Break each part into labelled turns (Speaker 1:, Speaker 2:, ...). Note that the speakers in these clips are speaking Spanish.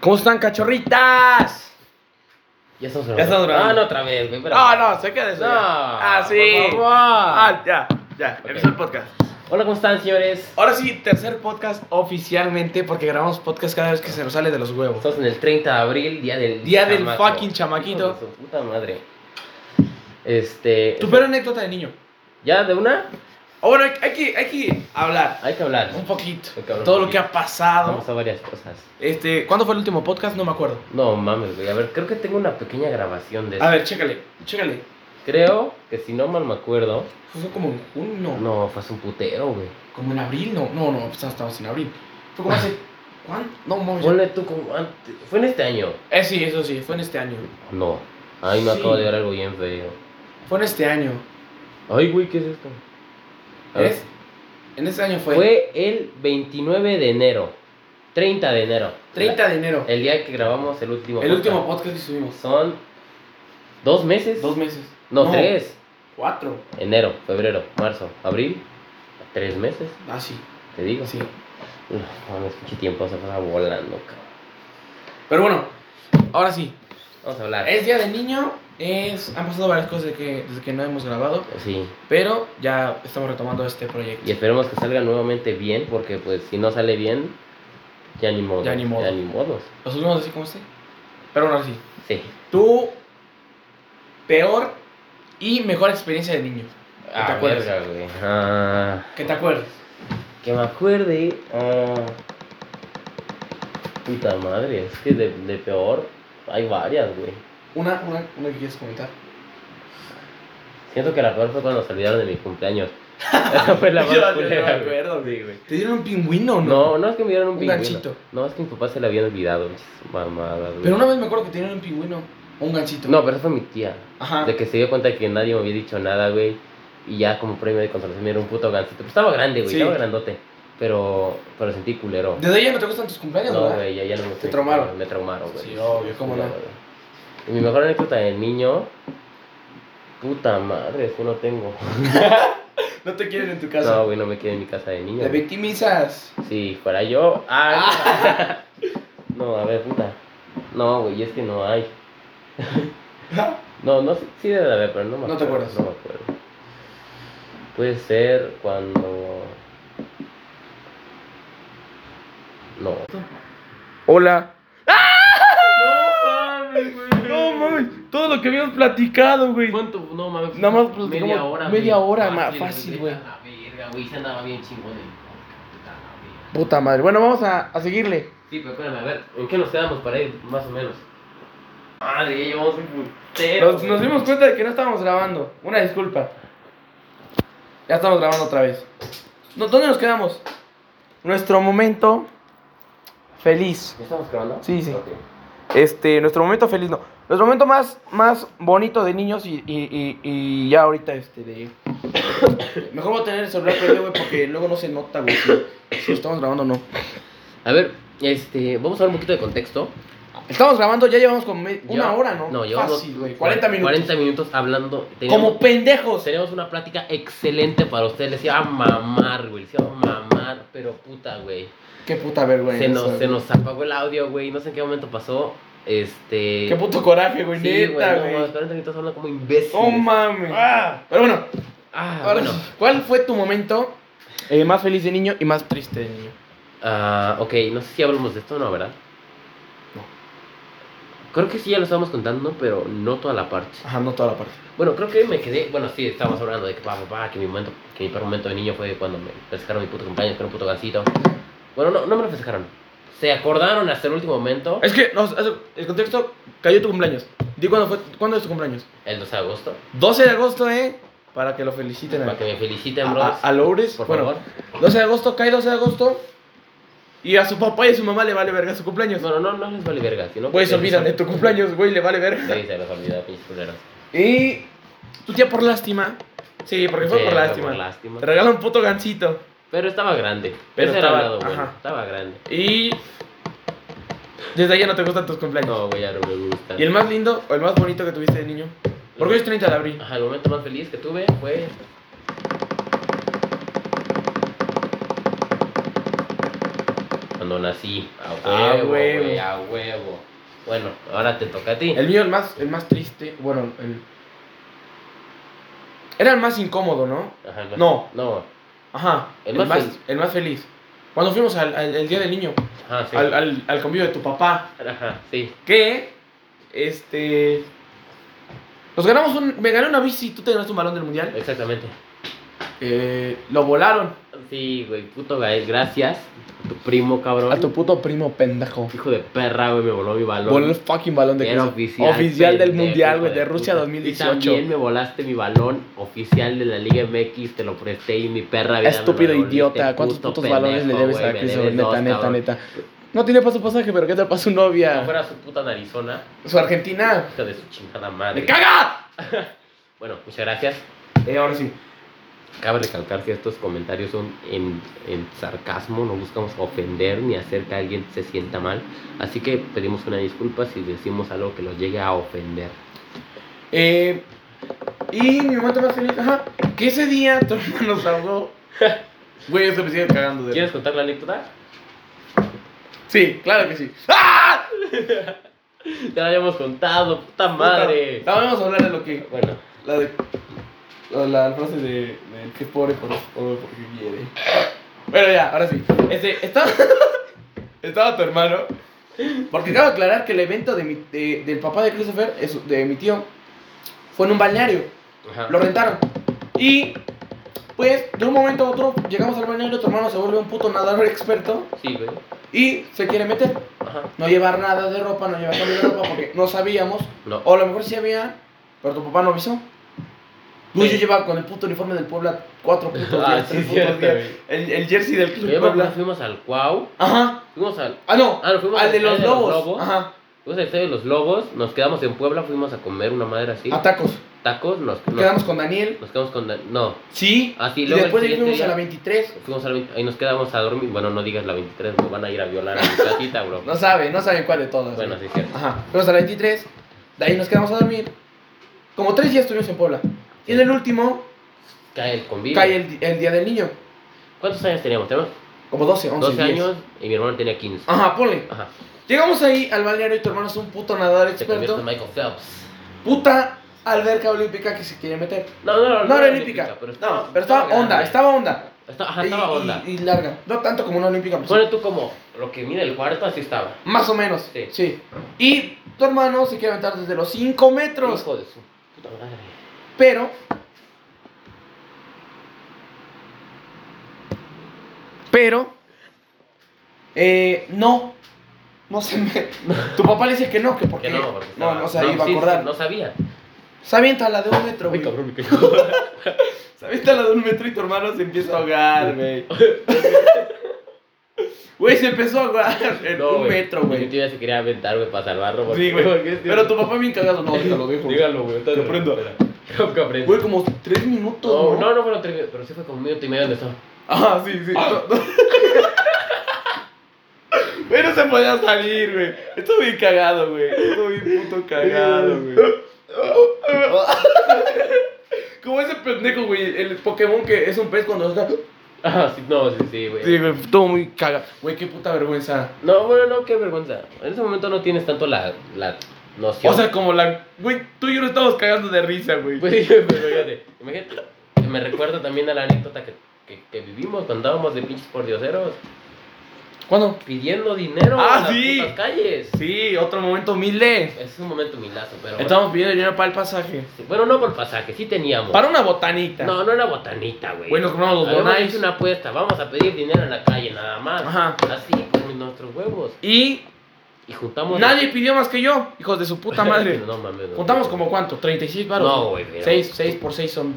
Speaker 1: ¿Cómo están, cachorritas?
Speaker 2: Ya estamos
Speaker 1: Ya estamos grabando.
Speaker 2: Ah, no, otra vez, güey. pero-
Speaker 1: Ah, no, se queda eso.
Speaker 2: No,
Speaker 1: ya. Ah, sí.
Speaker 2: por favor.
Speaker 1: Ah, ya, ya.
Speaker 2: Ok.
Speaker 1: Empezó el podcast.
Speaker 2: Hola, ¿cómo están, señores?
Speaker 1: Ahora sí, tercer podcast oficialmente, porque grabamos podcast cada vez que se nos sale de los huevos.
Speaker 2: Estamos en el 30 de abril, día del.
Speaker 1: Día del fucking chamaquito.
Speaker 2: Hijo de su puta madre. Este.
Speaker 1: Tu peor anécdota de niño.
Speaker 2: ¿Ya de una?
Speaker 1: Ah, bueno, hay, hay que, hay que hablar
Speaker 2: Hay que hablar.
Speaker 1: un poquito.
Speaker 2: Hay que hablar un
Speaker 1: Todo lo
Speaker 2: poquito.
Speaker 1: que ha pasado.
Speaker 2: Vamos a varias cosas.
Speaker 1: Este, ¿cuándo fue el último podcast? No me acuerdo.
Speaker 2: No mames, güey. A ver, creo que tengo una pequeña grabación de
Speaker 1: A
Speaker 2: eso.
Speaker 1: ver, chécale, chécale.
Speaker 2: Creo que si no mal me acuerdo.
Speaker 1: Fue como en junio,
Speaker 2: No, fue hace un putero, güey.
Speaker 1: como en abril, no, no, no, pues, estamos en abril. Fue como hace, ¿cuánto? No, mames.
Speaker 2: Ponle tú como antes. Fue en este año.
Speaker 1: Eh, sí, eso sí, fue en este año.
Speaker 2: No. Ay, me
Speaker 1: Sí.
Speaker 2: acabo de ver algo bien feo.
Speaker 1: Fue en este año.
Speaker 2: Ay, güey, ¿qué es esto? A ver.
Speaker 1: Es- en este año fue,
Speaker 2: Fue el 29 de enero. 30 de enero.
Speaker 1: 30 de enero.
Speaker 2: El día que grabamos el último.
Speaker 1: el
Speaker 2: podcast.
Speaker 1: último podcast que subimos.
Speaker 2: Son dos meses.
Speaker 1: Dos meses.
Speaker 2: No, tres.
Speaker 1: Cuatro.
Speaker 2: Enero, febrero, marzo, abril. Tres meses,
Speaker 1: Ah, sí.
Speaker 2: te digo.
Speaker 1: sí.
Speaker 2: No, mames, pinche tiempo se pasa volando, cabrón.
Speaker 1: Pero bueno, ahora sí.
Speaker 2: Vamos a hablar.
Speaker 1: Es día de niño. Es, han pasado varias cosas de que, desde que no hemos grabado.
Speaker 2: Sí.
Speaker 1: Pero ya estamos retomando este proyecto.
Speaker 2: Y esperemos que salga nuevamente bien, porque pues si no sale bien, ya ni modo.
Speaker 1: Ya ni modo.
Speaker 2: Ya ni modos.
Speaker 1: Lo subimos así como este. Pero bueno, ahora sí.
Speaker 2: Sí.
Speaker 1: Tu peor y mejor experiencia de niño.
Speaker 2: Ah,
Speaker 1: te acuerdas?
Speaker 2: verga, güey. Ah.
Speaker 1: Que te acuerdes.
Speaker 2: Que me acuerde. ah, puta madre, es que de, de peor hay varias, güey.
Speaker 1: Una, una, una que quieres comentar.
Speaker 2: Siento que la peor fue cuando se olvidaron de mi cumpleaños. Esa fue la más
Speaker 1: Yo- yo no me
Speaker 2: culera, güey.
Speaker 1: acuerdo,
Speaker 2: Sí, güey.
Speaker 1: ¿Te dieron un pingüino o
Speaker 2: No, no es que me dieron un
Speaker 1: Un
Speaker 2: pingüino.
Speaker 1: ganchito.
Speaker 2: No, es que mi papá se le habían olvidado. pinches Mamadas, güey.
Speaker 1: Pero una vez me acuerdo que tenían un pingüino o un ganchito.
Speaker 2: No, pero esa fue mi tía.
Speaker 1: Ajá.
Speaker 2: De que se dio cuenta que nadie me había dicho nada, güey. Y ya como premio de consolación me dieron un puto gancito. Pues estaba grande, güey.
Speaker 1: Sí.
Speaker 2: Estaba grandote. Pero, pero sentí culero.
Speaker 1: Desde ahí ya no te gustan tus cumpleaños,
Speaker 2: No,
Speaker 1: ¿verdad?
Speaker 2: güey, ya, ya no me
Speaker 1: Te traumaron.
Speaker 2: Me traumaron, güey.
Speaker 1: Sí, obvio, cómo no.
Speaker 2: Y mi mejor anécdota del niño. Puta madre, eso no tengo.
Speaker 1: No te quieren en tu
Speaker 2: No, güey, no me quedé en mi casa de niño.
Speaker 1: te
Speaker 2: güey.
Speaker 1: victimizas.
Speaker 2: Si fuera yo. ay.
Speaker 1: Ah.
Speaker 2: No, a ver, puta. No, güey, es que no hay. No, no, sí, sí debe de haber, pero no me
Speaker 1: No
Speaker 2: acuerdo.
Speaker 1: te acuerdas.
Speaker 2: No me acuerdo. Puede ser cuando. No.
Speaker 1: Hola.
Speaker 2: No mames, güey.
Speaker 1: No mames, todo lo que habíamos platicado, güey.
Speaker 2: ¿Cuánto? No mames.
Speaker 1: Nada más, pues,
Speaker 2: media
Speaker 1: como
Speaker 2: hora.
Speaker 1: media
Speaker 2: güey. Ah,
Speaker 1: hora, ma- fácil, güey.
Speaker 2: vete a la verga, güey. Se andaba bien chingón. el podcast, puta la verga.
Speaker 1: Puta madre. Bueno, vamos a, a seguirle.
Speaker 2: Sí, pero espérame, a ver. ¿En qué nos quedamos para ir, más o menos? Madre, ya llevamos un putero.
Speaker 1: Eh, Nos,
Speaker 2: güey.
Speaker 1: nos dimos cuenta de que no estábamos grabando. Una disculpa. Ya estamos grabando otra vez. No, ¿Dónde nos quedamos? Nuestro momento feliz.
Speaker 2: ¿Ya estamos grabando?
Speaker 1: Sí, sí.
Speaker 2: Ok.
Speaker 1: Este, nuestro momento feliz, no. Nuestro momento más, más bonito de niños y, y, y, y ya ahorita, este, de... Mejor voy a tener el celular perdido, güey, porque luego no se nota, güey, si, si estamos grabando o no.
Speaker 2: A ver, este, vamos a dar un poquito de contexto.
Speaker 1: Estamos grabando, ya llevamos como me-
Speaker 2: Ya-
Speaker 1: una hora, ¿no?
Speaker 2: No, llevamos
Speaker 1: Fácil, güey, 40 minutos.
Speaker 2: 40 minutos hablando.
Speaker 1: Como
Speaker 2: Teníamos,
Speaker 1: pendejos.
Speaker 2: teníamos una plática excelente para ustedes. Les iba a mamar, güey. Les iba a mamar, pero puta, güey.
Speaker 1: Qué puta vergüenza.
Speaker 2: Se nos, se
Speaker 1: güey.
Speaker 2: nos apagó el audio, güey. No sé en qué momento pasó. Este.
Speaker 1: Qué puto coraje, güey,
Speaker 2: Sí,
Speaker 1: neta,
Speaker 2: güey. No,
Speaker 1: güey.
Speaker 2: mames, 40 minutos hablando como imbéciles.
Speaker 1: No mames.
Speaker 2: Ah.
Speaker 1: Pero bueno,
Speaker 2: Ah,
Speaker 1: ahora
Speaker 2: bueno.
Speaker 1: sí, ¿cuál fue tu momento eh, más feliz de niño y más triste de niño?
Speaker 2: Ah, ok, no sé si hablamos de esto o no, ¿verdad?
Speaker 1: No.
Speaker 2: Creo que sí ya lo estábamos contando, pero no toda la parte.
Speaker 1: Ajá, no toda la parte.
Speaker 2: Bueno, creo que me quedé. Bueno, sí, estábamos hablando de que pa, pa, pa, que mi momento, que mi peor momento de niño fue cuando me pescaron mi puto cumpleaños con un puto gancito. Bueno, no, no me lo pescaron. Se acordaron hasta el último momento,
Speaker 1: Es que, no, hace- el contexto, cayó tu cumpleaños. Di cuándo fue, cuándo es tu cumpleaños.
Speaker 2: el 12 de agosto.
Speaker 1: 12 de agosto, eh, para que lo feliciten.
Speaker 2: Para
Speaker 1: A,
Speaker 2: que me feliciten, bro.
Speaker 1: a, a Lourdes,
Speaker 2: por
Speaker 1: bueno,
Speaker 2: favor.
Speaker 1: 12 de agosto, cae 12 de agosto. Y a su papá y a su mamá le vale verga su cumpleaños.
Speaker 2: Bueno, no, no les vale verga, sino.
Speaker 1: Güey, se
Speaker 2: que-
Speaker 1: olvidan de Pues, tu cumpleaños, güey, le vale verga.
Speaker 2: Sí, se los olvidó, pinches culeros.
Speaker 1: Y tu tía por lástima. Sí, porque fue
Speaker 2: Sí,
Speaker 1: por lástima.
Speaker 2: por lástima.
Speaker 1: Te regala un puto gancito.
Speaker 2: Pero estaba grande.
Speaker 1: Pero
Speaker 2: Ese
Speaker 1: estaba-
Speaker 2: era el lado bueno.
Speaker 1: ajá.
Speaker 2: Estaba grande.
Speaker 1: Y desde ahí ya no te gustan tus cumpleaños.
Speaker 2: No, güey, ya no me gusta.
Speaker 1: ¿Y el más lindo o el más bonito que tuviste de niño? Porque hoy es 30 de abril.
Speaker 2: Ajá, el momento más feliz que tuve fue. Cuando cuando nací. A
Speaker 1: Ah, huevo.
Speaker 2: huevo, güey, a huevo. Bueno, ahora te toca a ti.
Speaker 1: El mío, el más, el más triste, bueno, el... Era el más incómodo, ¿no?
Speaker 2: Ajá, el-
Speaker 1: No.
Speaker 2: No.
Speaker 1: Ajá,
Speaker 2: El
Speaker 1: el,
Speaker 2: más
Speaker 1: más,
Speaker 2: feliz.
Speaker 1: el más feliz. Cuando fuimos al, al- al Día del Niño,
Speaker 2: Ajá, sí.
Speaker 1: al, al, al convivio de tu papá,
Speaker 2: Ajá, sí.
Speaker 1: que, este... Nos ganamos un... Me gané una bici, tú te ganaste un balón del mundial.
Speaker 2: Exactamente.
Speaker 1: Eh, lo volaron.
Speaker 2: Sí, güey, puto Gael, gracias. Tu primo, cabrón.
Speaker 1: A tu puto primo pendejo.
Speaker 2: Hijo de perra, güey, me voló mi balón.
Speaker 1: Voló el fucking balón de
Speaker 2: Era
Speaker 1: Cristo.
Speaker 2: oficial.
Speaker 1: Oficial del
Speaker 2: pendejo,
Speaker 1: mundial, güey,
Speaker 2: hijo
Speaker 1: de Rusia
Speaker 2: puta. Y
Speaker 1: 2018.
Speaker 2: también me volaste mi balón oficial de la Liga MX, te lo presté y mi perra vida me lo
Speaker 1: Estúpido
Speaker 2: devolviste,
Speaker 1: idiota, ¿cuántos
Speaker 2: puto
Speaker 1: putos balones le
Speaker 2: pendejo,
Speaker 1: debes
Speaker 2: güey,
Speaker 1: a
Speaker 2: me
Speaker 1: Cristo?
Speaker 2: debes
Speaker 1: Neta,
Speaker 2: dos,
Speaker 1: neta,
Speaker 2: cabrón.
Speaker 1: neta. No tiene paso pasaje, pero ¿qué tal para su
Speaker 2: Si no
Speaker 1: novia?
Speaker 2: fuera su puta narizona,
Speaker 1: Su Argentina.
Speaker 2: hija de su chingada madre.
Speaker 1: ¡Me caga!
Speaker 2: Bueno, muchas gracias.
Speaker 1: Eh, ahora sí.
Speaker 2: Cabe recalcar que estos comentarios son en, en sarcasmo, no buscamos ofender ni hacer que alguien se sienta mal. Así que pedimos una disculpa si decimos algo que los llegue a ofender.
Speaker 1: Eh, y mi momento más feliz, ajá, que ese día tu hermano nos ahogó. Güey, eso me sigue cagando de...
Speaker 2: ¿Quieres contar la anécdota?
Speaker 1: Sí, claro que sí. ¡Ah!
Speaker 2: Ya la habíamos contado, puta madre.
Speaker 1: Ahora vamos a hablar de lo que...
Speaker 2: Bueno,
Speaker 1: La de... La, la frase de, de que es pobre por, pobre porque quiere. Bueno, ya, ahora sí. Este, estaba, estaba tu hermano. Porque cabe aclarar que el evento de mi- de- del papá de Christopher, es- de mi tío, fue en un balneario.
Speaker 2: ajá.
Speaker 1: Lo rentaron. Y pues de un momento a otro llegamos al balneario, tu hermano se vuelve un puto nadador experto
Speaker 2: Sí, güey.
Speaker 1: y se quiere meter.
Speaker 2: Ajá.
Speaker 1: No llevar nada de ropa, no llevar cambio de ropa porque no sabíamos.
Speaker 2: No.
Speaker 1: O a lo mejor sí había, pero tu papá no avisó. Tú
Speaker 2: Sí.
Speaker 1: yo llevaba con el puto uniforme del Puebla cuatro putos días,
Speaker 2: Ah, sí,
Speaker 1: tres putos
Speaker 2: cierto,
Speaker 1: días.
Speaker 2: güey.
Speaker 1: El, el jersey del Club
Speaker 2: Yo me acuerdo que
Speaker 1: Puebla.
Speaker 2: fuimos al Cuau,
Speaker 1: Ajá.
Speaker 2: fuimos al.
Speaker 1: Ah, no.
Speaker 2: Ah, no, fuimos
Speaker 1: al de
Speaker 2: al
Speaker 1: los
Speaker 2: de los
Speaker 1: lobos.
Speaker 2: lobos.
Speaker 1: Ajá.
Speaker 2: Fuimos al estadio de los Lobos, nos quedamos en Puebla, fuimos a comer una madre así.
Speaker 1: A tacos.
Speaker 2: Tacos, nos, nos-
Speaker 1: Quedamos con Daniel.
Speaker 2: nos quedamos con. No,
Speaker 1: Sí.
Speaker 2: Ah, sí,
Speaker 1: y
Speaker 2: luego el
Speaker 1: después de ahí
Speaker 2: siguiente
Speaker 1: fuimos a
Speaker 2: día.
Speaker 1: la 23.
Speaker 2: Fuimos a la 20 ahí nos quedamos a dormir. Bueno, no digas la 23, nos van a ir a violar a mi casita, bro.
Speaker 1: No sabe, no sabe cuál de todas.
Speaker 2: Bueno, sí, es cierto.
Speaker 1: Ajá, fuimos a la 23, de ahí nos quedamos a dormir. Como tres días estuvimos en Puebla. Y en el último
Speaker 2: Cae el convivio.
Speaker 1: cae el, el Día del Niño.
Speaker 2: ¿Cuántos años teníamos? Tenemos
Speaker 1: Como 12, 11,
Speaker 2: 12
Speaker 1: 10.
Speaker 2: años y mi hermano tenía 15.
Speaker 1: Ajá, ponle.
Speaker 2: Ajá.
Speaker 1: Llegamos ahí al balneario y tu hermano es un puto nadador
Speaker 2: Se convierte en
Speaker 1: experto.
Speaker 2: Michael Phelps.
Speaker 1: Puta alberca olímpica que se quiere meter.
Speaker 2: No, no, no.
Speaker 1: No era olímpica.
Speaker 2: pero
Speaker 1: No, pero estaba
Speaker 2: grande.
Speaker 1: onda, estaba onda.
Speaker 2: Estaba- ajá,
Speaker 1: Y-
Speaker 2: estaba
Speaker 1: y-
Speaker 2: onda.
Speaker 1: Y, larga. No tanto como una olímpica. pero sí.
Speaker 2: Pone tú como lo que mide el cuarto, así estaba.
Speaker 1: Más o menos.
Speaker 2: Sí.
Speaker 1: Sí. Y tu hermano se quiere aventar desde los 5 metros.
Speaker 2: Hijo de su puta madre.
Speaker 1: Pero. Pero. eh, no. No se me. Tu papá le dice que no, que porque.
Speaker 2: Que no, porque
Speaker 1: no,
Speaker 2: estaba-
Speaker 1: no se iba
Speaker 2: sí,
Speaker 1: a acordar.
Speaker 2: No sabía.
Speaker 1: Se avienta la de un metro, güey.
Speaker 2: me
Speaker 1: Se avienta la de un metro y tu hermano se empieza a ahogar, güey. Güey, se empezó a ahogar en un metro,
Speaker 2: Yo
Speaker 1: güey.
Speaker 2: todavía se quería aventar, güey, para salvarlo. porque-
Speaker 1: Sí, güey.
Speaker 2: porque-
Speaker 1: Pero tu papá bien cagado, no, ahorita lo dejo. güey.
Speaker 2: Dígalo, güey. ahorita
Speaker 1: Que
Speaker 2: lo
Speaker 1: aprenda.
Speaker 2: recupera. Creo que aprenda.
Speaker 1: Güey, como tres minutos,
Speaker 2: No,
Speaker 1: ¿no?
Speaker 2: no, no fueron tres minutos, pero sí fue como un minuto y medio de eso.
Speaker 1: Ah, sí, sí. No, no. Güey, no se podía salir, güey. Estuvo bien cagado, güey. Estuvo bien puto cagado, güey. Como ese pendejo, güey. El Pokémon que es un pez cuando está.
Speaker 2: Ah, sí, no, sí, sí, güey.
Speaker 1: Sí, güey, estuvo muy cagado. Güey, qué puta vergüenza.
Speaker 2: No, bueno, no, qué vergüenza. En ese momento no tienes tanto la, la noción.
Speaker 1: O sea, como la. Güey, tú y yo nos estamos cagando de risa, güey.
Speaker 2: Pues, sí, pero fíjate, imagínate. Me recuerda también a la anécdota que, que, que vivimos cuando andábamos de pinches pordioseros
Speaker 1: ¿Cuándo?
Speaker 2: pidiendo dinero
Speaker 1: Ah,
Speaker 2: a las
Speaker 1: sí.
Speaker 2: putas calles.
Speaker 1: Sí, otro momento humilde.
Speaker 2: Es un momento milazo, pero. Bueno,
Speaker 1: Estamos pidiendo dinero para el pasaje.
Speaker 2: sí, bueno, no por pasaje, sí teníamos.
Speaker 1: Para una botanita.
Speaker 2: No, no era botanita, güey.
Speaker 1: Güey, nos compramos los
Speaker 2: Habíamos
Speaker 1: bonais.
Speaker 2: hecho una apuesta, vamos a pedir dinero en la calle nada más.
Speaker 1: Ajá.
Speaker 2: Así, con nuestros huevos.
Speaker 1: Y
Speaker 2: Y juntamos.
Speaker 1: nadie pidió más que yo, hijos de su puta madre.
Speaker 2: no mames. no.
Speaker 1: Juntamos como cuánto, 36 varos.
Speaker 2: No, güey. pero-
Speaker 1: 6, 6 por 6 son.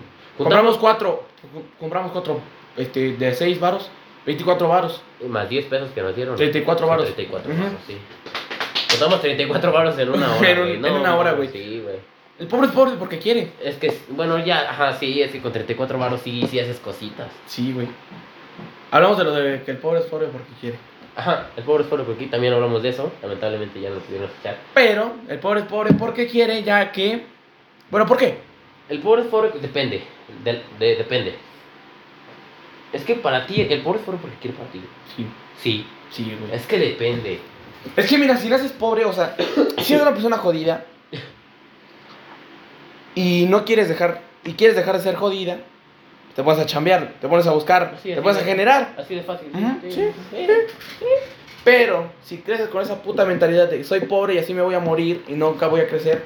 Speaker 1: Compramos
Speaker 2: Juntamos-
Speaker 1: 4, compramos 4 este, de 6 varos, 24 varos.
Speaker 2: Más 10 pesos que nos dieron.
Speaker 1: 34 varos.
Speaker 2: 34
Speaker 1: Ujú.
Speaker 2: varos, sí. Juntamos 34 varos en una hora.
Speaker 1: En un-
Speaker 2: güey.
Speaker 1: en una hora, güey.
Speaker 2: Sí, güey.
Speaker 1: El pobre es pobre porque quiere.
Speaker 2: Es que, bueno, ya, ajá, sí, es que con 34 varos sí, sí haces cositas.
Speaker 1: Sí, güey. Hablamos de lo de que el pobre es pobre porque quiere.
Speaker 2: Ajá, el pobre es pobre, porque aquí también hablamos de eso. Lamentablemente ya no pudieron escuchar.
Speaker 1: Pero el pobre es pobre porque quiere, ya que. Bueno, ¿por qué?
Speaker 2: El pobre es pobre, depende. del- de- depende. Es que para ti, el pobre es pobre porque quiere para ti.
Speaker 1: Sí,
Speaker 2: Sí,
Speaker 1: sí, güey.
Speaker 2: es que depende.
Speaker 1: Es que mira, si naces pobre, o sea, si eres una persona jodida y no quieres dejar, y quieres dejar de ser jodida, te pones a chambear, te pones a buscar,
Speaker 2: Sí,
Speaker 1: te
Speaker 2: así
Speaker 1: pones a
Speaker 2: es.
Speaker 1: generar.
Speaker 2: Así de fácil.
Speaker 1: Ajá, sí,
Speaker 2: sí.
Speaker 1: Pero si creces con esa puta mentalidad de soy pobre y así me voy a morir y nunca voy a crecer,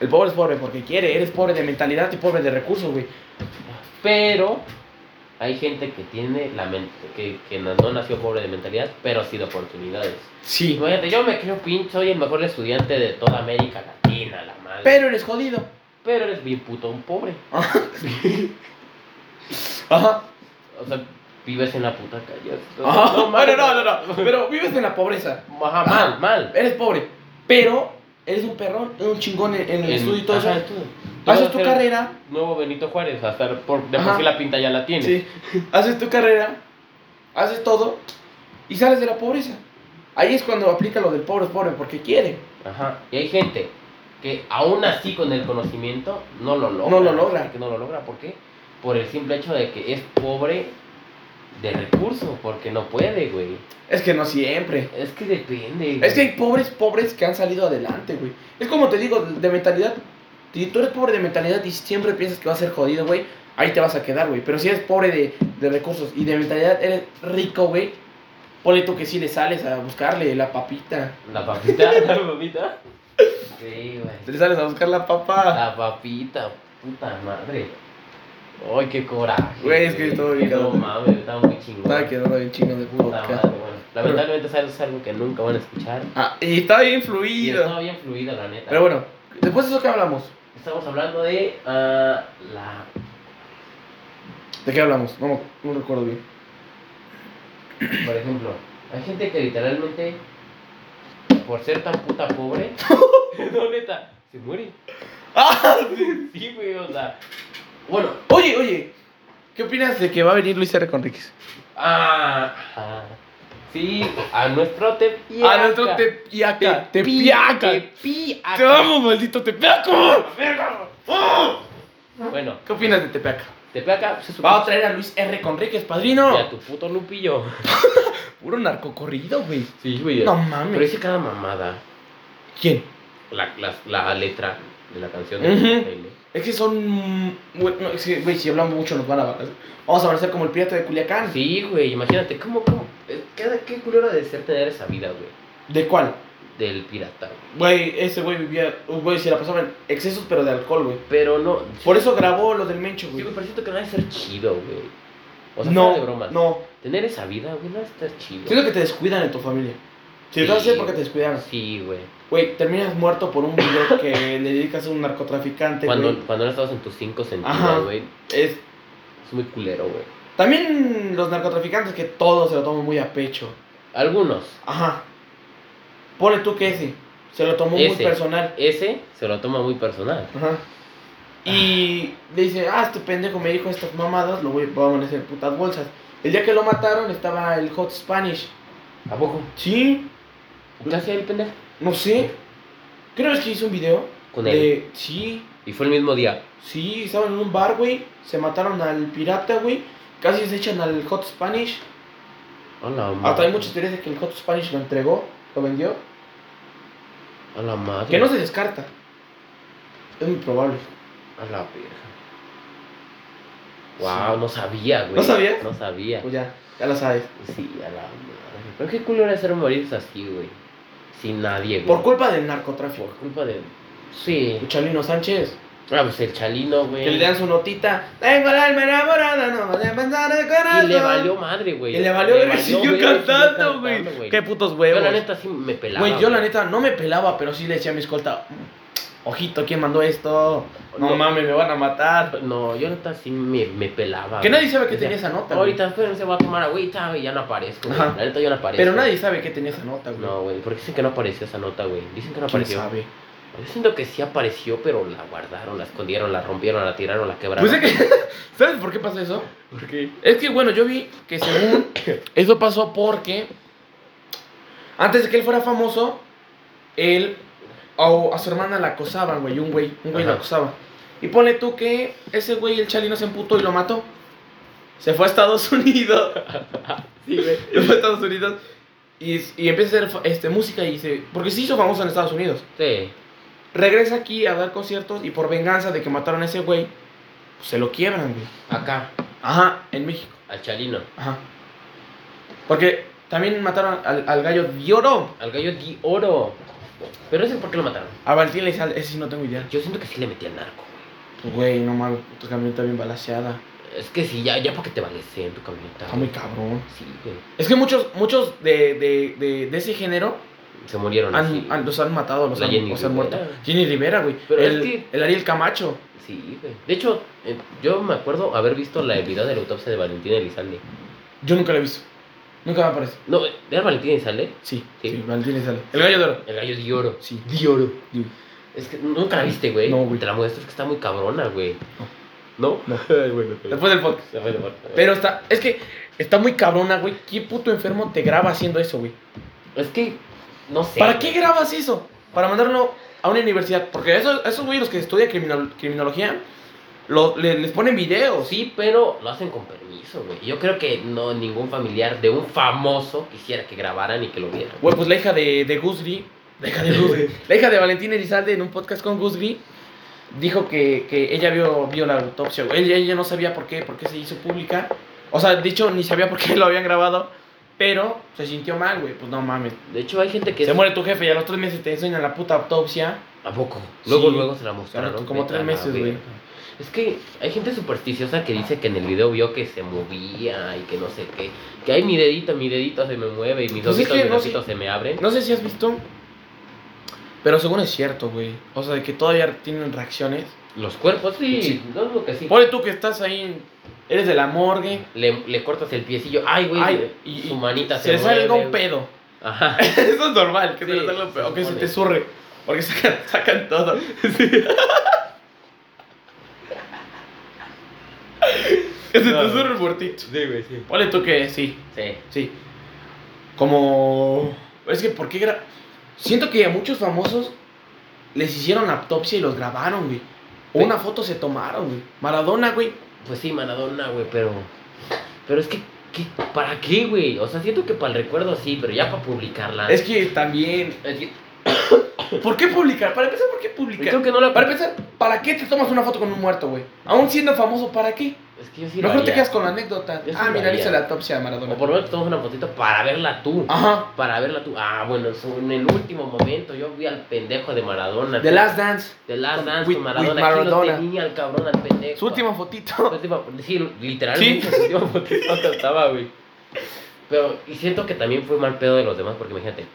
Speaker 1: el pobre es pobre porque quiere, eres pobre de mentalidad y pobre de recursos, güey.
Speaker 2: Pero hay gente que tiene la mente, que, que no, no nació pobre de mentalidad, pero sí de oportunidades.
Speaker 1: Sí.
Speaker 2: Imagínate, yo me creo pinche, soy el mejor estudiante de toda América Latina, la madre.
Speaker 1: Pero eres jodido.
Speaker 2: Pero eres bien puto un pobre.
Speaker 1: Ajá.
Speaker 2: O sea, vives en la puta calle. O sea,
Speaker 1: Ajá.
Speaker 2: mames.
Speaker 1: Bueno, no, no, no. Pero vives en la pobreza.
Speaker 2: Ajá, mal, mal.
Speaker 1: Eres pobre, pero eres un perrón, eres un chingón en, en el
Speaker 2: En-
Speaker 1: estudio y todo
Speaker 2: ajá,
Speaker 1: eso.
Speaker 2: tú- tú vas
Speaker 1: Haces
Speaker 2: a
Speaker 1: tu
Speaker 2: ser
Speaker 1: carrera,
Speaker 2: Nuevo Benito Juárez, hasta por, de por
Speaker 1: Ajá.
Speaker 2: sí la pinta ya la tienes.
Speaker 1: sí, haces tu carrera, haces todo y sales de la pobreza. Ahí es cuando aplica lo del pobre es pobre porque quiere,
Speaker 2: Ajá. Y hay gente que aún así con el conocimiento no lo logra.
Speaker 1: No lo logra.
Speaker 2: Que no lo logra. ¿Por qué? Por el simple hecho de que es pobre de recursos, porque no puede, güey.
Speaker 1: es que no siempre.
Speaker 2: Es que depende.
Speaker 1: Es
Speaker 2: güey.
Speaker 1: que hay pobres pobres que han salido adelante, güey. Es como te digo, de mentalidad. Si tú eres pobre de mentalidad y siempre piensas que vas a ser jodido, güey, ahí te vas a quedar, güey. Pero si eres pobre de, de recursos y de mentalidad eres rico, güey, ponle tú que sí le sales a buscarle la papita.
Speaker 2: La papita, la papita. Sí,
Speaker 1: Te
Speaker 2: güey.
Speaker 1: le sales a buscar la papa.
Speaker 2: La papita, puta madre. Ay, qué coraje.
Speaker 1: Güey, es que estuvo bien
Speaker 2: No
Speaker 1: cabrón.
Speaker 2: mames, está muy chingón.
Speaker 1: Estaba quedando bien chino de
Speaker 2: Puta madre,
Speaker 1: podcast.
Speaker 2: bueno. Lamentablemente eso es algo que nunca van a escuchar.
Speaker 1: Ah, y estaba bien
Speaker 2: Y
Speaker 1: fluido.
Speaker 2: estaba bien fluida, la neta.
Speaker 1: Pero bueno, después de eso, ¿qué hablamos?
Speaker 2: Estamos hablando de ah, la
Speaker 1: ¿De qué hablamos? No, me- no recuerdo bien.
Speaker 2: Por ejemplo, hay gente que literalmente, por ser tan puta pobre, no neta, se muere. Sí, güey, o sea. Bueno,
Speaker 1: Ah, Oye, oye, ¿qué opinas de que va a venir Luis R. Conríquez?
Speaker 2: ah, ah, sí, a nuestro te
Speaker 1: A nuestro tepiaca. Tepiaca.
Speaker 2: Te piaca.
Speaker 1: Te amo, maldito tepiaco.
Speaker 2: Verga. Bueno,
Speaker 1: ¿Qué opinas de tepiaca?
Speaker 2: te placa, pues es un-
Speaker 1: Vamos a traer a Luis R. Conríquez,
Speaker 2: y a
Speaker 1: padrino.
Speaker 2: tu puto lupillo.
Speaker 1: Puro narcocorrido, güey.
Speaker 2: Sí, güey.
Speaker 1: No
Speaker 2: Pero
Speaker 1: mames.
Speaker 2: dice cada mamada,
Speaker 1: ¿Quién?
Speaker 2: la, la, la letra de la canción de
Speaker 1: Ujú.
Speaker 2: L.
Speaker 1: Es que son. Güey, no, es que, güey, si hablamos mucho nos van a bajar. Vamos a parecer como el pirata de Culiacán.
Speaker 2: Sí, güey, imagínate, ¿cómo, cómo? eh, ¿Qué, qué culero ha de ser tener esa vida, güey?
Speaker 1: ¿De cuál?
Speaker 2: Del pirata, güey.
Speaker 1: Güey, ese güey vivía, un güey, se la pasaba en excesos, pero de alcohol, güey.
Speaker 2: Pero no.
Speaker 1: Por eso grabó lo del Mencho,
Speaker 2: Sí,
Speaker 1: güey.
Speaker 2: güey, pero siento que no ha de ser chido, güey. O sea, fuera
Speaker 1: no,
Speaker 2: de bromas.
Speaker 1: no.
Speaker 2: Tener esa vida, güey, no ha de estar chido.
Speaker 1: Siento que te descuidan en tu familia. Si lo haces es porque te descuidaron.
Speaker 2: Sí, güey.
Speaker 1: Güey, terminas muerto por un video que le dedicas a un narcotraficante,
Speaker 2: Cuando,
Speaker 1: güey.
Speaker 2: cuando no estabas en tus cinco
Speaker 1: Ajá.
Speaker 2: sentidos, güey,
Speaker 1: Es...
Speaker 2: es muy culero, güey.
Speaker 1: También los narcotraficantes que todo se lo toman muy a pecho.
Speaker 2: Algunos.
Speaker 1: Ajá. Pone tú que ese. Se lo tomó muy
Speaker 2: Ese.
Speaker 1: personal.
Speaker 2: Ese se lo toma muy personal.
Speaker 1: Ajá. Y le dice, ah, este pendejo me dijo estas mamadas, lo voy, vamos a poner en putas bolsas. El día que lo mataron estaba el Hot Spanish.
Speaker 2: ¿A poco?
Speaker 1: Sí,
Speaker 2: ¿Qué hacía el pendejo?
Speaker 1: no sé. Creo es que hizo un video.
Speaker 2: Con él.
Speaker 1: de... Sí,
Speaker 2: Y fue el mismo día.
Speaker 1: sí, estaban en un bar, güey. Se mataron al pirata, güey. Casi se echan al Hot Spanish.
Speaker 2: A la madre.
Speaker 1: Hasta hay muchas teorías de que el Hot Spanish lo entregó, lo vendió.
Speaker 2: A la madre.
Speaker 1: Que no se descarta. Es muy probable.
Speaker 2: A la verga. Wow, no sabía, güey.
Speaker 1: ¿No sabías?
Speaker 2: No sabía.
Speaker 1: Pues ya, ya la sabes.
Speaker 2: Sí, a la madre. Pero qué culo era hacer morirse así, güey. Sin nadie, güey.
Speaker 1: Por culpa del
Speaker 2: Por
Speaker 1: narcotráfico.
Speaker 2: culpa de. Sí.
Speaker 1: Chalino Sánchez.
Speaker 2: Ah, pues el chalino, güey.
Speaker 1: Que le dan su notita. Tengo el alma enamorada, no me de pensar de corazón.
Speaker 2: Y le valió madre, güey.
Speaker 1: Y le valió verga y siguió
Speaker 2: verga y siguió
Speaker 1: cantando, güey. Qué putos
Speaker 2: Yo,
Speaker 1: huevos.
Speaker 2: la neta, sí me pelaba.
Speaker 1: Güey, yo la neta no me pelaba, pero sí le decía a mi escolta, "Mm, ojito, ¿quién mandó esto? No,
Speaker 2: No.
Speaker 1: mames, me van a matar.
Speaker 2: No, yo la neta sí me, me pelaba.
Speaker 1: Que
Speaker 2: güey.
Speaker 1: nadie sabe que
Speaker 2: O sea,
Speaker 1: tenía esa nota, güey.
Speaker 2: Ahorita, pero se va a tomar agüita, y ya no aparezco, güey.
Speaker 1: Ajá.
Speaker 2: La neta, yo no aparezco.
Speaker 1: Pero nadie sabe que tenía esa nota, güey.
Speaker 2: No, güey, porque dicen que no apareció esa nota, güey. Dicen que no
Speaker 1: ¿Quién
Speaker 2: apareció.
Speaker 1: sabe?
Speaker 2: Yo siento que sí apareció, pero la guardaron, la escondieron, la rompieron, la tiraron, la quebraron.
Speaker 1: Pues es que, ¿sabes por qué pasó eso?
Speaker 2: ¿Por qué?
Speaker 1: Es que, bueno, yo vi que según eso pasó porque antes de que él fuera famoso, él a, a su hermana la acosaban, güey, un güey, un güey la
Speaker 2: Ajá.
Speaker 1: acosaba. Y pone tú que ese güey, el chalino, se emputó y lo mató. se fue a Estados Unidos.
Speaker 2: Sí, güey.
Speaker 1: se fue a Estados Unidos. Y, y empieza a hacer fa- este, música y se. Porque se hizo famoso en Estados Unidos.
Speaker 2: Sí.
Speaker 1: Regresa aquí a dar conciertos y por venganza de que mataron a ese güey, pues, se lo quiebran, güey.
Speaker 2: Acá,
Speaker 1: Ajá, en México.
Speaker 2: al Chalino.
Speaker 1: Ajá. Porque también mataron al, al gallo de oro.
Speaker 2: Al gallo di oro. Pero ese por qué lo mataron.
Speaker 1: A Valentín Elizalde, ese sí no tengo idea.
Speaker 2: Yo siento que sí le metí al narco.
Speaker 1: Pues, Güey, no mames, tu camioneta bien balaseada.
Speaker 2: Es que sí, ya, ya para que te en tu camioneta.
Speaker 1: Está muy cabrón.
Speaker 2: Sí, güey.
Speaker 1: Es que muchos, muchos de, de, de, de ese género
Speaker 2: Se murieron así.
Speaker 1: han, han- los han matado, los
Speaker 2: La
Speaker 1: han,
Speaker 2: Jenny
Speaker 1: los han
Speaker 2: Rivera.
Speaker 1: muerto. Jenny Rivera, güey.
Speaker 2: Pero
Speaker 1: el,
Speaker 2: es que-
Speaker 1: el Ariel Camacho.
Speaker 2: Sí, güey. De hecho, eh, yo me acuerdo haber visto la, el video de la autopsia de Valentín Elizalde.
Speaker 1: Yo nunca lo he visto. Nunca me aparece.
Speaker 2: No, ¿era Valentín Elizalde?
Speaker 1: Sí,
Speaker 2: Sí.
Speaker 1: sí, Valentín Elizalde. El gallo de oro.
Speaker 2: El gallo de oro.
Speaker 1: Sí.
Speaker 2: De oro.
Speaker 1: Di-
Speaker 2: Es que nunca la viste, güey.
Speaker 1: No, güey.
Speaker 2: Te la muestro, es que está muy cabrona, güey. ¿No?
Speaker 1: No.
Speaker 2: Ay, bueno, pero-
Speaker 1: Después del podcast.
Speaker 2: Después del podcast.
Speaker 1: Pero está, es que está muy cabrona, güey. ¿Qué puto enfermo te graba haciendo eso, güey?
Speaker 2: Es que, no sé.
Speaker 1: ¿Para
Speaker 2: güey.
Speaker 1: qué grabas eso? Para mandarlo a una universidad. Porque esos, esos güeyes los que estudian criminal- criminología, lo- le- les ponen videos.
Speaker 2: Pues Sí, pero lo hacen con permiso, güey. Yo creo que no ningún familiar de un famoso quisiera que grabaran y que lo vieran.
Speaker 1: Güey, pues la hija de, de Guzri, la hija de Guzri, la hija de Valentín Elizalde en un podcast con Guzri, dijo que, que ella vio, vio la autopsia, güey. Ella, ella no sabía por qué, por qué se hizo pública. O sea, dicho, ni sabía por qué lo habían grabado, pero se sintió mal, güey. Pues no mames.
Speaker 2: De hecho, hay gente que...
Speaker 1: Se
Speaker 2: es-
Speaker 1: muere tu jefe y a los tres meses te enseñan la puta autopsia.
Speaker 2: ¿A poco? Luego,
Speaker 1: Sí.
Speaker 2: luego se la mostraron.
Speaker 1: Claro, como
Speaker 2: Vete a
Speaker 1: tres
Speaker 2: la
Speaker 1: meses,
Speaker 2: verga.
Speaker 1: güey.
Speaker 2: Es que hay gente supersticiosa que dice que en el video vio que se movía y que no sé qué. Que hay mi dedito, mi dedito se me mueve y mis
Speaker 1: Pues es
Speaker 2: ojitos,
Speaker 1: que
Speaker 2: mis
Speaker 1: no,
Speaker 2: ojitos se me abren.
Speaker 1: No sé si has visto, pero según es cierto, güey. O sea, de que todavía tienen reacciones.
Speaker 2: Los cuerpos, sí.
Speaker 1: Sí.
Speaker 2: No dudo que sí.
Speaker 1: Ponle tú que estás ahí, eres de la morgue.
Speaker 2: Le, le cortas el piecillo. Ay, güey.
Speaker 1: Ay, y-
Speaker 2: su manita
Speaker 1: Se
Speaker 2: se,
Speaker 1: le
Speaker 2: mueve.
Speaker 1: salga un pedo.
Speaker 2: Ajá.
Speaker 1: Eso es normal, que se
Speaker 2: Sí,
Speaker 1: le salga un pedo. O que se
Speaker 2: supone.
Speaker 1: te surre. Porque sacan, sacan todo. que se
Speaker 2: No.
Speaker 1: te surre el muertito.
Speaker 2: Sí, güey, sí.
Speaker 1: Ponle tú que sí,
Speaker 2: Sí.
Speaker 1: sí. Como. Es que, ¿por qué gra- Siento que a muchos famosos les hicieron autopsia y los grabaron, güey. O
Speaker 2: Sí.
Speaker 1: una foto se tomaron, güey. Maradona, güey.
Speaker 2: Pues sí, Maradona, güey, pero. Pero es que. ¿qué- ¿Para qué, güey? O sea, siento que para el recuerdo sí, pero ya para publicarla.
Speaker 1: Es que también.
Speaker 2: Es que-
Speaker 1: ¿Por qué publicar? Para empezar, ¿por qué
Speaker 2: creo
Speaker 1: publicar?
Speaker 2: que no la.
Speaker 1: Para empezar, ¿para qué te tomas una foto con un muerto, güey? Aún siendo famoso, ¿para qué?
Speaker 2: Es que yo sí lo
Speaker 1: Mejor te
Speaker 2: haría.
Speaker 1: quedas con la anécdota.
Speaker 2: Yo sí
Speaker 1: ah,
Speaker 2: lo
Speaker 1: mira,
Speaker 2: haría.
Speaker 1: hice la autopsia de Maradona.
Speaker 2: O por lo menos tomas una fotito para verla tú.
Speaker 1: Ajá.
Speaker 2: Para verla tú. Ah, bueno, eso en el último momento yo vi al pendejo de Maradona.
Speaker 1: The Last Dance.
Speaker 2: De Last
Speaker 1: Con-
Speaker 2: Dance
Speaker 1: with-
Speaker 2: con Maradona.
Speaker 1: with
Speaker 2: Aquí lo
Speaker 1: Maradona.
Speaker 2: tenía el cabrón al pendejo.
Speaker 1: Su última
Speaker 2: Su
Speaker 1: fotito.
Speaker 2: última- Sí, literalmente
Speaker 1: Sí.
Speaker 2: su última fotito que estaba, güey. Pero, y siento que también fue mal pedo de los demás, porque imagínate,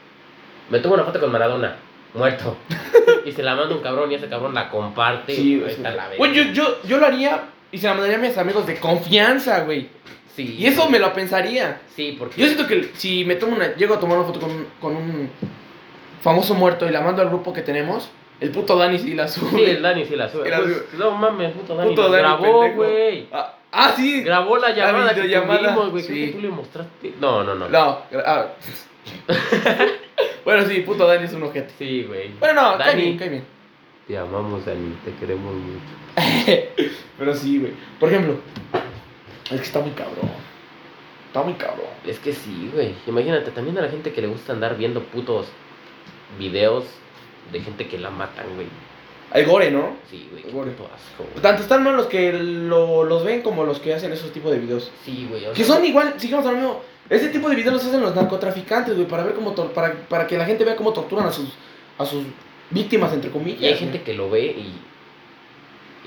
Speaker 2: me tomo una foto con Maradona, muerto, y se la manda un cabrón y ese cabrón la comparte. y
Speaker 1: güey.
Speaker 2: está la verga.
Speaker 1: Güey, yo, yo, yo lo haría y se la mandaría a mis amigos de confianza, güey.
Speaker 2: Sí.
Speaker 1: Y eso me lo pensaría.
Speaker 2: Sí, porque.
Speaker 1: Yo siento que si me tomo una, llego a tomar una foto con, un- con un famoso muerto y la mando al grupo que tenemos, el puto Dani sí la
Speaker 2: Sí,
Speaker 1: sube.
Speaker 2: el Dani sí la sube.
Speaker 1: Y la
Speaker 2: Pues,
Speaker 1: sube.
Speaker 2: no mames, puto Dani.
Speaker 1: Puto
Speaker 2: nos
Speaker 1: Dani,
Speaker 2: grabó,
Speaker 1: pendejo.
Speaker 2: güey.
Speaker 1: Ah, ah, sí.
Speaker 2: Grabó la llamada que
Speaker 1: videollamada,
Speaker 2: tuvimos, güey. Creo
Speaker 1: sí.
Speaker 2: que tú le mostraste. No, no, no.
Speaker 1: No, gra- ah. bueno, sí, puto Dani es un ojete.
Speaker 2: Sí, güey.
Speaker 1: Bueno, no, cae
Speaker 2: Dani.
Speaker 1: bien, cae bien.
Speaker 2: Te amamos, Dani. Te queremos mucho.
Speaker 1: Pero sí, güey. Por ejemplo, es que está muy cabrón. Está muy cabrón.
Speaker 2: Es que sí, güey. Imagínate, también a la gente que le gusta andar viendo putos videos de gente que la matan, güey.
Speaker 1: Hay gore, ¿no?
Speaker 2: Sí, güey. Qué
Speaker 1: Gore.
Speaker 2: puto asco, güey.
Speaker 1: Tanto están mal los que lo- los ven como los que hacen esos tipos de videos.
Speaker 2: Sí, güey. o
Speaker 1: Que
Speaker 2: sea,
Speaker 1: son igual, sigamos hablando. Ese tipo de videos los hacen los narcotraficantes, güey, para ver cómo tor- para, para que la gente vea cómo torturan a sus a sus víctimas entre comillas.
Speaker 2: Y hay
Speaker 1: güey.
Speaker 2: gente que lo ve y.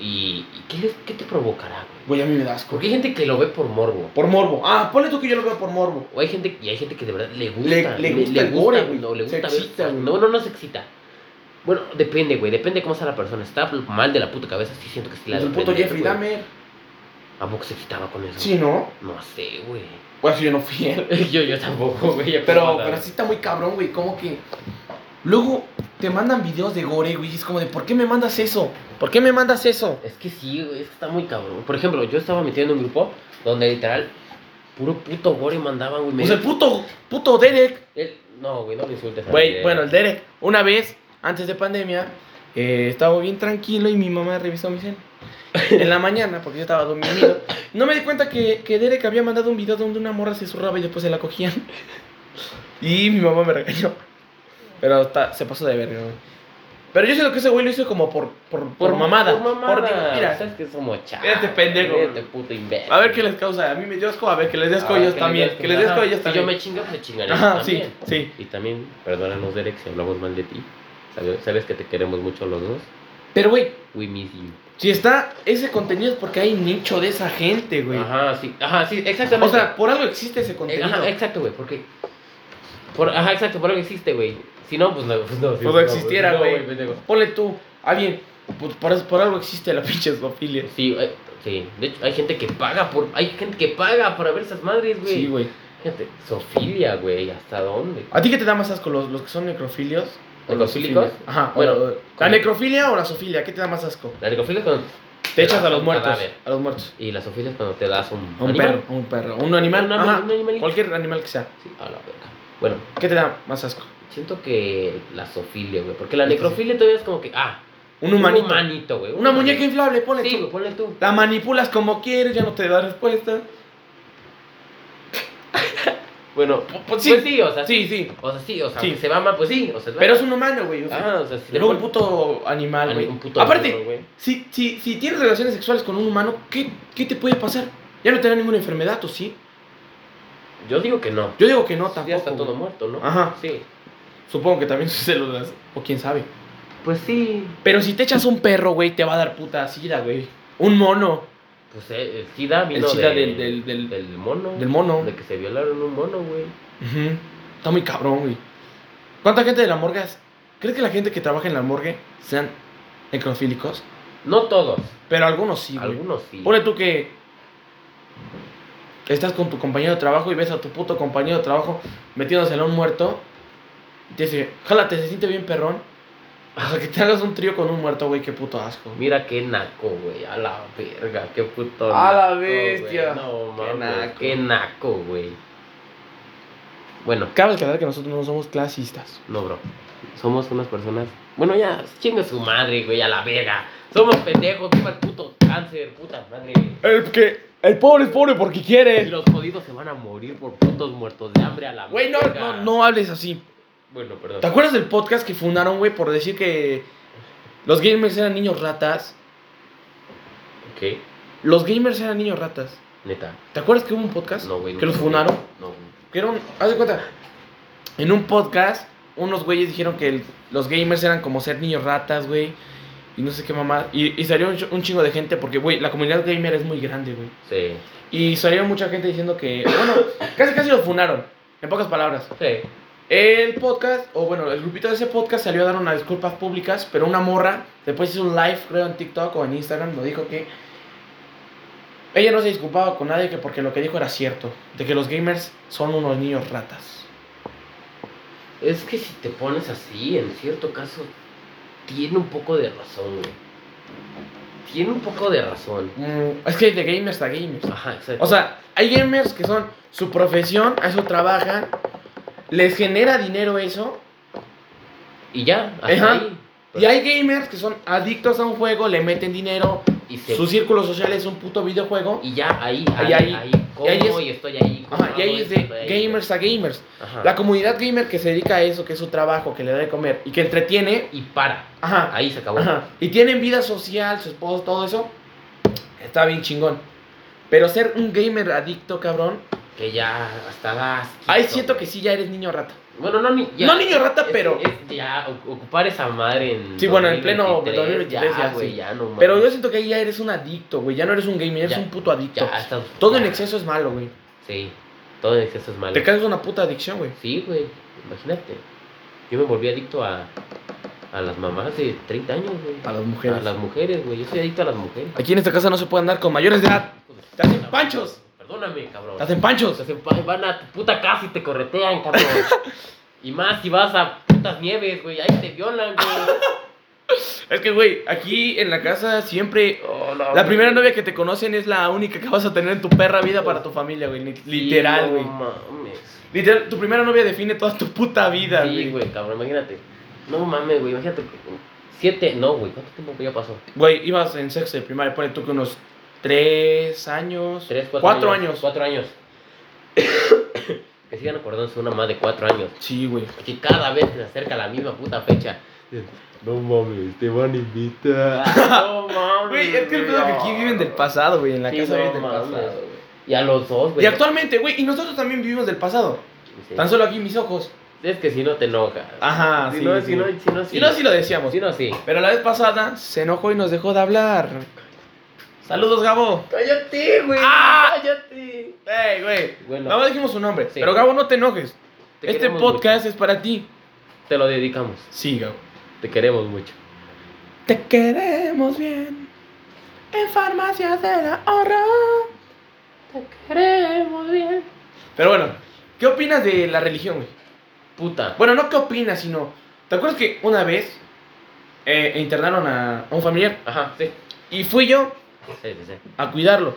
Speaker 2: ¿Y, y qué, qué te provocará, güey?
Speaker 1: güey, a mí me da asco.
Speaker 2: Porque hay gente que lo ve por morbo.
Speaker 1: Por morbo. Ah, ponle tú que yo lo veo por morbo.
Speaker 2: O hay gente, y hay gente que de verdad le gusta.
Speaker 1: Le- le gusta el gore, güey.
Speaker 2: no, le
Speaker 1: Se
Speaker 2: gusta ver-
Speaker 1: excita, güey.
Speaker 2: No, no, no se excita. Bueno, depende, güey. Depende cómo está la persona. Está mal de la puta cabeza. Sí, siento que sí la
Speaker 1: el
Speaker 2: depende,
Speaker 1: puto Jeffrey
Speaker 2: güey.
Speaker 1: Dahmer.
Speaker 2: ¿A poco se excitaba con eso?
Speaker 1: Sí, ¿no?
Speaker 2: No sé, güey.
Speaker 1: Pues yo no fui él.
Speaker 2: yo, yo tampoco, güey. ya puedo
Speaker 1: Pero,
Speaker 2: matar.
Speaker 1: pero sí está muy cabrón, güey. Como que. Luego te mandan videos de gore, güey. y Es como de, ¿por qué me mandas eso? ¿Por qué me mandas eso?
Speaker 2: Es que sí, güey. Es que está muy cabrón. Por ejemplo, yo estaba metido en un grupo donde literal puro puto gore mandaban, güey. me-
Speaker 1: Pues el puto, puto Derek.
Speaker 2: el- No, güey, no me insultes. a mí,
Speaker 1: Güey,
Speaker 2: eh.
Speaker 1: bueno, el Derek, una vez, antes de pandemia, eh, estaba bien tranquilo y mi mamá revisó mi cel. En la mañana, porque yo estaba dormido. No me di cuenta que, que Derek había mandado un video donde una morra se zurraba y después se la cogían. Y mi mamá me regañó. Pero está- se pasó de verga, güey. Pero yo siento que ese güey lo hizo como por, por, por, mamada.
Speaker 2: Por mamada.
Speaker 1: Por, digo, mira,
Speaker 2: sabes que somos chavos.
Speaker 1: Vete, pendejo.
Speaker 2: Vete, puto imbécil. Ah,
Speaker 1: a ver qué les causa. A mí me dio asco, a ver que les dé asco a ellos también. Que les dé asco a ellos
Speaker 2: Si yo
Speaker 1: también.
Speaker 2: me chingo, me chingaré.
Speaker 1: Ajá, sí,
Speaker 2: también.
Speaker 1: sí.
Speaker 2: Y también, perdónanos, Derek, si hablamos mal de ti. Sabes, sabes que te queremos mucho los dos.
Speaker 1: Pero, güey,
Speaker 2: We miss you.
Speaker 1: si está ese contenido es porque hay nicho de esa gente, güey.
Speaker 2: Ajá, sí. Ajá, sí, exactamente.
Speaker 1: O sea, por algo existe ese
Speaker 2: Eh,
Speaker 1: contenido.
Speaker 2: ajá, exacto, güey, porque. Por, ajá, exacto, por algo existe, güey. Si no, pues no. Pues no, sí,
Speaker 1: Pues no existiera, güey.
Speaker 2: pendejo.
Speaker 1: Ponle tú, alguien, por, por, por algo existe la pinche zoofilia.
Speaker 2: Sí, eh, sí. De hecho, hay gente que paga por. Hay gente que paga para ver esas madres, güey.
Speaker 1: Sí, güey.
Speaker 2: Gente, Sofilia, güey, ¿hasta dónde?
Speaker 1: ¿A ti qué te da más asco, los, los que son necrofilios? o los
Speaker 2: ¿Necrofílicos?
Speaker 1: zoofilias? Ajá.
Speaker 2: Bueno,
Speaker 1: Bueno, ¿la
Speaker 2: ¿cómo?
Speaker 1: necrofilia o la zoofilia? ¿Qué te da más asco?
Speaker 2: La necrofilia es cuando.
Speaker 1: Te echas a los
Speaker 2: un
Speaker 1: muertos.
Speaker 2: cadáver.
Speaker 1: A los muertos.
Speaker 2: Y la sofilia es cuando te das un.
Speaker 1: A un
Speaker 2: animal.
Speaker 1: perro, a un perro, a un animal,
Speaker 2: Un,
Speaker 1: ajá,
Speaker 2: animal, un animalito.
Speaker 1: cualquier animal que sea.
Speaker 2: Sí, a la verga. Bueno,
Speaker 1: ¿Qué te da más asco?
Speaker 2: siento que la sofilia, güey. Porque la
Speaker 1: Entonces-
Speaker 2: necrofilia todavía es como que. Ah,
Speaker 1: Un humanito.
Speaker 2: Un humanito, güey. un
Speaker 1: Una muñeca
Speaker 2: humanito.
Speaker 1: inflable, ponle
Speaker 2: Sí,
Speaker 1: tú.
Speaker 2: güey, ponle tú.
Speaker 1: La manipulas como quieres, ya no te da respuesta.
Speaker 2: Bueno,
Speaker 1: P- pues
Speaker 2: pues
Speaker 1: sí,
Speaker 2: sí, o sea,
Speaker 1: sí, sí.
Speaker 2: O sea, sí, o sea,
Speaker 1: Sí.
Speaker 2: que se va mal, pues sí, o sea,
Speaker 1: Pero es un humano, güey. o sea.
Speaker 2: Ah, o sea, si
Speaker 1: Y luego un puto animal, güey. Aparte, si, si, si tienes relaciones sexuales con un humano, ¿qué, qué te puede pasar? Ya no te da ninguna enfermedad, ¿o sí?
Speaker 2: yo digo que no.
Speaker 1: Yo digo que no, tampoco.
Speaker 2: ya está todo
Speaker 1: güey.
Speaker 2: muerto, ¿no?
Speaker 1: Ajá.
Speaker 2: Sí.
Speaker 1: Supongo que también sus células, o quién sabe.
Speaker 2: Pues sí.
Speaker 1: Pero si te echas un perro, güey, te va a dar puta sida, güey. Un mono.
Speaker 2: Pues eh, el SIDA vino
Speaker 1: El sida
Speaker 2: de-
Speaker 1: del, del, del,
Speaker 2: del mono.
Speaker 1: del mono.
Speaker 2: De que se violaron un mono, güey.
Speaker 1: Ujú. Está muy cabrón, güey. ¿Cuánta gente de la morgue es? ¿Crees que la gente que trabaja en la morgue sean necrofílicos?
Speaker 2: No todos,
Speaker 1: Pero algunos sí, güey.
Speaker 2: algunos sí.
Speaker 1: Pone tú que estás con tu compañero de trabajo y ves a tu puto compañero de trabajo metiéndosele a un muerto. Y te dice, jálate, se siente bien perrón. O sea, que te hagas un trío con un muerto, güey, qué puto asco.
Speaker 2: Mira qué naco, güey. A la verga, qué puto.
Speaker 1: A la
Speaker 2: naco, güey.
Speaker 1: bestia.
Speaker 2: No
Speaker 1: Qué
Speaker 2: mames,
Speaker 1: naco.
Speaker 2: qué naco, güey. Bueno,
Speaker 1: Cabe aclarar que nosotros no somos clasistas.
Speaker 2: No, bro. Somos unas personas. Bueno, ya, chinga su madre, güey, a la verga. Somos pendejos, viva el puto cáncer, puta madre.
Speaker 1: El que, el pobre es pobre porque
Speaker 2: Y
Speaker 1: quiere.
Speaker 2: los jodidos se van a morir por putos muertos de hambre a la
Speaker 1: Güey, no,
Speaker 2: verga.
Speaker 1: no, no hables así.
Speaker 2: Bueno,
Speaker 1: ¿Te
Speaker 2: perdón.
Speaker 1: acuerdas del podcast que fundaron, güey, por decir que los gamers eran niños ratas?
Speaker 2: ¿Qué?
Speaker 1: Los gamers eran niños ratas.
Speaker 2: Neta.
Speaker 1: ¿Te acuerdas que hubo un podcast?
Speaker 2: No, güey.
Speaker 1: ¿Que los
Speaker 2: nunca, güey.
Speaker 1: funaron?
Speaker 2: No, güey.
Speaker 1: que era un- haz de cuenta, en un podcast, unos güeyes dijeron que el- los gamers eran como ser niños ratas, güey. Y no sé qué mamá. Y, y salió un, ch- un chingo de gente porque, güey, la comunidad gamer es muy grande, güey.
Speaker 2: Sí.
Speaker 1: Y salió mucha gente diciendo que, bueno, casi casi los funaron. En pocas palabras.
Speaker 2: Sí.
Speaker 1: El podcast, o bueno, el grupito de ese podcast salió a dar unas disculpas públicas, pero una morra después hizo un live, creo, en TikTok o en Instagram, lo dijo que ella no se disculpaba con nadie que porque lo que dijo era cierto, de que los gamers son unos niños ratas.
Speaker 2: Es que si te pones así, en cierto caso, tiene un poco de razón, güey. Tiene un poco de razón.
Speaker 1: Mm, es que de gamers a gamers.
Speaker 2: Ajá, exacto.
Speaker 1: O sea, hay gamers que son su profesión, a eso trabajan, les genera dinero eso,
Speaker 2: y ya, hasta
Speaker 1: Ajá.
Speaker 2: ahí.
Speaker 1: y hay gamers que son adictos a un juego, le meten dinero,
Speaker 2: Y se
Speaker 1: su círculo social es un puto videojuego.
Speaker 2: Y ya ahí, ahí,
Speaker 1: Y
Speaker 2: ahí,
Speaker 1: ahí-
Speaker 2: como
Speaker 1: y ahí es-
Speaker 2: y estoy ahí. como
Speaker 1: Ajá, y ahí
Speaker 2: hago
Speaker 1: es de
Speaker 2: esto, estoy ahí.
Speaker 1: gamers a gamers.
Speaker 2: Ajá.
Speaker 1: La comunidad gamer que se dedica a eso, que es su trabajo, que le da de comer y que entretiene,
Speaker 2: Y para,
Speaker 1: ajá,
Speaker 2: ahí se acabó.
Speaker 1: ajá, y tienen vida social, su esposo, todo eso, está bien chingón. Pero ser un gamer adicto, cabrón,
Speaker 2: Que ya hasta da asquito,
Speaker 1: ahí siento
Speaker 2: güey.
Speaker 1: que sí ya eres niño rata.
Speaker 2: Bueno, no, ni, ya-
Speaker 1: No niño rata,
Speaker 2: es-
Speaker 1: pero-
Speaker 2: es ya o- ocupar esa madre en.
Speaker 1: Sí, bueno, en pleno 2023,
Speaker 2: Ya,
Speaker 1: ya,
Speaker 2: güey,
Speaker 1: sí.
Speaker 2: ya no mames.
Speaker 1: Pero yo siento que ahí ya eres un adicto, güey, ya no eres un gamer, eres
Speaker 2: Ya,
Speaker 1: un puto adicto.
Speaker 2: Ya, hasta.
Speaker 1: Todo en
Speaker 2: ya.
Speaker 1: exceso es malo, güey.
Speaker 2: Sí, todo en exceso es malo.
Speaker 1: Te caes una puta adicción, güey.
Speaker 2: Sí, güey, imagínate. Yo me volví adicto a. A las mamás de 30 años, güey.
Speaker 1: A las mujeres.
Speaker 2: A las mujeres, güey. Yo soy adicto a las mujeres.
Speaker 1: Aquí en esta casa no se puede andar con mayores de edad. ¡Te hacen panchos!
Speaker 2: Perdóname, cabrón.
Speaker 1: Te hacen panchos.
Speaker 2: Pues en pa- van a tu puta casa y te corretean, cabrón. y más si vas a putas nieves, güey. Ahí te violan, güey.
Speaker 1: Es que, güey, aquí en la casa siempre
Speaker 2: Oh,
Speaker 1: La primera novia que te conocen es la única que vas a tener en tu perra vida para tu familia, güey. Li- Literal, güey.
Speaker 2: No mames.
Speaker 1: Literal, tu primera novia define toda tu puta vida,
Speaker 2: Sí,
Speaker 1: güey.
Speaker 2: güey, cabrón, imagínate. No mames, güey. Imagínate que Siete, no, güey, ¿cuánto tiempo ya pasó?
Speaker 1: Güey, ibas en sexto de primaria, pone tú que unos tres años.
Speaker 2: Tres, cuatro,
Speaker 1: Cuatro años.
Speaker 2: Cuatro años. que sigan acordándose una más de cuatro años.
Speaker 1: Sí, güey.
Speaker 2: Que cada vez se acerca la misma puta fecha. No mames, te van a invitar. No mames.
Speaker 1: Güey, es que el pedo que aquí viven del pasado, güey. En la
Speaker 2: Sí,
Speaker 1: casa
Speaker 2: no
Speaker 1: viven del
Speaker 2: mames.
Speaker 1: pasado, güey.
Speaker 2: Y a los dos, güey.
Speaker 1: Y actualmente, güey, y nosotros también vivimos del pasado.
Speaker 2: Sí.
Speaker 1: Tan solo aquí mis ojos.
Speaker 2: Es que si no te enojas.
Speaker 1: Ajá,
Speaker 2: si
Speaker 1: sí,
Speaker 2: no,
Speaker 1: sí.
Speaker 2: si no, si no,
Speaker 1: Si no, sí lo decíamos.
Speaker 2: Si no, sí.
Speaker 1: Pero la vez pasada se enojó y nos dejó de hablar. Saludos, Gabo.
Speaker 2: Cállate, güey.
Speaker 1: ¡Ah!
Speaker 2: Cállate.
Speaker 1: Ey, güey.
Speaker 2: Bueno,
Speaker 1: Nada más dijimos su nombre.
Speaker 2: Sí.
Speaker 1: Pero Gabo, no te enojes.
Speaker 2: te
Speaker 1: este
Speaker 2: queremos
Speaker 1: podcast es para ti.
Speaker 2: mucho. te lo dedicamos.
Speaker 1: Sí, Gabo.
Speaker 2: Te queremos mucho.
Speaker 1: Te queremos bien. En farmacia de la horror.
Speaker 2: Te queremos bien.
Speaker 1: Pero bueno, ¿qué opinas de la religión, güey?
Speaker 2: Puta.
Speaker 1: Bueno, no qué opinas, sino. ¿Te acuerdas que una vez eh, internaron a, a un familiar?
Speaker 2: Ajá, sí.
Speaker 1: Y fui yo
Speaker 2: Sí, sí, sí.
Speaker 1: a cuidarlo.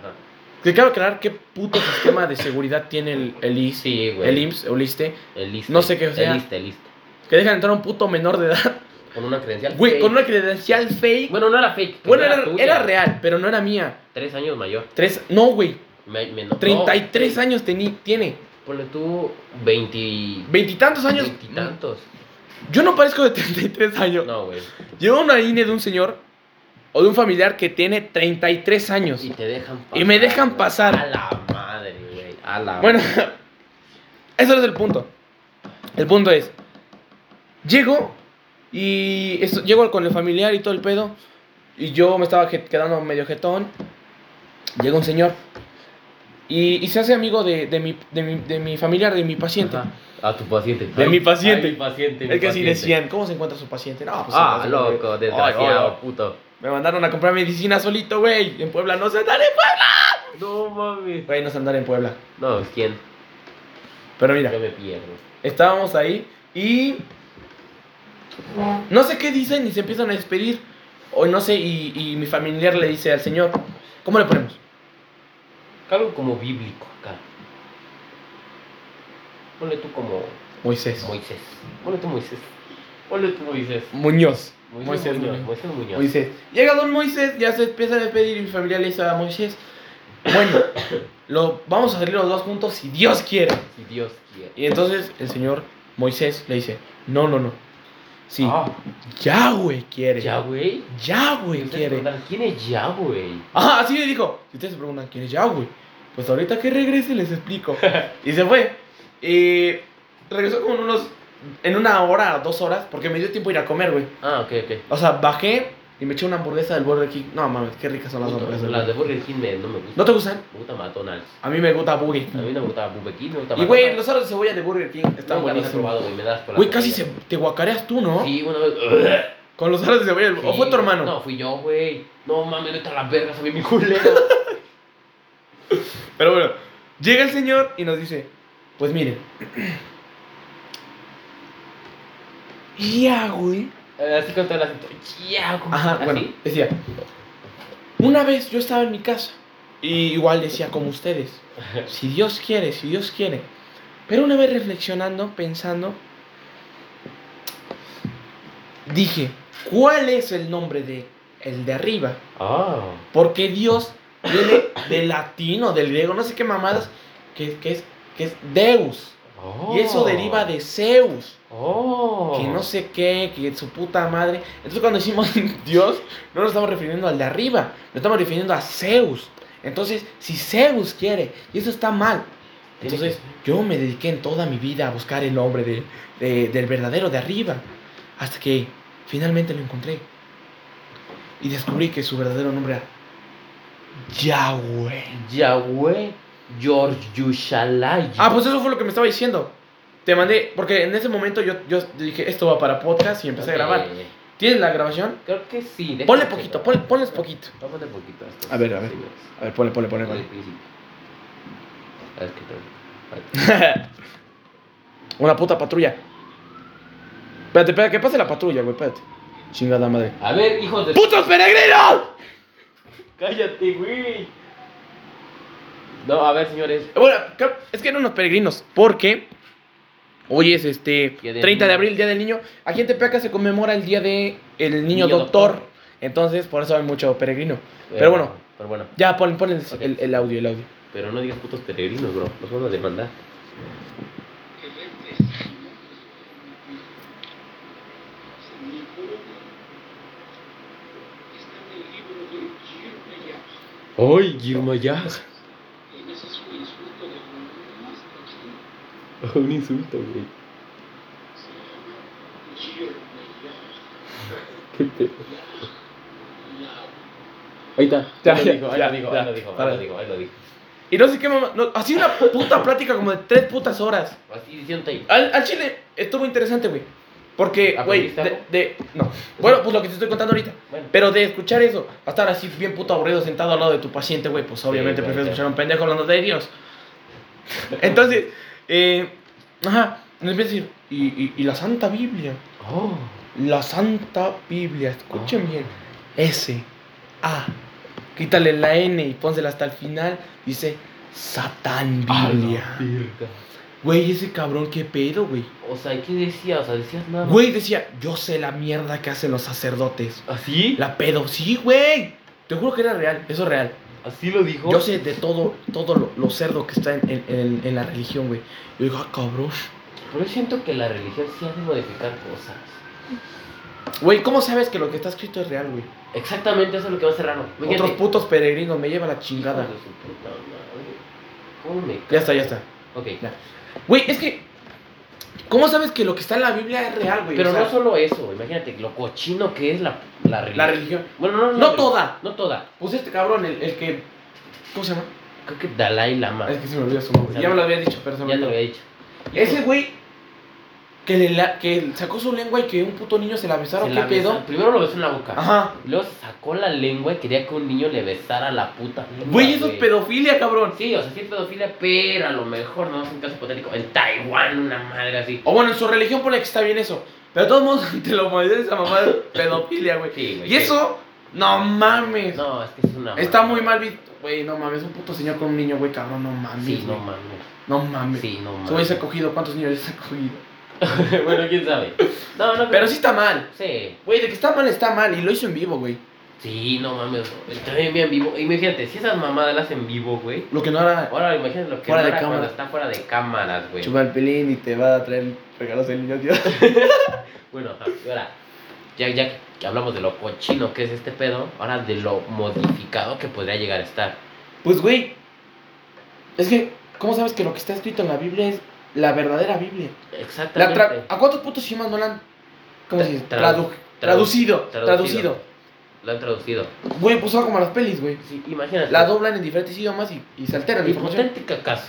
Speaker 2: Ajá.
Speaker 1: Que cabe aclarar qué puto sistema de seguridad tiene el, el IS.
Speaker 2: Sí, güey.
Speaker 1: El IMSS, o el ISSSTE,
Speaker 2: El listo.
Speaker 1: No sé qué sea.
Speaker 2: El listo, el listo.
Speaker 1: que dejan entrar a un puto menor de edad,
Speaker 2: Con una credencial.
Speaker 1: güey,
Speaker 2: fake.
Speaker 1: con una credencial fake. Bueno,
Speaker 2: Bueno, no era fake.
Speaker 1: era,
Speaker 2: tuya.
Speaker 1: era real, pero no era mía.
Speaker 2: Tres años mayor.
Speaker 1: Tres, no, güey,
Speaker 2: Me, menos.
Speaker 1: 33 años tení- tiene.
Speaker 2: Ponle tú 20.
Speaker 1: Veintitantos años.
Speaker 2: Veintitantos.
Speaker 1: Yo no parezco de 33 años.
Speaker 2: No, güey.
Speaker 1: Llevo una INE de un señor o de un familiar que tiene 33 años.
Speaker 2: Y te dejan
Speaker 1: Y me dejan
Speaker 2: güey.
Speaker 1: pasar.
Speaker 2: A la madre, güey. A la
Speaker 1: Bueno, eso no es el punto. El punto es, llego y esto- llego con el familiar y todo el pedo. Y yo me estaba je- quedando medio jetón. Llega un señor. Y, y se hace amigo de, de mi, de, mi, de mi familiar, de mi paciente.
Speaker 2: Ajá. A tu paciente.
Speaker 1: De mi paciente.
Speaker 2: A mi paciente. mi
Speaker 1: Es que así
Speaker 2: paciente.
Speaker 1: decían, ¿cómo se encuentra su paciente? No, pues,
Speaker 2: Ah,
Speaker 1: así,
Speaker 2: loco,
Speaker 1: güey.
Speaker 2: desgraciado,
Speaker 1: Ay, oh. ay, ay.
Speaker 2: puto.
Speaker 1: Me mandaron a comprar medicina solito, güey. En Puebla no se andan en Puebla.
Speaker 2: No mames.
Speaker 1: Güey, no se andan en Puebla.
Speaker 2: No, es quién.
Speaker 1: Pero mira,
Speaker 2: Yo me pierdo.
Speaker 1: Estábamos ahí y. No sé qué dicen y se empiezan a despedir. O no sé, y, y mi familiar le dice al señor: ¿Cómo le ponemos?
Speaker 2: Algo como bíblico acá. Ponle tú como
Speaker 1: Moisés.
Speaker 2: Moisés. Ponle tú Moisés. Ponle tú Moisés.
Speaker 1: Muñoz.
Speaker 2: Moisés Muñoz. Moisés Muñoz.
Speaker 1: Moisés. Llega don Moisés, ya se empieza a despedir y mi familiar le dice a Moisés: Bueno, lo, vamos a salir los dos juntos si Dios quiere.
Speaker 2: Si Dios quiere.
Speaker 1: Y entonces el señor Moisés le dice: No, no, no. Sí,
Speaker 2: Ah,
Speaker 1: Yahweh quiere.
Speaker 2: Yahweh.
Speaker 1: Yahweh
Speaker 2: Ustedes
Speaker 1: quiere.
Speaker 2: preguntan, ¿Quién es Yahweh?
Speaker 1: Ajá, así le dijo. Si ustedes se preguntan quién es Yahweh, pues ahorita que regrese les explico. y se fue. Y regresó como en unos. En una hora, dos horas, porque me dio tiempo ir a comer, güey.
Speaker 2: Ah, ok, ok.
Speaker 1: O sea, bajé y me eché una hamburguesa del Burger King. No mames, qué ricas son las
Speaker 2: Puto,
Speaker 1: hamburguesas.
Speaker 2: las de
Speaker 1: güey.
Speaker 2: Burger King me- no me gustan.
Speaker 1: ¿No te gustan?
Speaker 2: Me gusta McDonald's.
Speaker 1: A mí me gusta Burger
Speaker 2: A
Speaker 1: King.
Speaker 2: mí no me gusta Burger King, me gusta
Speaker 1: Y güey,
Speaker 2: McDonald's.
Speaker 1: los aros de cebolla de Burger King están
Speaker 2: Nunca los he
Speaker 1: buenísimos.
Speaker 2: probado, güey, me das por la
Speaker 1: Güey, casi se,
Speaker 2: cebolla.
Speaker 1: te guacareas tú, ¿no?
Speaker 2: Sí, una vez.
Speaker 1: Con los aros de cebolla. del- ¿O
Speaker 2: Sí,
Speaker 1: fue tu hermano?
Speaker 2: No, fui yo, güey. No mames, vete a las vergas a mí, mi culero.
Speaker 1: Pero bueno, llega el señor y nos dice, pues miren. Ya, güey.
Speaker 2: Eh, Así con todo el acento. Ya, güey.
Speaker 1: Ajá,
Speaker 2: Así.
Speaker 1: bueno, decía. Una vez yo estaba en mi casa. Y igual decía como ustedes. Si Dios quiere, si Dios quiere. Pero una vez reflexionando, pensando, dije, ¿cuál es el nombre de el de arriba?
Speaker 2: Ah.
Speaker 1: Porque Dios viene del latín o del griego, no sé qué mamadas, que, que es, que es Deus.
Speaker 2: Oh.
Speaker 1: Y eso deriva de Zeus,
Speaker 2: Oh.
Speaker 1: que no sé qué, que su puta madre. Entonces cuando decimos Dios, no nos estamos refiriendo al de arriba, nos estamos refiriendo a Zeus. Entonces, si Zeus quiere, y eso está mal.
Speaker 2: Tiene
Speaker 1: Entonces,
Speaker 2: que-
Speaker 1: yo me dediqué en toda mi vida a buscar el nombre de, de- del verdadero de arriba, hasta que finalmente lo encontré. Y descubrí que su verdadero nombre era Yahweh.
Speaker 2: Yahweh George Yushalay.
Speaker 1: Ah, pues eso fue lo que me estaba diciendo. Te mandé, porque en ese momento yo, yo dije, esto va para podcast y empecé a grabar. ¿Tienes la grabación?
Speaker 2: Eh, Creo que sí. déjame
Speaker 1: Ponle
Speaker 2: checar.
Speaker 1: poquito, ponle, ponles poquito.
Speaker 2: Voy a poner poquito. a estos
Speaker 1: A ver, a ver.
Speaker 2: señores.
Speaker 1: A ver, ponle, ponle, ponle,
Speaker 2: Desde el
Speaker 1: ponle.
Speaker 2: principio. A ver qué tal. Ahí.
Speaker 1: Una puta patrulla. Espérate, espérate, que pase la patrulla, güey, espérate. Chingada madre.
Speaker 2: A ver, hijos de.
Speaker 1: ¡Putos peregrinos!
Speaker 2: ¡Cállate, güey! No, a ver, señores.
Speaker 1: Bueno, creo- es que eran unos peregrinos, porque Hoy es este
Speaker 2: Día del
Speaker 1: 30 de
Speaker 2: niño.
Speaker 1: abril, Día del Niño. Aquí en Tepeaca se conmemora el Día de el Niño,
Speaker 2: Niño
Speaker 1: doctor.
Speaker 2: doctor.
Speaker 1: Entonces, por eso hay mucho peregrino. Pero bueno.
Speaker 2: Pero bueno.
Speaker 1: Ya, pon, pon el,
Speaker 2: Ok.
Speaker 1: el- el audio, el audio.
Speaker 2: Pero no digas putos peregrinos, bro. Nos van a demandar. ¡Ay, Girma Yag! Un insulto, güey. Qué pedo. Ahí está.
Speaker 1: Ya,
Speaker 2: ahí
Speaker 1: ya,
Speaker 2: lo dijo, ahí
Speaker 1: ya,
Speaker 2: lo dijo,
Speaker 1: ya.
Speaker 2: ahí lo dijo, ahí
Speaker 1: Para.
Speaker 2: lo dijo, ahí lo dijo.
Speaker 1: Y no sé qué mamá. no, así una puta plática como de tres putas horas.
Speaker 2: Así diciendo ahí.
Speaker 1: Al, al chile estuvo interesante, güey. Porque, güey,
Speaker 2: ¿Aprendiste
Speaker 1: de,
Speaker 2: algo?
Speaker 1: de- No. Bueno, pues lo que te estoy contando ahorita.
Speaker 2: Bueno,
Speaker 1: Pero de escuchar eso, a estar así bien puto aburrido sentado al lado de tu paciente, güey, pues obviamente
Speaker 2: güey,
Speaker 1: prefieres
Speaker 2: ya.
Speaker 1: escuchar a un pendejo hablando de Dios. Entonces, eh, ajá, me empieza a decir, y, y- y la Santa Biblia,
Speaker 2: oh,
Speaker 1: la Santa Biblia,
Speaker 2: Ah.
Speaker 1: escuchen bien, S, A, quítale la N y pónsela hasta el final, dice Satán Biblia. Güey, ese cabrón, qué pedo, güey.
Speaker 2: O sea, ¿qué decías? O sea, decías nada.
Speaker 1: Güey decía, yo sé la mierda que hacen los sacerdotes.
Speaker 2: ¿Así?
Speaker 1: La pedo, sí, güey. Te juro que era real, eso es real.
Speaker 2: ¿Así lo dijo?
Speaker 1: Yo sé de todo, todo lo, lo cerdo que está en, en- en- en la religión, güey. Yo digo, ah, cabrón.
Speaker 2: Pero yo siento que la religión sí hace modificar cosas.
Speaker 1: Güey, ¿cómo sabes que lo que está escrito es real, güey?
Speaker 2: Exactamente, eso es lo que va a ser raro. Fíjate.
Speaker 1: Otros putos peregrinos me llevan la
Speaker 2: Hijo
Speaker 1: chingada.
Speaker 2: de su puta madre. ¿Cómo me
Speaker 1: Ya está, ya está.
Speaker 2: Ok.
Speaker 1: Güey, es que. ¿Cómo sabes que lo que está en la Biblia es real, güey?
Speaker 2: Pero
Speaker 1: O sea,
Speaker 2: no solo eso, imagínate lo cochino que es la, la religión.
Speaker 1: La religión.
Speaker 2: Bueno, no, no,
Speaker 1: No
Speaker 2: pero-
Speaker 1: toda.
Speaker 2: No toda.
Speaker 1: Pues este cabrón, el, el que. ¿Cómo se llama?
Speaker 2: Creo que Dalai Lama.
Speaker 1: Es que se me olvidó su nombre. Ah. Ya me lo había dicho, pero se me
Speaker 2: Ya te lo
Speaker 1: olvidó.
Speaker 2: había dicho.
Speaker 1: Ese güey. Que, le la- que sacó su lengua y que un puto niño se la besaron.
Speaker 2: Se
Speaker 1: ¿Qué
Speaker 2: la
Speaker 1: pedo?
Speaker 2: besa- Primero lo besó en la boca.
Speaker 1: Ajá.
Speaker 2: Luego se sacó la lengua y quería que un niño le besara la puta. lengua,
Speaker 1: Güey, eso es
Speaker 2: güey.
Speaker 1: pedofilia, cabrón.
Speaker 2: Sí, o sea, sí es pedofilia, pero a lo mejor no es un caso hipotético. En Taiwán, una madre así.
Speaker 1: O bueno, en su religión por la que está bien eso. Pero de todos modos, ante la humanidad esa mamá de pedofilia, güey.
Speaker 2: Sí, güey,
Speaker 1: Y
Speaker 2: sí.
Speaker 1: eso, no mames.
Speaker 2: No, es que es una.
Speaker 1: Está
Speaker 2: madre.
Speaker 1: muy mal visto. Güey, no mames, un puto señor con un niño, güey, cabrón, no mames.
Speaker 2: Sí, no
Speaker 1: güey.
Speaker 2: mames.
Speaker 1: No mames.
Speaker 2: Sí, no
Speaker 1: Ese güey
Speaker 2: mames.
Speaker 1: se ha cogido, ¿cuántos niños se ha cogido?
Speaker 2: bueno, quién sabe. No, no,
Speaker 1: Pero sí está mal.
Speaker 2: Sí.
Speaker 1: Güey, de que está mal, está mal. Y lo hizo en vivo, güey.
Speaker 2: Sí, no mames. güey. También bien vivo. Imagínate, si esas mamadas las en vivo, güey.
Speaker 1: Lo que no hará
Speaker 2: Ahora imagínate lo que
Speaker 1: Fuera de
Speaker 2: era cuando
Speaker 1: cámara.
Speaker 2: está fuera de cámaras, güey.
Speaker 1: chupar el pelín y te va a traer regalos del niño, tío.
Speaker 2: Bueno, ajá, y ahora, ya, ya que hablamos de lo cochino que es este pedo, ahora de lo modificado que podría llegar a estar.
Speaker 1: Pues, güey. Es que, ¿cómo sabes que lo que está escrito en la Biblia es la verdadera Biblia? La
Speaker 2: Exactamente.
Speaker 1: tra- ¿A cuántos putos idiomas no la han ¿cómo
Speaker 2: Tra-
Speaker 1: se dice?
Speaker 2: tradu-
Speaker 1: Tradu- traducido, traducido.
Speaker 2: Lo han traducido.
Speaker 1: Güey, pues ahora como las pelis, güey.
Speaker 2: Sí, imagínate.
Speaker 1: La doblan en diferentes idiomas y, y se altera la información.
Speaker 2: Hipotética caso.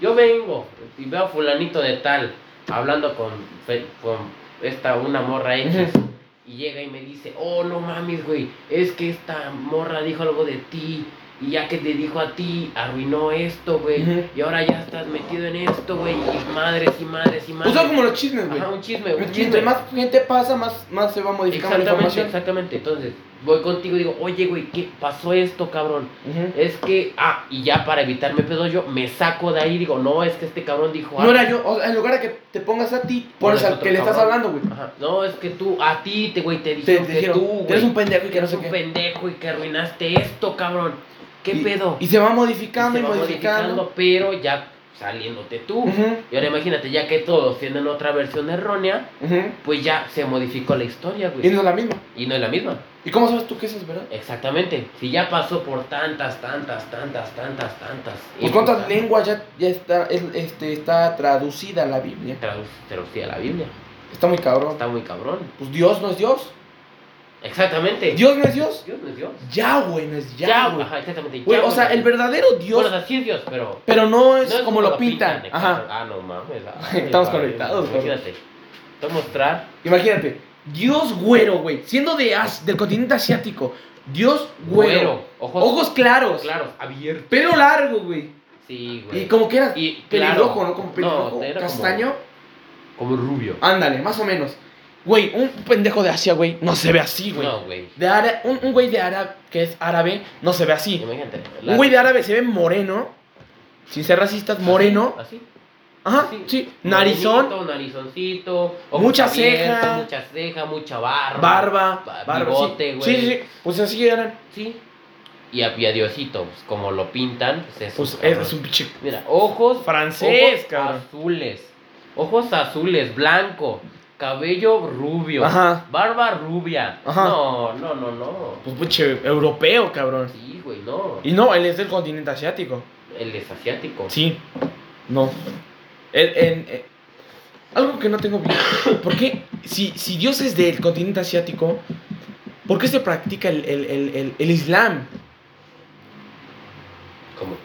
Speaker 2: Yo vengo y veo a fulanito de tal hablando con, fe- con esta una morra X.
Speaker 1: Ujú.
Speaker 2: Y llega y me dice, oh, no mames, güey, es que esta morra dijo algo de ti. Y ya que te dijo a ti, arruinó esto, güey.
Speaker 1: Ujú.
Speaker 2: Y ahora ya estás metido en esto, güey. Y madres y madres y madres.
Speaker 1: Pues son como los chismes, güey.
Speaker 2: Ajá, un chisme, un chisme.
Speaker 1: Mientras más gente pasa, más, más se va modificando la
Speaker 2: Exactamente,
Speaker 1: información.
Speaker 2: exactamente. Entonces, voy contigo y digo, oye, güey, ¿qué pasó esto, cabrón?
Speaker 1: Ujú.
Speaker 2: Es que, ah, y ya para evitarme pedo yo, me saco de ahí y digo, no, es que este cabrón dijo
Speaker 1: No era yo. o sea, en lugar de que te pongas a ti, pones
Speaker 2: Pones
Speaker 1: al
Speaker 2: otro
Speaker 1: que le estás
Speaker 2: cabrón.
Speaker 1: hablando, güey.
Speaker 2: Ajá, No, es que tú, a ti, te, güey, te
Speaker 1: Te,
Speaker 2: dijeron
Speaker 1: te
Speaker 2: que
Speaker 1: dijeron,
Speaker 2: tú,
Speaker 1: "Tú eres
Speaker 2: güey,
Speaker 1: un pendejo y
Speaker 2: que
Speaker 1: que no
Speaker 2: eres
Speaker 1: sé
Speaker 2: un
Speaker 1: qué.
Speaker 2: pendejo y que arruinaste esto, cabrón. ¿Qué
Speaker 1: Y-
Speaker 2: pedo?
Speaker 1: Y se va
Speaker 2: Y
Speaker 1: modificando y,
Speaker 2: se va
Speaker 1: modificando.
Speaker 2: modificando, pero ya saliéndote tú.
Speaker 1: Ujú,
Speaker 2: Y ahora imagínate, ya que todos tienen otra versión errónea,
Speaker 1: ujú.
Speaker 2: pues ya se modificó la historia,
Speaker 1: Y no
Speaker 2: güey.
Speaker 1: es la misma.
Speaker 2: Y no es la misma.
Speaker 1: ¿Y cómo sabes tú que eso es verdad?
Speaker 2: Exactamente. Si ya pasó por tantas, tantas, tantas, tantas, tantas.
Speaker 1: Pues cuántas lenguas ya, ya está, es- este, está traducida la Biblia.
Speaker 2: Traduc- Traducida la Biblia.
Speaker 1: Está muy cabrón.
Speaker 2: Está muy cabrón.
Speaker 1: Pues Dios no es Dios.
Speaker 2: Exactamente.
Speaker 1: Dios no es Dios.
Speaker 2: Dios no es Dios.
Speaker 1: Yahweh no es
Speaker 2: Yahweh.
Speaker 1: Yahweh.
Speaker 2: Ajá, exactamente.
Speaker 1: Güey, o
Speaker 2: Yahweh.
Speaker 1: sea, el verdadero Dios,
Speaker 2: Bueno, o sea, sí es Dios, pero.
Speaker 1: pero no es,
Speaker 2: no
Speaker 1: como, lo pintan.
Speaker 2: exacto.
Speaker 1: Ajá.
Speaker 2: Ah, no mames. ah,
Speaker 1: Estamos
Speaker 2: vale,
Speaker 1: conectados, güey.
Speaker 2: Imagínate. Te voy a mostrar.
Speaker 1: Imagínate, Dios güero, güey, siendo de As- del continente asiático. Dios güero.
Speaker 2: Güero. Ojos,
Speaker 1: Ojos claros.
Speaker 2: claros. Abiertos.
Speaker 1: Pelo largo, güey.
Speaker 2: Sí, güey.
Speaker 1: Y como que era
Speaker 2: Y
Speaker 1: pelirrojo,
Speaker 2: claro.
Speaker 1: ¿no? Como pelirrojo.
Speaker 2: era como- Ah,
Speaker 1: castaño.
Speaker 2: Como, rubio.
Speaker 1: Ándale, más o menos. Güey, un pendejo de Asia, güey, no se ve así, güey.
Speaker 2: no, güey.
Speaker 1: De ára- un, un güey de árabe que es árabe no se ve así.
Speaker 2: Imagínate. ¿Ah,
Speaker 1: Un güey de árabe se ve moreno, sin ser racistas, moreno,
Speaker 2: Así.
Speaker 1: Ajá, sí.
Speaker 2: Sí.
Speaker 1: Narizón,
Speaker 2: Morenito, narizoncito. ojos
Speaker 1: Mucha
Speaker 2: abiertos,
Speaker 1: ceja.
Speaker 2: Mucha ceja, mucha barba.
Speaker 1: barba,
Speaker 2: ba-
Speaker 1: barba.
Speaker 2: bigote,
Speaker 1: sí.
Speaker 2: güey.
Speaker 1: sí, sí, sí. Pues así eran.
Speaker 2: Sí. Y a, y a Diosito, pues, como lo pintan, pues es.
Speaker 1: Pues
Speaker 2: cabrón.
Speaker 1: es un pinche
Speaker 2: Mira, ojos.
Speaker 1: Francés,
Speaker 2: ojos
Speaker 1: cabrón.
Speaker 2: azules. Ojos azules, blanco. Cabello rubio.
Speaker 1: Ajá.
Speaker 2: Barba rubia.
Speaker 1: Ajá.
Speaker 2: No, no, no, no.
Speaker 1: Pues pinche europeo, cabrón.
Speaker 2: Sí, güey, no.
Speaker 1: Y no, él es del continente asiático.
Speaker 2: Él es asiático.
Speaker 1: Sí. No. Él- en- eh, algo que no tengo bien. ¿Por qué? Si, si Dios es del continente asiático, ¿por qué se practica el, el- el- el- el Islam?
Speaker 2: Como.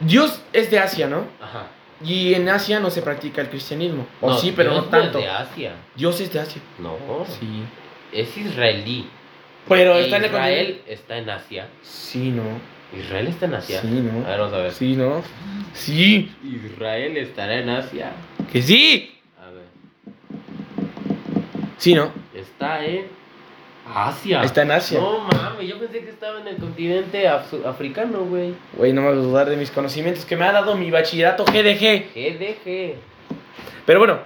Speaker 1: Dios es de Asia, ¿no?
Speaker 2: Ajá.
Speaker 1: Y en Asia no se practica el cristianismo. O
Speaker 2: No,
Speaker 1: Oh, sí, pero
Speaker 2: Dios
Speaker 1: no tanto.
Speaker 2: es de Asia. Oh,
Speaker 1: Dios es de Asia.
Speaker 2: No.
Speaker 1: Sí.
Speaker 2: Es israelí.
Speaker 1: Pero
Speaker 2: E
Speaker 1: está en el continente.
Speaker 2: Israel está en Asia.
Speaker 1: Sí, no.
Speaker 2: Israel está en Asia.
Speaker 1: Sí,
Speaker 2: A
Speaker 1: no.
Speaker 2: ver, vamos a ver.
Speaker 1: Sí, no. Sí.
Speaker 2: Israel estará en Asia.
Speaker 1: Que sí.
Speaker 2: A ver.
Speaker 1: Sí, no.
Speaker 2: Está en Asia.
Speaker 1: Está en Asia.
Speaker 2: Ah. No mames, yo pensé que estaba en el continente afsu- africano, güey.
Speaker 1: Güey, no me vas a dudar de mis conocimientos que me ha dado mi bachillerato GDG.
Speaker 2: GDG.
Speaker 1: Pero bueno,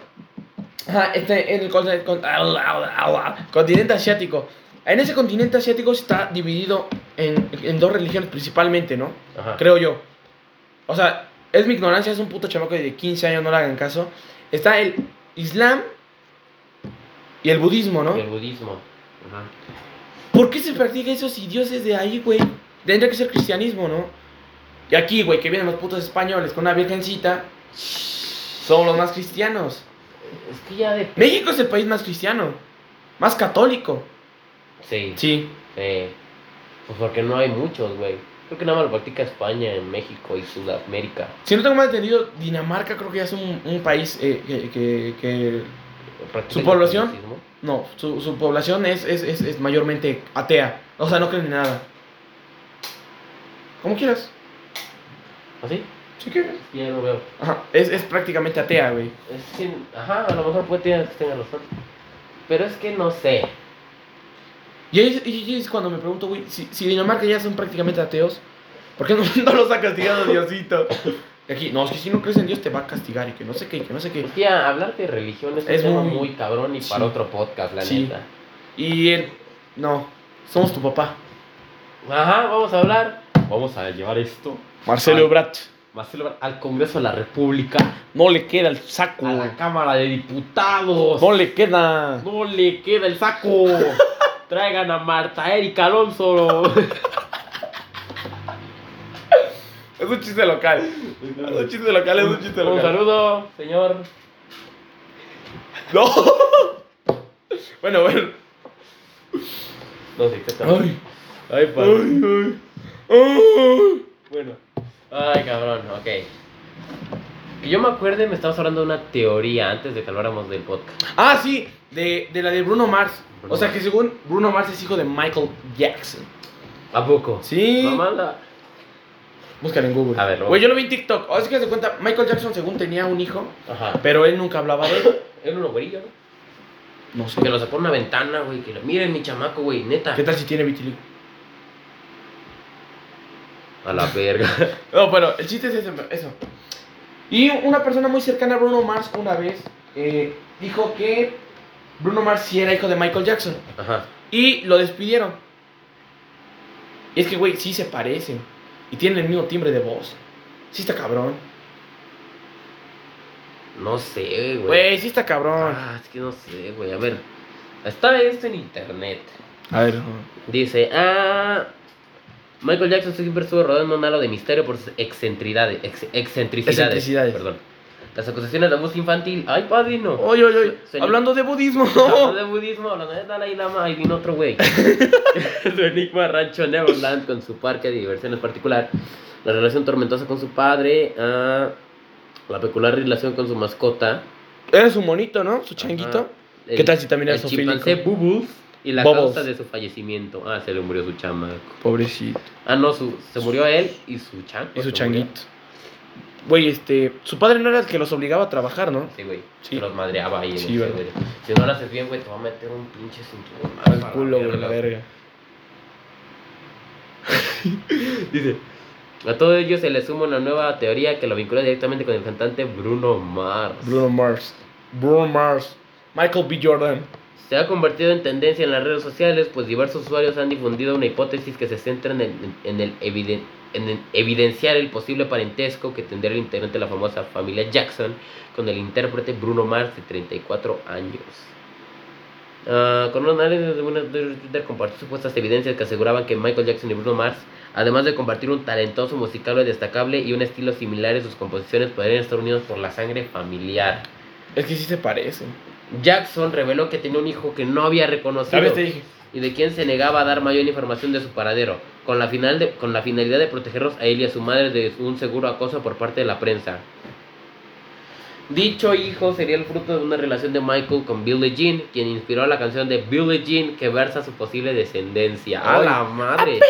Speaker 1: ajá, este, en el con- con- au, au, au, au, continente asiático. En ese continente asiático está dividido en, en dos religiones principalmente, ¿no?
Speaker 2: Ajá.
Speaker 1: Creo yo. O sea, es mi ignorancia, es un puto chamaco de 15 años, no le hagan caso. Está el Islam y el budismo, ¿no?
Speaker 2: El budismo. Ajá.
Speaker 1: ¿Por qué se practica eso si Dios es de ahí, güey? Tendría que ser cristianismo, ¿no? Y aquí, güey, que vienen los putos españoles con una virgencita, somos los más cristianos.
Speaker 2: Es que ya de.
Speaker 1: México es el país más cristiano, más católico.
Speaker 2: Sí.
Speaker 1: Sí.
Speaker 2: sí. Pues porque no hay muchos, güey. Creo que nada más lo practica España, en México y Sudamérica.
Speaker 1: Si no tengo mal entendido, Dinamarca creo que ya es un, un país eh, que, que- que-
Speaker 2: Practica
Speaker 1: ¿Su
Speaker 2: el
Speaker 1: población?
Speaker 2: catolicismo.
Speaker 1: No, su, su población es, es, es, es mayormente atea. O sea, no creen en nada. Como quieras.
Speaker 2: ¿Ah, sí?
Speaker 1: Si quieres.
Speaker 2: Es que Ya lo veo.
Speaker 1: Ajá. Es, es prácticamente atea, güey.
Speaker 2: Es que, ajá, a lo mejor puede tener, tener razón. Pero es que no sé.
Speaker 1: Y ahí, y ahí es cuando me pregunto, güey, si, si Dinamarca ya son prácticamente ateos, ¿por qué no, no los ha castigado Diosito? Y aquí, no, es que si no crees en Dios te va a castigar y que no sé qué, y que no sé qué.
Speaker 2: Es que ya hablar de religión es,
Speaker 1: Es
Speaker 2: un tema
Speaker 1: muy-
Speaker 2: muy, cabrón y
Speaker 1: sí.
Speaker 2: para otro podcast, la
Speaker 1: Sí.
Speaker 2: neta.
Speaker 1: Y él, no, somos tu papá.
Speaker 2: Ajá, vamos a hablar. Vamos a llevar esto
Speaker 1: Marcelo
Speaker 2: Ay.
Speaker 1: Ebrard
Speaker 2: Marcelo, al Congreso de la República,
Speaker 1: no le queda el saco.
Speaker 2: a la Cámara de Diputados.
Speaker 1: No le queda.
Speaker 2: No le queda el saco. Traigan a Marta Erika Alonso.
Speaker 1: Es un chiste local. Es un chiste local, es un chiste
Speaker 2: Un
Speaker 1: local.
Speaker 2: saludo, señor.
Speaker 1: No. Bueno, bueno.
Speaker 2: No sé, ¿qué tal?
Speaker 1: Ay,
Speaker 2: Ay,
Speaker 1: ay, ay. Ay.
Speaker 2: Bueno. Ay, cabrón, ok. Que yo me acuerde, me estabas hablando de una teoría antes de que habláramos del podcast.
Speaker 1: Ah, sí, de, de la de Bruno Mars.
Speaker 2: Bruno
Speaker 1: o sea
Speaker 2: Mars.
Speaker 1: que según Bruno Mars es hijo de Michael Jackson.
Speaker 2: ¿A poco?
Speaker 1: Sí.
Speaker 2: Mamá, la-
Speaker 1: Búscalo en Google.
Speaker 2: A ver, lo-
Speaker 1: Güey, yo lo vi en TikTok. O sea que se cuenta, Michael Jackson según tenía un hijo,
Speaker 2: Ajá.
Speaker 1: pero él nunca hablaba de él.
Speaker 2: Era un güerillo, ¿no?
Speaker 1: No sé.
Speaker 2: Que lo sacó una ventana, güey. Que lo... Miren, mi chamaco, güey, neta.
Speaker 1: ¿Qué tal si tiene vitiligo?
Speaker 2: A la verga.
Speaker 1: No, pero el chiste es ese, eso. Y una persona muy cercana a Bruno Mars una vez eh, dijo que Bruno Mars sí era hijo de Michael Jackson.
Speaker 2: Ajá.
Speaker 1: Y lo despidieron. Y es que, güey, sí se parecen. Y tienen el mismo timbre de voz. Sí está cabrón.
Speaker 2: No sé, güey.
Speaker 1: Güey, sí está cabrón.
Speaker 2: Ah, es que no sé, güey. A ver. Está esto en internet.
Speaker 1: A ver.
Speaker 2: Dice, ah. Michael Jackson siempre estuvo rodeando un halo de misterio por sus excentridades. ex- excentricidades.
Speaker 1: Excentricidades.
Speaker 2: Perdón. Las acusaciones de abuso infantil. Ay, padrino.
Speaker 1: Oye, oye, oye.
Speaker 2: Suena-
Speaker 1: Hablando de budismo.
Speaker 2: Hablando de budismo, hablando de Dalai Lama, ahí vino otro güey. su enigma rancho Neverland con su parque de diversiones particular. La relación tormentosa con su padre. ah, la peculiar relación con su mascota.
Speaker 1: Era su monito, ¿no? Su changuito.
Speaker 2: Ajá. El-
Speaker 1: ¿Qué tal si también era
Speaker 2: el
Speaker 1: zoofílico?
Speaker 2: chimpancé Bubbles y la
Speaker 1: Bubbles.
Speaker 2: causa de su fallecimiento. Ah, se le murió su chamaco.
Speaker 1: Pobrecito.
Speaker 2: Ah, no, su- se murió él y su chango.
Speaker 1: Y su
Speaker 2: se
Speaker 1: changuito. Güey, este. Su padre no era el que los obligaba a trabajar, ¿no?
Speaker 2: murió. Sí, güey.
Speaker 1: Sí.
Speaker 2: Se los madreaba ahí. en
Speaker 1: Sí,
Speaker 2: el
Speaker 1: güey.
Speaker 2: cementerio. Si no lo haces bien, güey, te va a meter un pinche cinturón. a
Speaker 1: Al
Speaker 2: la
Speaker 1: culo, güey,
Speaker 2: verga.
Speaker 1: la verga.
Speaker 2: Dice, A todo ello se le suma una nueva teoría que lo vincula directamente con el cantante Bruno Mars.
Speaker 1: Bruno Mars. Bruno Mars. Michael B. Jordan.
Speaker 2: Se ha convertido en tendencia en las redes sociales, pues diversos usuarios han difundido una hipótesis que se centra en el, en el eviden- en el evidenciar el posible parentesco que tendría el integrante de la famosa familia Jackson con el intérprete Bruno Mars de 34 años. Ah, con un análisis de una Twitter compartió supuestas evidencias que aseguraban que Michael Jackson y Bruno Mars, además de compartir un talentoso musical destacable y un estilo similar en sus composiciones, podrían estar unidos por la sangre familiar.
Speaker 1: Es que sí se parece.
Speaker 2: Jackson reveló que tenía un hijo que no había reconocido
Speaker 1: ¿Sabes? Te dije.
Speaker 2: y de quien se negaba a dar mayor información de su paradero, con la, final de- con la finalidad de protegerlos a él y a su madre de un seguro acoso por parte de la prensa. Dicho hijo sería el fruto de una relación de Michael con Billie Jean, quien inspiró la canción de Billie Jean que versa su posible descendencia. ¡A
Speaker 1: Ay.
Speaker 2: la madre!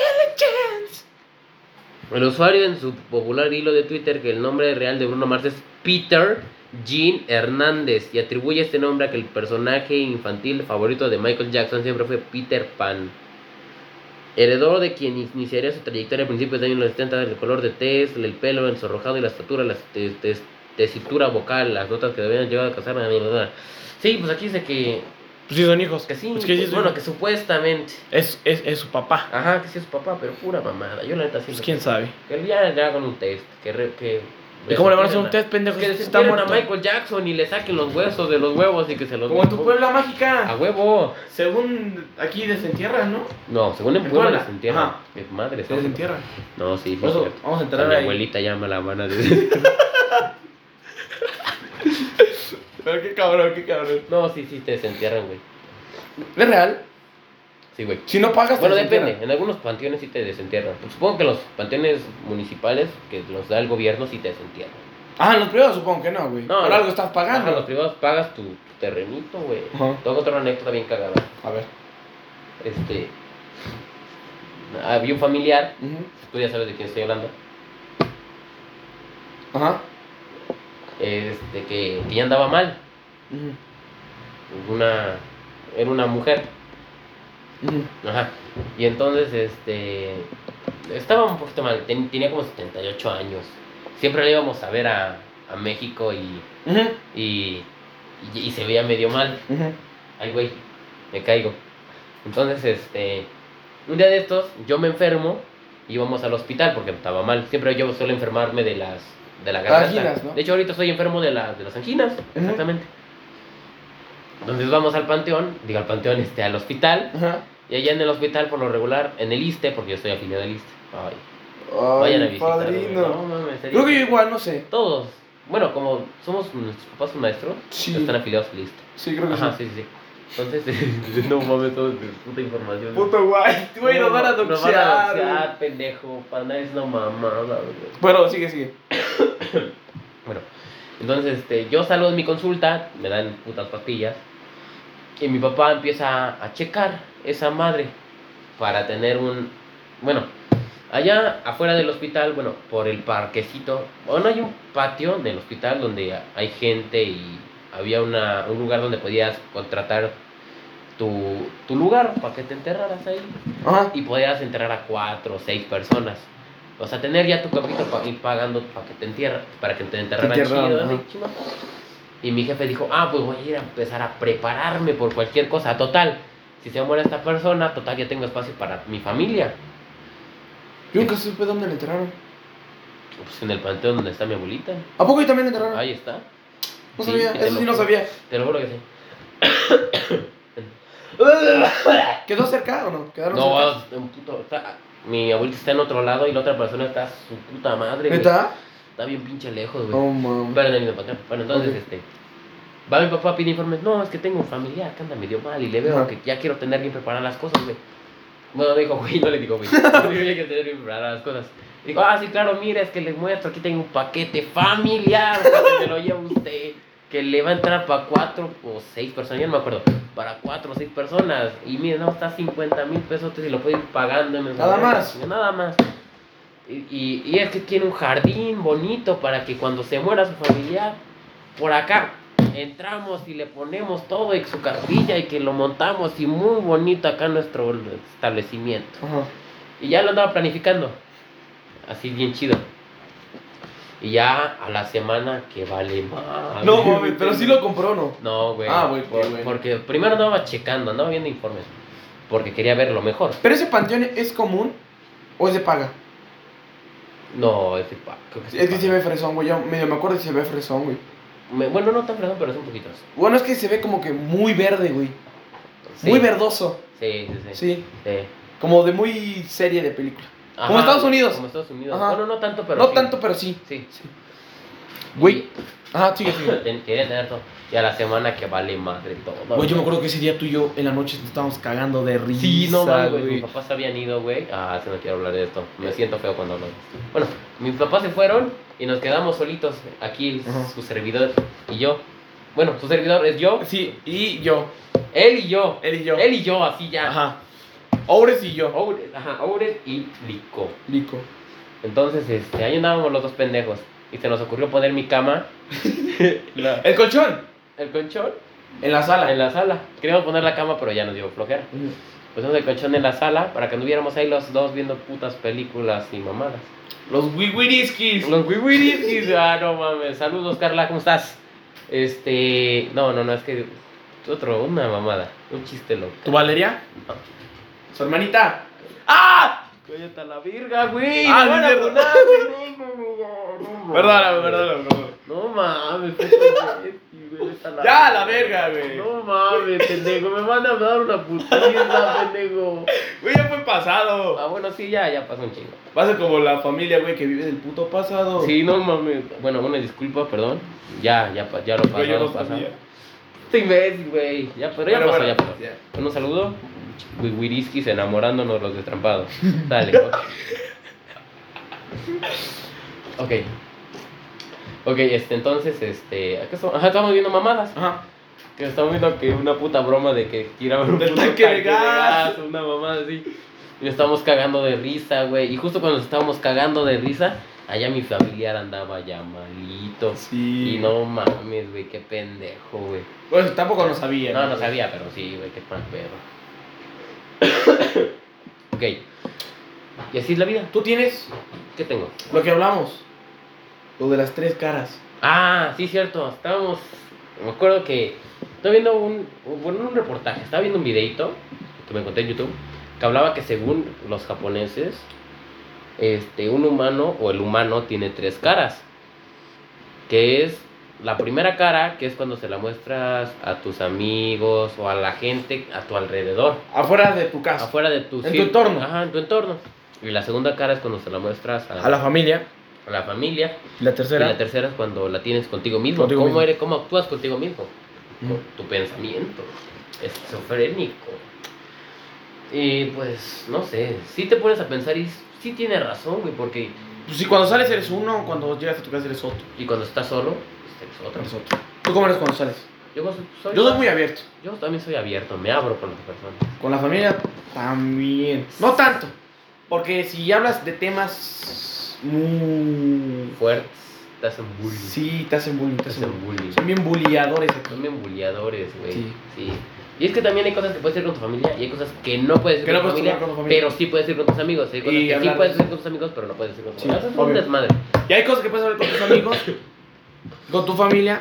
Speaker 2: El usuario en su popular hilo de Twitter que el nombre real de Bruno Mars es Peter Jean Hernández y atribuye este nombre a que el personaje infantil favorito de Michael Jackson siempre fue Peter Pan. Heredor de quien iniciaría su trayectoria a principios de años 70, el color de tez, el pelo ensorrojado y la estatura, la te- te- tesitura vocal, las notas que debían llevar a casar. bla, bla, bla. Sí, pues aquí dice que,
Speaker 1: Pues sí, son hijos.
Speaker 2: que sí, pues
Speaker 1: Es que sí, son
Speaker 2: bueno, que
Speaker 1: hijos.
Speaker 2: supuestamente,
Speaker 1: Es, es, es su papá.
Speaker 2: ajá, que sí es su papá, pero pura mamada. Yo la neta sí
Speaker 1: Pues
Speaker 2: lo-
Speaker 1: quién sabe.
Speaker 2: que ya le hagan un test. Que re- que
Speaker 1: ¿Y cómo le van a hacer
Speaker 2: desentierren
Speaker 1: un test, pendejo?
Speaker 2: Que
Speaker 1: si
Speaker 2: está a Michael Jackson y le saquen los huesos de los huevos y que se los.
Speaker 1: Como en tu Puebla
Speaker 2: A ah.
Speaker 1: Mágica.
Speaker 2: huevo.
Speaker 1: Según aquí desentierran, ¿no?
Speaker 2: No, según en
Speaker 1: ¿En
Speaker 2: Puebla
Speaker 1: Puebla?
Speaker 2: les entierran.
Speaker 1: Ajá.
Speaker 2: Qué Madre
Speaker 1: Se
Speaker 2: santa.
Speaker 1: desentierran.
Speaker 2: No, sí, sí,
Speaker 1: Por
Speaker 2: es
Speaker 1: eso,
Speaker 2: cierto.
Speaker 1: vamos a
Speaker 2: A
Speaker 1: entrar
Speaker 2: mi
Speaker 1: ahí.
Speaker 2: abuelita llama la mano de...
Speaker 1: Pero qué cabrón, qué cabrón.
Speaker 2: No, sí, sí, te desentierran, güey.
Speaker 1: ¿Es real?
Speaker 2: Sí, güey.
Speaker 1: Si no pagas, te
Speaker 2: Bueno,
Speaker 1: desentierran.
Speaker 2: depende. En algunos panteones sí te desentierran. Pues, Supongo que los panteones municipales que los da el gobierno sí te desentierran.
Speaker 1: Ah, en los privados supongo que no, güey.
Speaker 2: No,
Speaker 1: Por
Speaker 2: no.
Speaker 1: algo estás
Speaker 2: Ajá, los
Speaker 1: pagando.
Speaker 2: privados pagas tu tu terrenito, güey.
Speaker 1: Ajá.
Speaker 2: Tengo otra anécdota bien cagada.
Speaker 1: A ver.
Speaker 2: Este. Había un familiar,
Speaker 1: Ujú.
Speaker 2: tú ya sabes de quién estoy hablando,
Speaker 1: Ajá.
Speaker 2: este, que, que ya andaba mal.
Speaker 1: Ujú.
Speaker 2: Una, era una mujer.
Speaker 1: Ujú.
Speaker 2: Ajá. Y entonces, este. Estaba un poquito mal, ten- tenía como 78 años. Siempre le íbamos a ver a, a México y,
Speaker 1: Ujú.
Speaker 2: y, y- y se veía medio mal.
Speaker 1: Ujú.
Speaker 2: Ay, güey, me caigo. Entonces, este. Un día de estos, yo me enfermo y vamos al hospital porque estaba mal. Siempre yo suelo enfermarme de las. de la garganta.
Speaker 1: Anginas, ¿no?
Speaker 2: De hecho, ahorita estoy enfermo de, las de las anginas.
Speaker 1: Ujú.
Speaker 2: Exactamente. Entonces vamos al panteón, digo al panteón, este, al hospital.
Speaker 1: Ajá.
Speaker 2: Y allá en el hospital, por lo regular, en el ISTE, porque yo estoy afiliado al ISTE. Ay,
Speaker 1: Ay,
Speaker 2: vayan a visitar. No
Speaker 1: Padrino.
Speaker 2: mames, sería-
Speaker 1: Creo que yo igual, no sé.
Speaker 2: Todos. Bueno, como somos nuestros papás son maestros,
Speaker 1: Sí.
Speaker 2: están afiliados al ISTE.
Speaker 1: Sí, creo que
Speaker 2: Ajá,
Speaker 1: sí.
Speaker 2: sí, sí, sí. Entonces, no mames, todo es puta información.
Speaker 1: Puto guay. Güey, nos van a
Speaker 2: Nos van a
Speaker 1: doxear. güey.
Speaker 2: doxear, pendejo. Panda es una mamada, güey.
Speaker 1: Bueno, sigue, sigue.
Speaker 2: Bueno, entonces, este, yo salgo de mi consulta, me dan putas pastillas, y mi papá empieza a checar esa madre para tener un. Bueno, allá afuera del hospital, bueno, por el parquecito, bueno, hay un patio del hospital donde hay gente y había una, un lugar donde podías contratar tu, tu lugar para que te enterraras ahí
Speaker 1: Ajá.
Speaker 2: y podías enterrar a cuatro o seis personas. O sea, tener ya tu capito para ir pagando para que te entierra, para que te enterraran
Speaker 1: Te entierraran,
Speaker 2: chido,
Speaker 1: ajá.
Speaker 2: así, chido. Y mi jefe dijo, ah, pues voy a ir a empezar a prepararme por cualquier cosa. Total, si se muere esta persona, total, ya tengo espacio para mi familia.
Speaker 1: Yo nunca supe dónde le enterraron.
Speaker 2: Pues en el panteón donde está mi abuelita.
Speaker 1: ¿A poco yo también le enterraron?
Speaker 2: Ahí está.
Speaker 1: No
Speaker 2: sí,
Speaker 1: sabía,
Speaker 2: sí, te
Speaker 1: eso sí
Speaker 2: lo
Speaker 1: no
Speaker 2: juro.
Speaker 1: sabía.
Speaker 2: Te lo juro que sí.
Speaker 1: ¿Quedó cerca o no? ¿Quedaron
Speaker 2: No,
Speaker 1: cerca?
Speaker 2: un puto- está- mi abuelita está en otro lado y la otra persona está a su puta madre, güey.
Speaker 1: ¿Neta?
Speaker 2: Está bien pinche lejos, güey.
Speaker 1: No, mames.
Speaker 2: Pero en el mismo patrón. Bueno, entonces,
Speaker 1: Ok.
Speaker 2: este. Va mi papá, pide informes. No, es que tengo un familiar que anda medio mal y le veo
Speaker 1: Ajá.
Speaker 2: que ya quiero tener bien preparadas las cosas, güey. Bueno, dijo, güey, no le digo, güey. No digo, ya quiero tener bien preparadas las cosas. Dijo, ah, sí, claro, mira, es que le muestro. Aquí tengo un paquete familiar que se lo lleva usted. Que le va a entrar para cuatro o seis personas, ya no me acuerdo. Para cuatro o seis personas. Y mire, no, está 50 mil pesos y lo puede ir pagando en el
Speaker 1: Nada más.
Speaker 2: Nada más. Y, y- y es que tiene un jardín bonito para que cuando se muera su familiar, por acá entramos y le ponemos todo y su capilla y que lo montamos y muy bonito acá nuestro establecimiento.
Speaker 1: Ajá.
Speaker 2: Y ya lo andaba planificando. así bien chido. Y ya a la semana que vale más.
Speaker 1: No, mames, pero sí lo compró, ¿no?
Speaker 2: No, güey.
Speaker 1: Ah, güey, qué
Speaker 2: por-
Speaker 1: bueno.
Speaker 2: Porque primero andaba checando, andaba viendo informes. Porque quería ver lo mejor.
Speaker 1: ¿Pero ese panteón es común o es de paga?
Speaker 2: No, ese pa, creo que
Speaker 1: Es que
Speaker 2: pa-
Speaker 1: se ve fresón, güey. Yo medio me acuerdo que se ve fresón, güey.
Speaker 2: Me- Bueno, no tan fresón, pero son poquitos.
Speaker 1: Bueno, es que se ve como que muy verde, güey.
Speaker 2: Sí,
Speaker 1: Muy verdoso.
Speaker 2: Sí, sí, sí.
Speaker 1: Sí.
Speaker 2: sí.
Speaker 1: Como de muy serie de película. Como Estados Unidos.
Speaker 2: Como Estados Unidos.
Speaker 1: Ajá.
Speaker 2: Bueno, no tanto, pero.
Speaker 1: no
Speaker 2: sí.
Speaker 1: tanto, pero sí.
Speaker 2: Sí.
Speaker 1: Güey. Ajá, sigue, sigue.
Speaker 2: Ten- Quería tener todo. Y a la semana que vale madre todo.
Speaker 1: Güey, yo me acuerdo que ese día tú y yo en la noche nos estábamos cagando de risa.
Speaker 2: Sí, no mames, güey. Mis papás se habían ido, güey. Ah, se no quiero hablar de esto. Me siento feo cuando hablo de esto. Bueno, mis papás se fueron y nos quedamos solitos. Aquí
Speaker 1: Ajá.
Speaker 2: su servidor y yo. Bueno, su servidor es yo.
Speaker 1: Sí, y yo.
Speaker 2: Él y yo.
Speaker 1: Él y yo.
Speaker 2: Él y yo, así ya. Ajá.
Speaker 1: Ajá. Ores y yo.
Speaker 2: Aures, ajá, Aures y Lico.
Speaker 1: Lico.
Speaker 2: Entonces, este, ahí andábamos los dos pendejos. Y se nos ocurrió poner mi cama, la-
Speaker 1: El colchón.
Speaker 2: el colchón,
Speaker 1: En la sala.
Speaker 2: en la sala. Queríamos poner la cama, pero ya nos dio flojera. Pusimos el colchón en la sala para que anduviéramos ahí los dos viendo putas películas y mamadas.
Speaker 1: Los wiwiriskis.
Speaker 2: Los wiwiris y ah, no mames. Saludos, Carla, ¿cómo estás? Este, no, no, no, es que otro, una mamada, un chiste loco.
Speaker 1: ¿Tu Valeria?
Speaker 2: No.
Speaker 1: Su hermanita. ¡Ah!
Speaker 2: Cállate a la verga, güey.
Speaker 1: Ah,
Speaker 2: no
Speaker 1: sí,
Speaker 2: van a
Speaker 1: cierto.
Speaker 2: poner, güey.
Speaker 1: Perdóname, perdóname, perdóname.
Speaker 2: No mames, puta, güey,
Speaker 1: Ya, la verga, güey.
Speaker 2: No mames, pendejo, me van a dar una putiza, pendejo.
Speaker 1: Güey, ya fue pasado.
Speaker 2: Ah, bueno, sí, ya, ya pasó un chingo.
Speaker 1: Pasa como la familia, güey, que vive del puto pasado.
Speaker 2: Sí, no mames. Bueno, una disculpa, perdón. Ya, ya, pa- ya lo pasó,
Speaker 1: Güey, yo
Speaker 2: ya
Speaker 1: no
Speaker 2: lo pasó.
Speaker 1: sabía.
Speaker 2: Este imbécil, güey. Ya, pero ya pasó,
Speaker 1: bueno,
Speaker 2: ya pasó.
Speaker 1: ya.
Speaker 2: Bueno, Un saludo. Wiwiriskis enamorándonos los destrampados. Dale, ok. ok. Ok, este, entonces, este, acá estamos, ajá, estamos viendo mamadas.
Speaker 1: Ajá.
Speaker 2: Que estamos viendo que una puta broma de que tiraban un
Speaker 1: Del
Speaker 2: puto
Speaker 1: tanque de gas.
Speaker 2: una mamada así. Y nos estábamos cagando de risa, güey. Y justo cuando nos estábamos cagando de risa, allá mi familiar andaba ya malito.
Speaker 1: Sí.
Speaker 2: Y no mames, güey, qué pendejo, güey.
Speaker 1: Bueno, tampoco no sabía.
Speaker 2: No, no sabía, pero sí, güey, qué mal pedo. ok. Y así es la vida.
Speaker 1: Tú tienes
Speaker 2: ¿Qué tengo?
Speaker 1: lo que hablamos. Lo de las tres caras.
Speaker 2: Ah, sí, cierto. Estábamos. Me acuerdo que. Estaba viendo un. un- Bueno, no un reportaje. Estaba viendo un videito que me encontré en YouTube. Que hablaba que según los japoneses. Este, un humano o el humano tiene tres caras. Que es. La primera cara, que es cuando se la muestras a tus amigos o a la gente a tu alrededor.
Speaker 1: Afuera de tu casa.
Speaker 2: afuera de tu
Speaker 1: En tu
Speaker 2: círculo.
Speaker 1: entorno.
Speaker 2: Ajá, en tu entorno. Y la segunda cara es cuando se la muestras a,
Speaker 1: A la familia.
Speaker 2: a la familia.
Speaker 1: Y la
Speaker 2: Y
Speaker 1: tercera.
Speaker 2: la tercera es cuando la tienes contigo mismo.
Speaker 1: Contigo
Speaker 2: ¿Cómo,
Speaker 1: mismo.
Speaker 2: Eres, ¿Cómo actúas contigo mismo?
Speaker 1: Mm.
Speaker 2: Con tu pensamiento. Esquizofrénico. Y pues, no sé. Si te pones a pensar y sí tiene razón, güey, porque.
Speaker 1: Pues sí, cuando sales eres uno, cuando llegas a tu casa eres otro.
Speaker 2: Y cuando estás solo, pues, eres otro.
Speaker 1: Eres otro. ¿Tú cómo eres cuando sales?
Speaker 2: Yo, cuando soy,
Speaker 1: Yo soy muy abierto.
Speaker 2: yo también soy abierto, me abro con las personas.
Speaker 1: Con la familia también. No tanto. Porque si hablas de temas muy...
Speaker 2: Fuertes, te hacen bullying.
Speaker 1: Sí, te hacen bullying. Te
Speaker 2: te
Speaker 1: hacen
Speaker 2: hacen
Speaker 1: bullying.
Speaker 2: bullying.
Speaker 1: Son bien bulliadores aquí.
Speaker 2: Son bien buleadores, güey.
Speaker 1: Sí.
Speaker 2: Sí. Y es que también hay cosas que puedes hacer con tu familia y hay cosas que no puedes
Speaker 1: Que
Speaker 2: hacer
Speaker 1: no
Speaker 2: con tu
Speaker 1: puedes
Speaker 2: familia,
Speaker 1: tomar con tu familia.
Speaker 2: pero sí puedes hacer con tus amigos. Hay cosas
Speaker 1: Y
Speaker 2: que sí
Speaker 1: hablar de
Speaker 2: puedes
Speaker 1: eso.
Speaker 2: hacer con tus amigos, pero no puedes hacer con tus
Speaker 1: Sí,
Speaker 2: amigos. Eso es
Speaker 1: obvio.
Speaker 2: un desmadre.
Speaker 1: Y hay cosas que puedes hablar con tus amigos, con tu familia,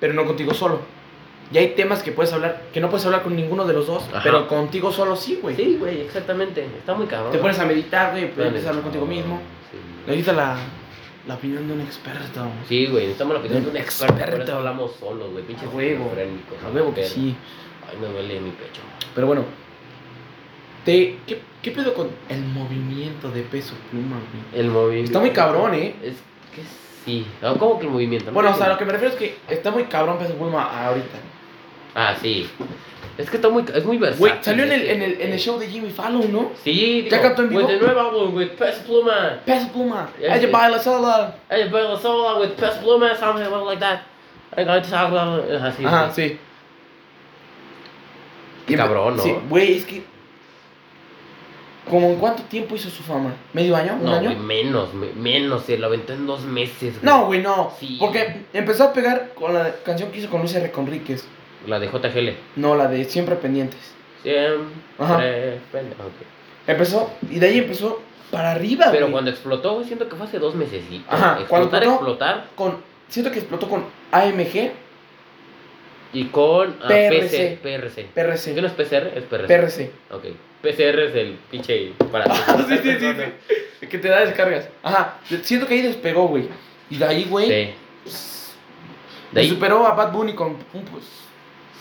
Speaker 1: pero no contigo solo. Y hay temas que puedes hablar, que no puedes hablar con ninguno de los dos,
Speaker 2: Ajá.
Speaker 1: pero contigo solo sí, güey.
Speaker 2: Sí, güey, exactamente. Está muy cabrón.
Speaker 1: Te pones a meditar, güey, pero
Speaker 2: Está
Speaker 1: empiezas a hablar
Speaker 2: muy
Speaker 1: contigo
Speaker 2: cabrón,
Speaker 1: mismo.
Speaker 2: Sí.
Speaker 1: Necesitas la, la opinión de un experto.
Speaker 2: Sí, güey, necesitamos la opinión de un experto. Por
Speaker 1: Experto.
Speaker 2: eso hablamos solos, güey. Pinche
Speaker 1: A huevo. A huevo que sí.
Speaker 2: Ay, me duele mi pecho.
Speaker 1: Pero bueno. Te, ¿qué, ¿Qué pedo con el movimiento de peso pluma, güey?
Speaker 2: El movimiento.
Speaker 1: Está muy cabrón, ¿eh?
Speaker 2: Es que sí. No, ¿Cómo que el movimiento? No
Speaker 1: Bueno, o
Speaker 2: sé
Speaker 1: sea,
Speaker 2: cómo.
Speaker 1: lo que me refiero es que está muy cabrón peso pluma ahorita.
Speaker 2: Ah, sí. Es que está muy. Es muy versátil.
Speaker 1: Güey, salió en el, en, el, en el show de Jimmy Fallon, ¿no?
Speaker 2: Sí,
Speaker 1: ¿Ya
Speaker 2: digo,
Speaker 1: captó en vivo?
Speaker 2: With the nuevo álbum, with Pest Pluma.
Speaker 1: Peso pluma.
Speaker 2: Ya
Speaker 1: Ella
Speaker 2: sé.
Speaker 1: baila sola.
Speaker 2: Hey, Bella Sola with Pest Pluma, something like that. I'm going to talk about it. eh, Así,
Speaker 1: Ajá,
Speaker 2: sí.
Speaker 1: sí.
Speaker 2: Qué cabrón, ¿no?
Speaker 1: Sí, güey, es que. ¿Como en cuánto tiempo hizo su fama? ¿Medio año? ¿Un
Speaker 2: No,
Speaker 1: año?
Speaker 2: güey, menos, me- menos, se lo aventó en dos meses. güey.
Speaker 1: No, güey, no.
Speaker 2: Sí.
Speaker 1: Porque empezó a pegar con la canción que hizo con Luis R. Conríquez.
Speaker 2: La de JGL.
Speaker 1: No, la de Siempre Pendientes.
Speaker 2: Siempre.
Speaker 1: Ajá.
Speaker 2: pendejo, ok.
Speaker 1: Empezó, y de ahí empezó para arriba,
Speaker 2: Pero
Speaker 1: Ah, güey.
Speaker 2: cuando explotó, güey, siento que fue hace dos meses. Y
Speaker 1: Ajá, cuando
Speaker 2: explotar,
Speaker 1: explotó-
Speaker 2: explotar.
Speaker 1: Con, siento que explotó con AMG,
Speaker 2: Y con ah,
Speaker 1: PRC.
Speaker 2: PC, PRC.
Speaker 1: PRC.
Speaker 2: ¿Qué no es PCR? Es PRC.
Speaker 1: PRC.
Speaker 2: Ok. PCR es el pinche para.
Speaker 1: Ah, sí, sí, sí, sí. Que te da descargas. Ajá, siento que ahí despegó, güey. Y de ahí, güey,
Speaker 2: Sí.
Speaker 1: pues,
Speaker 2: De ahí.
Speaker 1: superó a Bad Bunny con un, pues,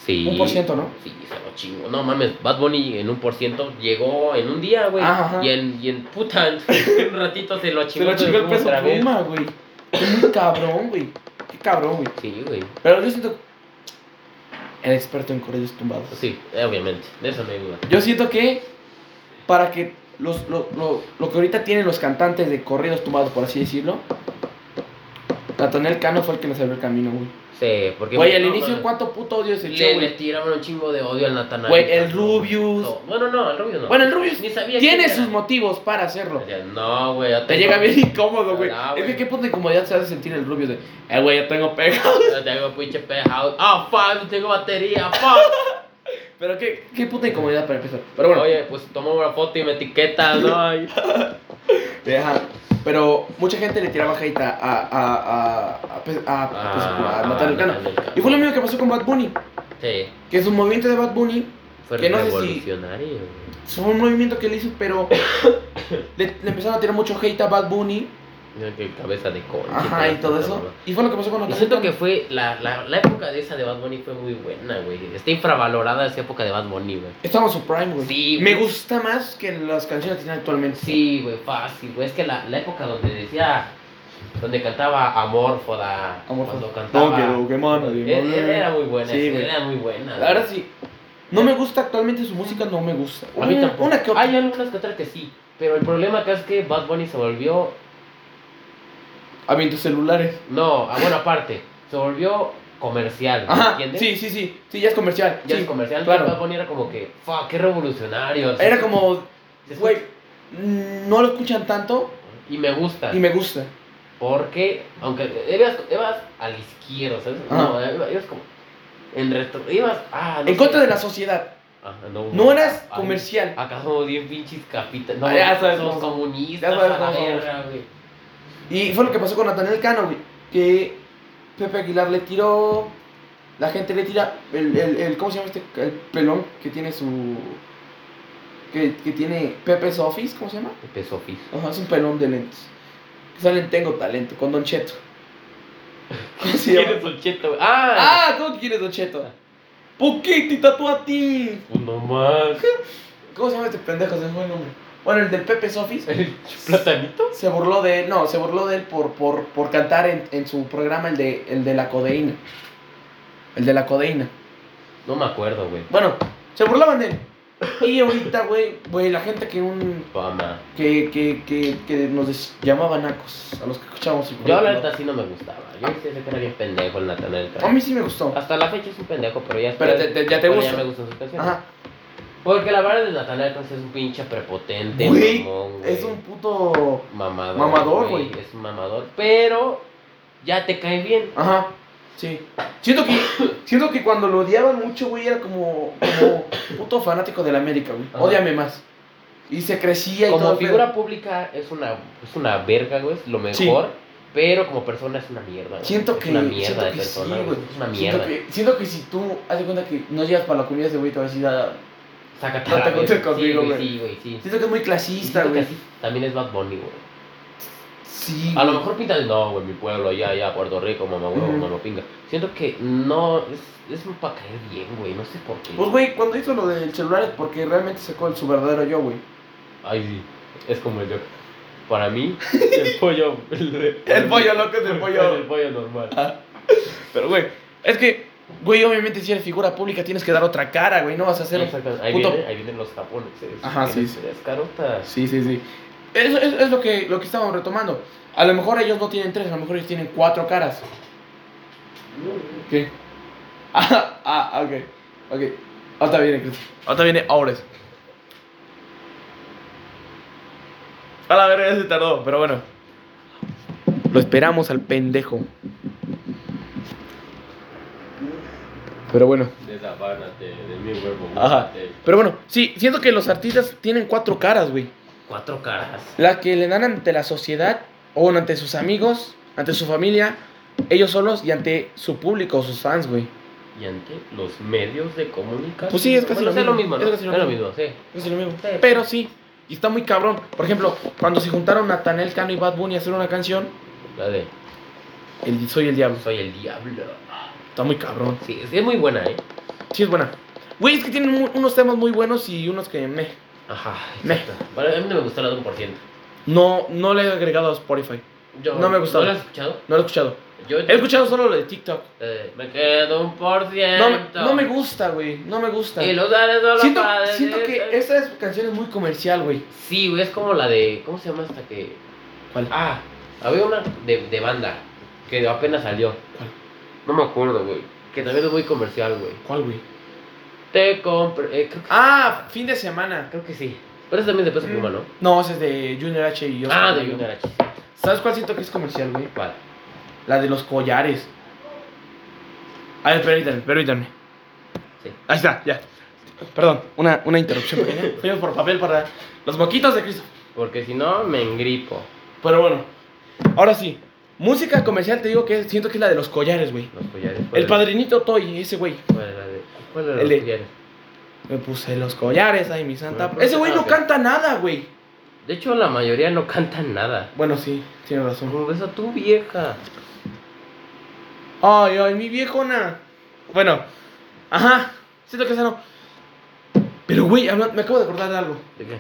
Speaker 2: Sí.
Speaker 1: un por ciento, ¿no?
Speaker 2: Sí, se lo chingo. No mames, Bad Bunny en un por ciento llegó en un día, güey.
Speaker 1: Ajá, ajá.
Speaker 2: Y en, y en puta, en un ratito se lo
Speaker 1: Se
Speaker 2: chingó.
Speaker 1: lo chingó el
Speaker 2: Pluma
Speaker 1: peso
Speaker 2: otra vez.
Speaker 1: pluma, güey. Qué muy cabrón, güey. Qué cabrón, güey.
Speaker 2: Sí, güey. Pues
Speaker 1: Pero yo siento. El experto en corridos tumbados.
Speaker 2: Sí, eh, obviamente. De eso no hay duda.
Speaker 1: Yo siento que. Para que. Los, lo, lo, lo que ahorita tienen los cantantes de corridos tumbados, por así decirlo. Nathaniel Cano fue el que les abrió el camino, güey.
Speaker 2: Sí, porque.
Speaker 1: Güey, al
Speaker 2: no,
Speaker 1: inicio,
Speaker 2: mames.
Speaker 1: ¿cuánto puto odio se echó,
Speaker 2: Le, le
Speaker 1: güey?
Speaker 2: tiraban un chingo de odio al Natanael.
Speaker 1: Güey, el
Speaker 2: cabrón.
Speaker 1: Rubius.
Speaker 2: No, Bueno, no, al Rubius no.
Speaker 1: Bueno, el Rubius
Speaker 2: Ni sabía
Speaker 1: tiene
Speaker 2: quién
Speaker 1: sus
Speaker 2: era.
Speaker 1: motivos para hacerlo.
Speaker 2: No, güey. ya
Speaker 1: Te llega bien incómodo, güey.
Speaker 2: Ah,
Speaker 1: Es que
Speaker 2: güey.
Speaker 1: qué punto de incomodidad se hace sentir el Rubius de. Eh, güey, yo tengo pegado.
Speaker 2: Yo tengo pinche penthouse. Ah, fuck, no tengo batería. Fuck.
Speaker 1: Pero qué, qué puta incomodidad para empezar. Pero bueno. Pues,
Speaker 2: Oye, pues toma una foto y me etiquetas, ¿no? Ay.
Speaker 1: Te deja- Pero mucha gente le tiraba hate a, a, a, a, a, pues,
Speaker 2: Ah,
Speaker 1: a- pues, a Nathaniel Cano.
Speaker 2: Natanael
Speaker 1: Y fue lo mismo que pasó con Bad Bunny.
Speaker 2: Sí.
Speaker 1: Que su movimiento de Bad Bunny
Speaker 2: Fue
Speaker 1: Que no sé si-
Speaker 2: revolucionario. güey.
Speaker 1: fue un movimiento que él hizo, pero le, le empezaron a tirar mucho hate a Bad Bunny.
Speaker 2: Mira que cabeza de concha.
Speaker 1: Ajá, y todo
Speaker 2: puta
Speaker 1: eso.
Speaker 2: mamá.
Speaker 1: Y fue lo que pasó con
Speaker 2: Y
Speaker 1: Nathaniel
Speaker 2: siento que
Speaker 1: Cano.
Speaker 2: fue la, la, la época de esa de Bad Bunny fue muy buena, güey. Está infravalorada esa época de Bad Bunny, güey.
Speaker 1: Estaba en su prime, güey.
Speaker 2: Sí,
Speaker 1: Me
Speaker 2: güey.
Speaker 1: gusta más que las canciones que tiene actualmente.
Speaker 2: Sí, güey, fácil, güey. Es que la, la época donde decía. Donde cantaba Amorfoda.
Speaker 1: Amorfoda.
Speaker 2: Cuando cantaba.
Speaker 1: No quiero quemar a nadie,
Speaker 2: Era-
Speaker 1: no,
Speaker 2: Era, era muy buena,
Speaker 1: Sí,
Speaker 2: sí,
Speaker 1: güey.
Speaker 2: era muy buena.
Speaker 1: La verdad
Speaker 2: güey.
Speaker 1: sí. No me gusta actualmente su música, no me gusta.
Speaker 2: A mí
Speaker 1: Una-
Speaker 2: tampoco.
Speaker 1: Una que otra.
Speaker 2: Hay algunas que otras que sí. Pero el problema acá es que Bad Bunny se volvió.
Speaker 1: Aviento celulares.
Speaker 2: No, a buena parte. Se volvió comercial. ¿me
Speaker 1: Ajá.
Speaker 2: ¿Entiendes?
Speaker 1: Sí, sí, sí. Sí, ya es comercial.
Speaker 2: Ya
Speaker 1: sí.
Speaker 2: es comercial.
Speaker 1: claro.
Speaker 2: Claro. Bad Bunny era como que. Fuck, qué revolucionario.
Speaker 1: Era como,
Speaker 2: Se escucha-
Speaker 1: güey, mm, no lo escuchan tanto
Speaker 2: Y me gusta.
Speaker 1: y me gusta.
Speaker 2: Porque, aunque ibas, ibas al izquierdo, ¿sabes?
Speaker 1: Ajá.
Speaker 2: No, ibas, ibas como. En retro. Ibas. Ah, no
Speaker 1: En
Speaker 2: sé.
Speaker 1: contra de la sociedad.
Speaker 2: Ah, no,
Speaker 1: No eras
Speaker 2: Ay, ah.
Speaker 1: comercial.
Speaker 2: Acá somos bien pinches capitas. No,
Speaker 1: Ah, ya sabes
Speaker 2: somos
Speaker 1: cómo somos.
Speaker 2: comunistas.
Speaker 1: Ya sabes
Speaker 2: a la
Speaker 1: cómo somos.
Speaker 2: verga, güey.
Speaker 1: Y fue lo que pasó con Nathaniel Cano, güey. Que Pepe Aguilar le tiró. La gente le tira. El, el, el- ¿Cómo se llama este? El pelón que tiene su. Que, que tiene Pepe's Office, ¿cómo se llama?
Speaker 2: Empezó fijo.
Speaker 1: Ajá, es un pelón de lentes. Que salen Tengo Talento, con Don Cheto. ¿Cómo se
Speaker 2: ¿Quién
Speaker 1: llama?
Speaker 2: es el cheto, güey? ¡Ah!
Speaker 1: ¡Ah! ¿Cómo que quieres Don Cheto? ¿Por qué te tatúa a ti?
Speaker 2: Uno pues más.
Speaker 1: ¿Cómo se llama este pendejo? Se me fue el nombre. Bueno, el del Pepe's Office
Speaker 2: ¿El platanito?
Speaker 1: se burló de él. No, se burló de él por, por, por cantar en, en su programa el de, el de la codeína. El de la codeína.
Speaker 2: No me acuerdo, güey.
Speaker 1: Bueno, se burlaban de él. Y ahorita, güey, güey, la gente que un.
Speaker 2: Fama.
Speaker 1: que, que, que, que nos des- llamaba nacos, a los que escuchábamos su
Speaker 2: Yo la
Speaker 1: programa.
Speaker 2: neta sí no me gustaba. Yo sí sé que era bien pendejo el Natanael.
Speaker 1: A mí sí me gustó.
Speaker 2: Hasta la fecha es un pendejo, pero ya,
Speaker 1: Pero te- te- ya te
Speaker 2: pero
Speaker 1: gusta.
Speaker 2: ya me gustan sus canciones.
Speaker 1: Ajá.
Speaker 2: Porque la verdad de Natanael Cano es un pinche prepotente,
Speaker 1: Güey,
Speaker 2: mamón, güey.
Speaker 1: Es un puto.
Speaker 2: mamador.
Speaker 1: mamador, güey.
Speaker 2: Es un mamador, pero ya te cae bien.
Speaker 1: Ajá. Sí. Siento que, siento que cuando lo odiaban mucho, güey, era como, como puto fanático del América, güey.
Speaker 2: Ajá.
Speaker 1: Ódiame más. Y se crecía y todo.
Speaker 2: Como
Speaker 1: el pedo.
Speaker 2: figura pública es una es una verga, güey, es lo
Speaker 1: Sí.
Speaker 2: mejor, pero como persona es una mierda. güey.
Speaker 1: Siento
Speaker 2: es
Speaker 1: que.
Speaker 2: una mierda
Speaker 1: siento
Speaker 2: de
Speaker 1: que
Speaker 2: persona,
Speaker 1: sí,
Speaker 2: güey.
Speaker 1: güey.
Speaker 2: es una
Speaker 1: Siento
Speaker 2: mierda.
Speaker 1: que, siento que si tú haces cuenta que no llegas para la comida ese güey, te va a decir ah,
Speaker 2: Sácate
Speaker 1: No
Speaker 2: a la
Speaker 1: te juntes
Speaker 2: verga.
Speaker 1: conmigo,
Speaker 2: sí,
Speaker 1: güey.
Speaker 2: Sí, güey, sí.
Speaker 1: Siento que es muy
Speaker 2: Y
Speaker 1: clasista,
Speaker 2: siento que
Speaker 1: güey.
Speaker 2: así también es Bad Bunny, güey.
Speaker 1: Sí.
Speaker 2: A lo
Speaker 1: güey.
Speaker 2: mejor pinta de no, güey, mi pueblo, allá, allá, Puerto Rico, mamá, huevo,
Speaker 1: Ujú.
Speaker 2: mamá, pinga. Siento que no, es, es para caer bien, güey, no sé por qué.
Speaker 1: Pues, güey, cuando hizo lo del celular es porque realmente sacó el su verdadero yo, güey.
Speaker 2: Ay, sí, es como el yo. Para mí, el pollo. El,
Speaker 1: El pollo loco es el pollo. Ah,
Speaker 2: El pollo normal.
Speaker 1: Pero, güey, es que, güey, obviamente si eres figura pública tienes que dar otra cara, güey. No vas a hacer.
Speaker 2: Exactamente, ahí,
Speaker 1: puto-
Speaker 2: vienen, ahí vienen los japoneses.
Speaker 1: Ajá, sí,
Speaker 2: Vienen
Speaker 1: sí.
Speaker 2: Las carotas.
Speaker 1: Sí, sí, sí. Eso es, es lo que lo que estábamos retomando. A lo mejor ellos no tienen tres, a lo mejor ellos tienen cuatro caras. ¿Qué? Ah, ah, ok. Ok. Ahorita viene, Cristo. Ahorita viene Aures. A la verga ya se tardó, pero bueno. Lo esperamos al pendejo. Pero bueno.
Speaker 2: Desabánate de mi huevo.
Speaker 1: Ajá.
Speaker 2: búscate.
Speaker 1: Pero bueno, sí, siento que los artistas tienen cuatro caras, güey.
Speaker 2: Cuatro caras.
Speaker 1: La que le dan ante la sociedad, o bueno, ante sus amigos, ante su familia, ellos solos y ante su público, sus fans, güey.
Speaker 2: Y ante los medios de comunicación.
Speaker 1: Pues sí, es casi
Speaker 2: Bueno,
Speaker 1: lo
Speaker 2: es lo
Speaker 1: mismo.
Speaker 2: mismo. ¿no?
Speaker 1: Es
Speaker 2: Es,
Speaker 1: casi lo
Speaker 2: lo
Speaker 1: mismo.
Speaker 2: mismo, sí.
Speaker 1: Pues Es lo mismo.
Speaker 2: Sí.
Speaker 1: Pero sí, y está muy cabrón. Por ejemplo, cuando se juntaron Natanel Cano y Bad Bunny a hacer una canción,
Speaker 2: La de
Speaker 1: el Soy el Diablo.
Speaker 2: Soy el Diablo.
Speaker 1: Está muy cabrón.
Speaker 2: Sí, sí, es muy buena, ¿eh?
Speaker 1: Sí, es buena. Güey, es que tienen mu- unos temas muy buenos y unos que me.
Speaker 2: Ajá.
Speaker 1: Me.
Speaker 2: exacto. Para- a mí no me gustó la de un por ciento.
Speaker 1: No, no le he agregado a Spotify.
Speaker 2: Yo-
Speaker 1: No me gustó.
Speaker 2: ¿No la has escuchado?
Speaker 1: No lo he escuchado.
Speaker 2: Yo
Speaker 1: He escuchado solo lo de TikTok.
Speaker 2: la de, me quedo un por
Speaker 1: No, me-
Speaker 2: ciento.
Speaker 1: no me gusta, güey. No me gusta.
Speaker 2: Y los dales solo
Speaker 1: Siento,
Speaker 2: para
Speaker 1: siento
Speaker 2: decir-
Speaker 1: que esta es- canción es muy comercial, güey.
Speaker 2: Sí, güey, es como la de. ¿Cómo se llama esta que.?
Speaker 1: ¿Cuál?
Speaker 2: Ah, había una de, de banda que apenas salió.
Speaker 1: ¿Cuál?
Speaker 2: No me acuerdo, güey. Que también es muy comercial, güey.
Speaker 1: ¿Cuál, güey?
Speaker 2: Te compré. eh, creo, que,
Speaker 1: Ah, fin de semana.
Speaker 2: creo que sí. Pero esa también es de Peso Pluma, ¿no?
Speaker 1: No, ese es de Junior H y Mm. yo.
Speaker 2: ah, de Junior H.
Speaker 1: ¿Sabes cuál siento que es comercial, güey?
Speaker 2: ¿Cuál?
Speaker 1: La de los collares. A ver, permítanme, permítanme.
Speaker 2: Sí.
Speaker 1: Ahí está, ya. Perdón, una, una interrupción pequeña. Fuimos por papel para los moquitos de Cristo.
Speaker 2: Porque si no, me engripo.
Speaker 1: Pero bueno, ahora sí. Música comercial te digo que siento que es la de los collares, güey.
Speaker 2: Los collares. ¿cuál
Speaker 1: El
Speaker 2: era?
Speaker 1: padrinito Toy, ese güey.
Speaker 2: ¿Cuál era, de, cuál era
Speaker 1: El
Speaker 2: los
Speaker 1: de-
Speaker 2: collares?
Speaker 1: Me puse los collares, ay, mi santa.
Speaker 2: Bueno,
Speaker 1: Ese güey no
Speaker 2: ah, ok.
Speaker 1: canta nada, güey.
Speaker 2: De hecho, la mayoría no cantan nada.
Speaker 1: Bueno, sí, tiene razón.
Speaker 2: Como ves a tu vieja.
Speaker 1: Ay, ay, mi viejona. Bueno, ajá. Siento que esa no. Pero, güey, habla- me acabo de acordar de algo.
Speaker 2: ¿De qué?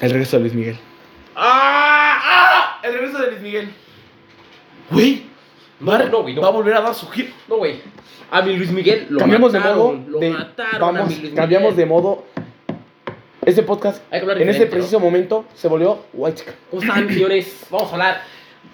Speaker 1: El regreso de Luis Miguel. ¡Ah! ¡Ah! El regreso de Luis Miguel. Güey.
Speaker 2: No,
Speaker 1: va-
Speaker 2: no, güey, no.
Speaker 1: Va a volver a dar su hit.
Speaker 2: No, güey. A mi Luis Miguel lo
Speaker 1: cambiamos
Speaker 2: mataron.
Speaker 1: de modo.
Speaker 2: Lo
Speaker 1: de-
Speaker 2: mataron a mi
Speaker 1: vamos,
Speaker 2: Luis Miguel.
Speaker 1: cambiamos de modo. Este podcast,
Speaker 2: Hay que hablar
Speaker 1: en este
Speaker 2: diferente,
Speaker 1: preciso momento, se volvió white chica.
Speaker 2: ¿Cómo están, señores? Vamos a hablar.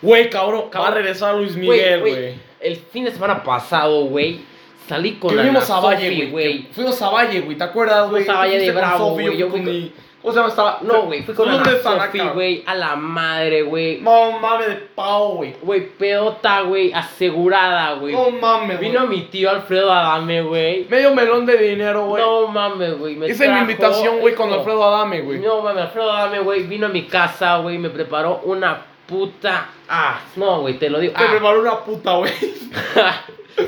Speaker 1: Güey, cabrón,
Speaker 2: Cabrón.
Speaker 1: va a regresar Luis
Speaker 2: Güey,
Speaker 1: Miguel,
Speaker 2: güey,
Speaker 1: güey.
Speaker 2: El fin de semana pasado, güey, salí
Speaker 1: Que
Speaker 2: con Ana
Speaker 1: fuimos a Valle,
Speaker 2: Sofi,
Speaker 1: güey. que Fuimos a Valle, güey. ¿Te acuerdas, güey?
Speaker 2: Fuimos a
Speaker 1: Tú
Speaker 2: Valle de
Speaker 1: fuiste con
Speaker 2: Bravo,
Speaker 1: Sofi,
Speaker 2: güey,
Speaker 1: yo
Speaker 2: yo
Speaker 1: con
Speaker 2: fui con-
Speaker 1: mi- ¿Cómo se llama? Estaba...
Speaker 2: No, güey, fui con
Speaker 1: ¿Dónde
Speaker 2: Ana
Speaker 1: estará,
Speaker 2: Sofi,
Speaker 1: cabrón?
Speaker 2: güey, a la madre, güey.
Speaker 1: No mames de pavo, güey.
Speaker 2: Güey, pedota, güey, asegurada, güey.
Speaker 1: No mames, güey.
Speaker 2: Vino mi tío Alfredo Adame, güey.
Speaker 1: Medio melón de dinero, güey.
Speaker 2: No mames, güey. me
Speaker 1: Esa es mi
Speaker 2: trajo,
Speaker 1: invitación, güey, con
Speaker 2: hijo.
Speaker 1: Alfredo Adame, güey.
Speaker 2: No mames, Alfredo Adame, güey, vino a mi casa, güey, me preparó una puta. Ah, no, güey, te lo digo.
Speaker 1: Te
Speaker 2: ah.
Speaker 1: preparó una puta, güey.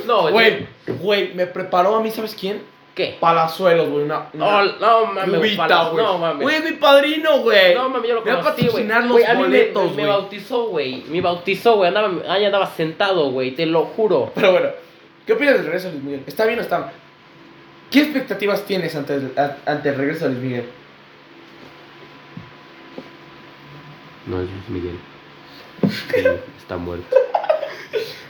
Speaker 2: no, güey.
Speaker 1: Güey, güey, me preparó a mí, ¿sabes quién?
Speaker 2: ¿Qué?
Speaker 1: Palazuelos, güey. Una,
Speaker 2: No,
Speaker 1: una
Speaker 2: no mames,
Speaker 1: cubita,
Speaker 2: Palas-
Speaker 1: güey.
Speaker 2: no mames.
Speaker 1: Güey, es mi padrino, güey.
Speaker 2: No mames, yo lo
Speaker 1: Me va a
Speaker 2: conocí, güey.
Speaker 1: patrocinar los
Speaker 2: Güey, a mí me-
Speaker 1: boletos,
Speaker 2: me,
Speaker 1: güey.
Speaker 2: me bautizó, güey. Me bautizó, güey. Andaba, ahí andaba sentado, güey. Te lo juro.
Speaker 1: Pero bueno, ¿qué opinas del regreso de Luis Miguel? ¿Está bien o está mal? ¿Qué expectativas tienes ante el, a- ante el regreso de Luis Miguel?
Speaker 2: No es Luis Miguel. Eh, está muerto.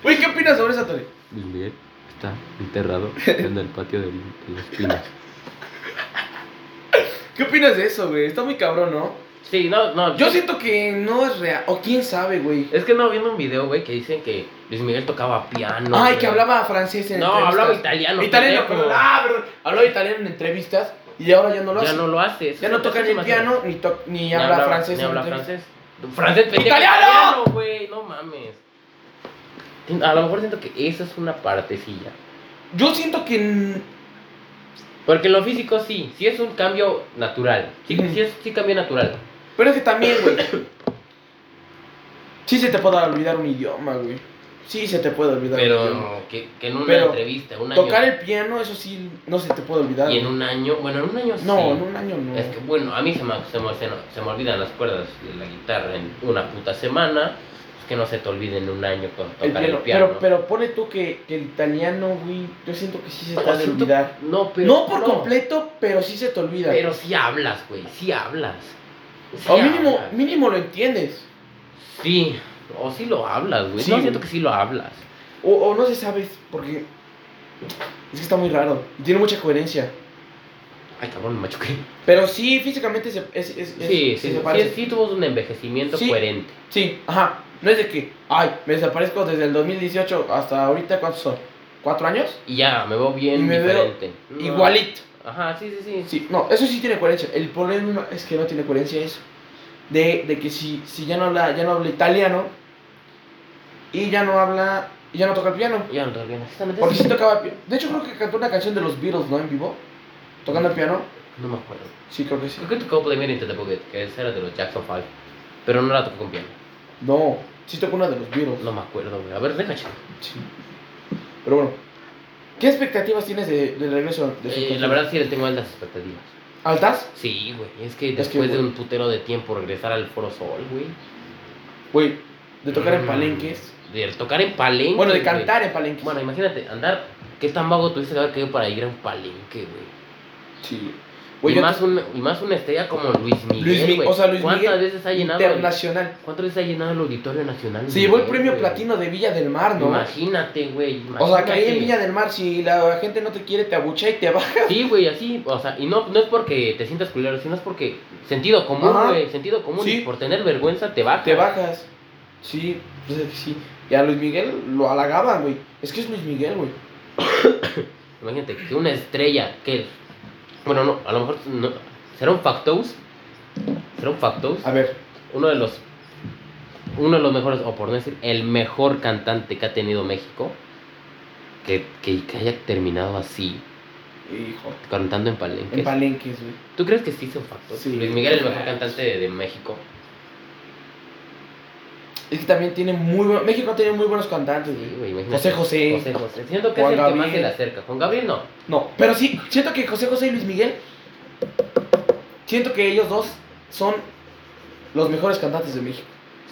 Speaker 1: Güey, ¿qué opinas sobre esa Tony?
Speaker 2: Luis Miguel está enterrado en el patio de, los pinos.
Speaker 1: ¿Qué opinas de eso, güey? Está muy cabrón, ¿no?
Speaker 2: Sí, no, no.
Speaker 1: Yo siento que no es real. O quién sabe, güey.
Speaker 2: Es que no viendo un video, güey, que dicen que Luis Miguel tocaba piano.
Speaker 1: Ay,
Speaker 2: güey.
Speaker 1: que hablaba francés en
Speaker 2: No,
Speaker 1: entrevistas.
Speaker 2: hablaba italiano.
Speaker 1: Italiano,
Speaker 2: pendejo.
Speaker 1: perdón. Ah, perdón. Hablaba italiano en entrevistas y ahora ya no lo
Speaker 2: Ya
Speaker 1: hace.
Speaker 2: no lo hace.
Speaker 1: Ya no toca ni el piano, ni, to- ni habla
Speaker 2: hablaba-
Speaker 1: francés.
Speaker 2: Ni
Speaker 1: en
Speaker 2: habla
Speaker 1: entrevistas.
Speaker 2: francés. ¡Francés, pendejo!
Speaker 1: ¡Italiano!
Speaker 2: güey! No mames. A lo mejor siento que esa es una partecilla.
Speaker 1: Yo siento que. n-
Speaker 2: Porque en lo físico sí, sí es un cambio natural. Sí,
Speaker 1: Ujú.
Speaker 2: sí es sí cambio natural.
Speaker 1: Pero es que también, güey. sí se te puede olvidar un idioma, güey. Sí se te puede olvidar un idioma.
Speaker 2: Pero que, que en una
Speaker 1: Pero
Speaker 2: entrevista, un año.
Speaker 1: Tocar el piano, eso sí, no se te puede olvidar.
Speaker 2: Y en
Speaker 1: güey.
Speaker 2: un año, bueno, en un año sí.
Speaker 1: No, en un año no.
Speaker 2: Es que bueno, a mí se me, se, me, se me- se me olvidan las cuerdas de la guitarra en una puta semana. Es que no se te olvide en un año con tocar
Speaker 1: el piano.
Speaker 2: el piano.
Speaker 1: Pero, pero pone tú que, que el italiano, güey, yo siento que sí se te
Speaker 2: No,
Speaker 1: ha de
Speaker 2: Pues siento-
Speaker 1: olvidar.
Speaker 2: no, pero-
Speaker 1: no por
Speaker 2: no.
Speaker 1: completo, pero sí se te olvida.
Speaker 2: Pero sí hablas, güey, sí hablas. Sí
Speaker 1: o mínimo,
Speaker 2: hablas.
Speaker 1: mínimo lo entiendes.
Speaker 2: Sí, o sí lo hablas, güey.
Speaker 1: Sí,
Speaker 2: no
Speaker 1: güey.
Speaker 2: siento que sí lo hablas.
Speaker 1: O, o no se sabes, porque es que está muy raro. Y tiene mucha coherencia.
Speaker 2: Ay, cabrón, me machuqué.
Speaker 1: Pero sí, físicamente se, es, es- es-
Speaker 2: Sí, sí,
Speaker 1: se
Speaker 2: sí,
Speaker 1: parece.
Speaker 2: sí, sí tuvo un envejecimiento
Speaker 1: Sí.
Speaker 2: coherente.
Speaker 1: Sí, ajá. No es de que, ay, me desaparezco desde el 2018 hasta ahorita, ¿cuántos son? ¿Cuatro años?
Speaker 2: Y ya, me veo bien
Speaker 1: Y me veo
Speaker 2: diferente. No.
Speaker 1: Igualito.
Speaker 2: Ajá, sí, sí, sí.
Speaker 1: Sí, no, eso sí tiene coherencia. El problema es que no tiene coherencia eso. De, de que si, si ya no habla, ya no habla italiano, Y ya no habla, y ya no toca el piano.
Speaker 2: Ya no toca bien, exactamente.
Speaker 1: Porque
Speaker 2: sí.
Speaker 1: sí tocaba el piano. De hecho, creo que cantó una canción de los Beatles, ¿no? En vivo. Tocando el piano.
Speaker 2: No me acuerdo.
Speaker 1: Sí, creo que sí.
Speaker 2: Creo que tocó Playmate Into the Pocket, que esa era de los Jackson 5. Pero no la tocó con piano.
Speaker 1: No, sí tocó una de los Beatles.
Speaker 2: No me acuerdo, güey. A ver, deja checar.
Speaker 1: Sí. Pero bueno. ¿Qué expectativas tienes de- del regreso de su
Speaker 2: Eh,
Speaker 1: concierto?
Speaker 2: la verdad sí le tengo altas expectativas.
Speaker 1: ¿Altas?
Speaker 2: Sí, güey. Es que
Speaker 1: Es que,
Speaker 2: después de
Speaker 1: güey.
Speaker 2: un putero de tiempo regresar al Foro Sol, güey.
Speaker 1: Güey, de tocar en
Speaker 2: Mm,
Speaker 1: palenques.
Speaker 2: De tocar en palenques.
Speaker 1: Bueno, de
Speaker 2: güey.
Speaker 1: cantar en palenques.
Speaker 2: Bueno, imagínate, andar. ¿Qué tan vago tuviste que haber caído para ir a un palenque, güey?
Speaker 1: sí. Güey,
Speaker 2: y,
Speaker 1: yo
Speaker 2: más un- y más una estrella como Luis Miguel.
Speaker 1: Luis Mi-
Speaker 2: güey.
Speaker 1: o sea, Luis
Speaker 2: ¿Cuántas
Speaker 1: Miguel
Speaker 2: veces ha llenado? el-
Speaker 1: internacional.
Speaker 2: ¿Cuántas veces ha llenado el Auditorio Nacional?
Speaker 1: Se llevó el
Speaker 2: Miguel,
Speaker 1: premio
Speaker 2: güey?
Speaker 1: platino de Villa del Mar, ¿no?
Speaker 2: Imagínate, güey.
Speaker 1: O sea, que ahí en
Speaker 2: imagínate.
Speaker 1: Villa del Mar, si la gente no te quiere, te abucha y te baja.
Speaker 2: Sí, güey, así, o sea, y no, no es porque te sientas culero, sino es porque sentido común,
Speaker 1: Ajá.
Speaker 2: güey, sentido común,
Speaker 1: Sí.
Speaker 2: y por tener vergüenza te baja.
Speaker 1: Te bajas. Sí, pues es que sí. Y a Luis Miguel lo halagaban, güey. Es que es Luis Miguel, güey.
Speaker 2: Imagínate que una estrella que, bueno, no, a lo mejor no, será un factos, será un factos,
Speaker 1: A ver,
Speaker 2: uno de los, uno de los mejores, o por no decir, el mejor cantante que ha tenido México, que, que, que haya terminado así,
Speaker 1: hijo.
Speaker 2: cantando en palenques.
Speaker 1: En palenques, güey.
Speaker 2: ¿Tú crees que sí son factos?
Speaker 1: Sí.
Speaker 2: Luis Miguel es el mejor cantante de, de México.
Speaker 1: Es que también tiene muy buen... México tiene muy buenos cantantes,
Speaker 2: Sí,
Speaker 1: güey.
Speaker 2: güey, imagínate.
Speaker 1: José José.
Speaker 2: José José. Siento que
Speaker 1: Juan
Speaker 2: es el que más se
Speaker 1: Gabriel.
Speaker 2: le acerca. Juan Gabriel no.
Speaker 1: No, pero sí, siento que José José y Luis Miguel. Siento que ellos dos son los mejores cantantes de México.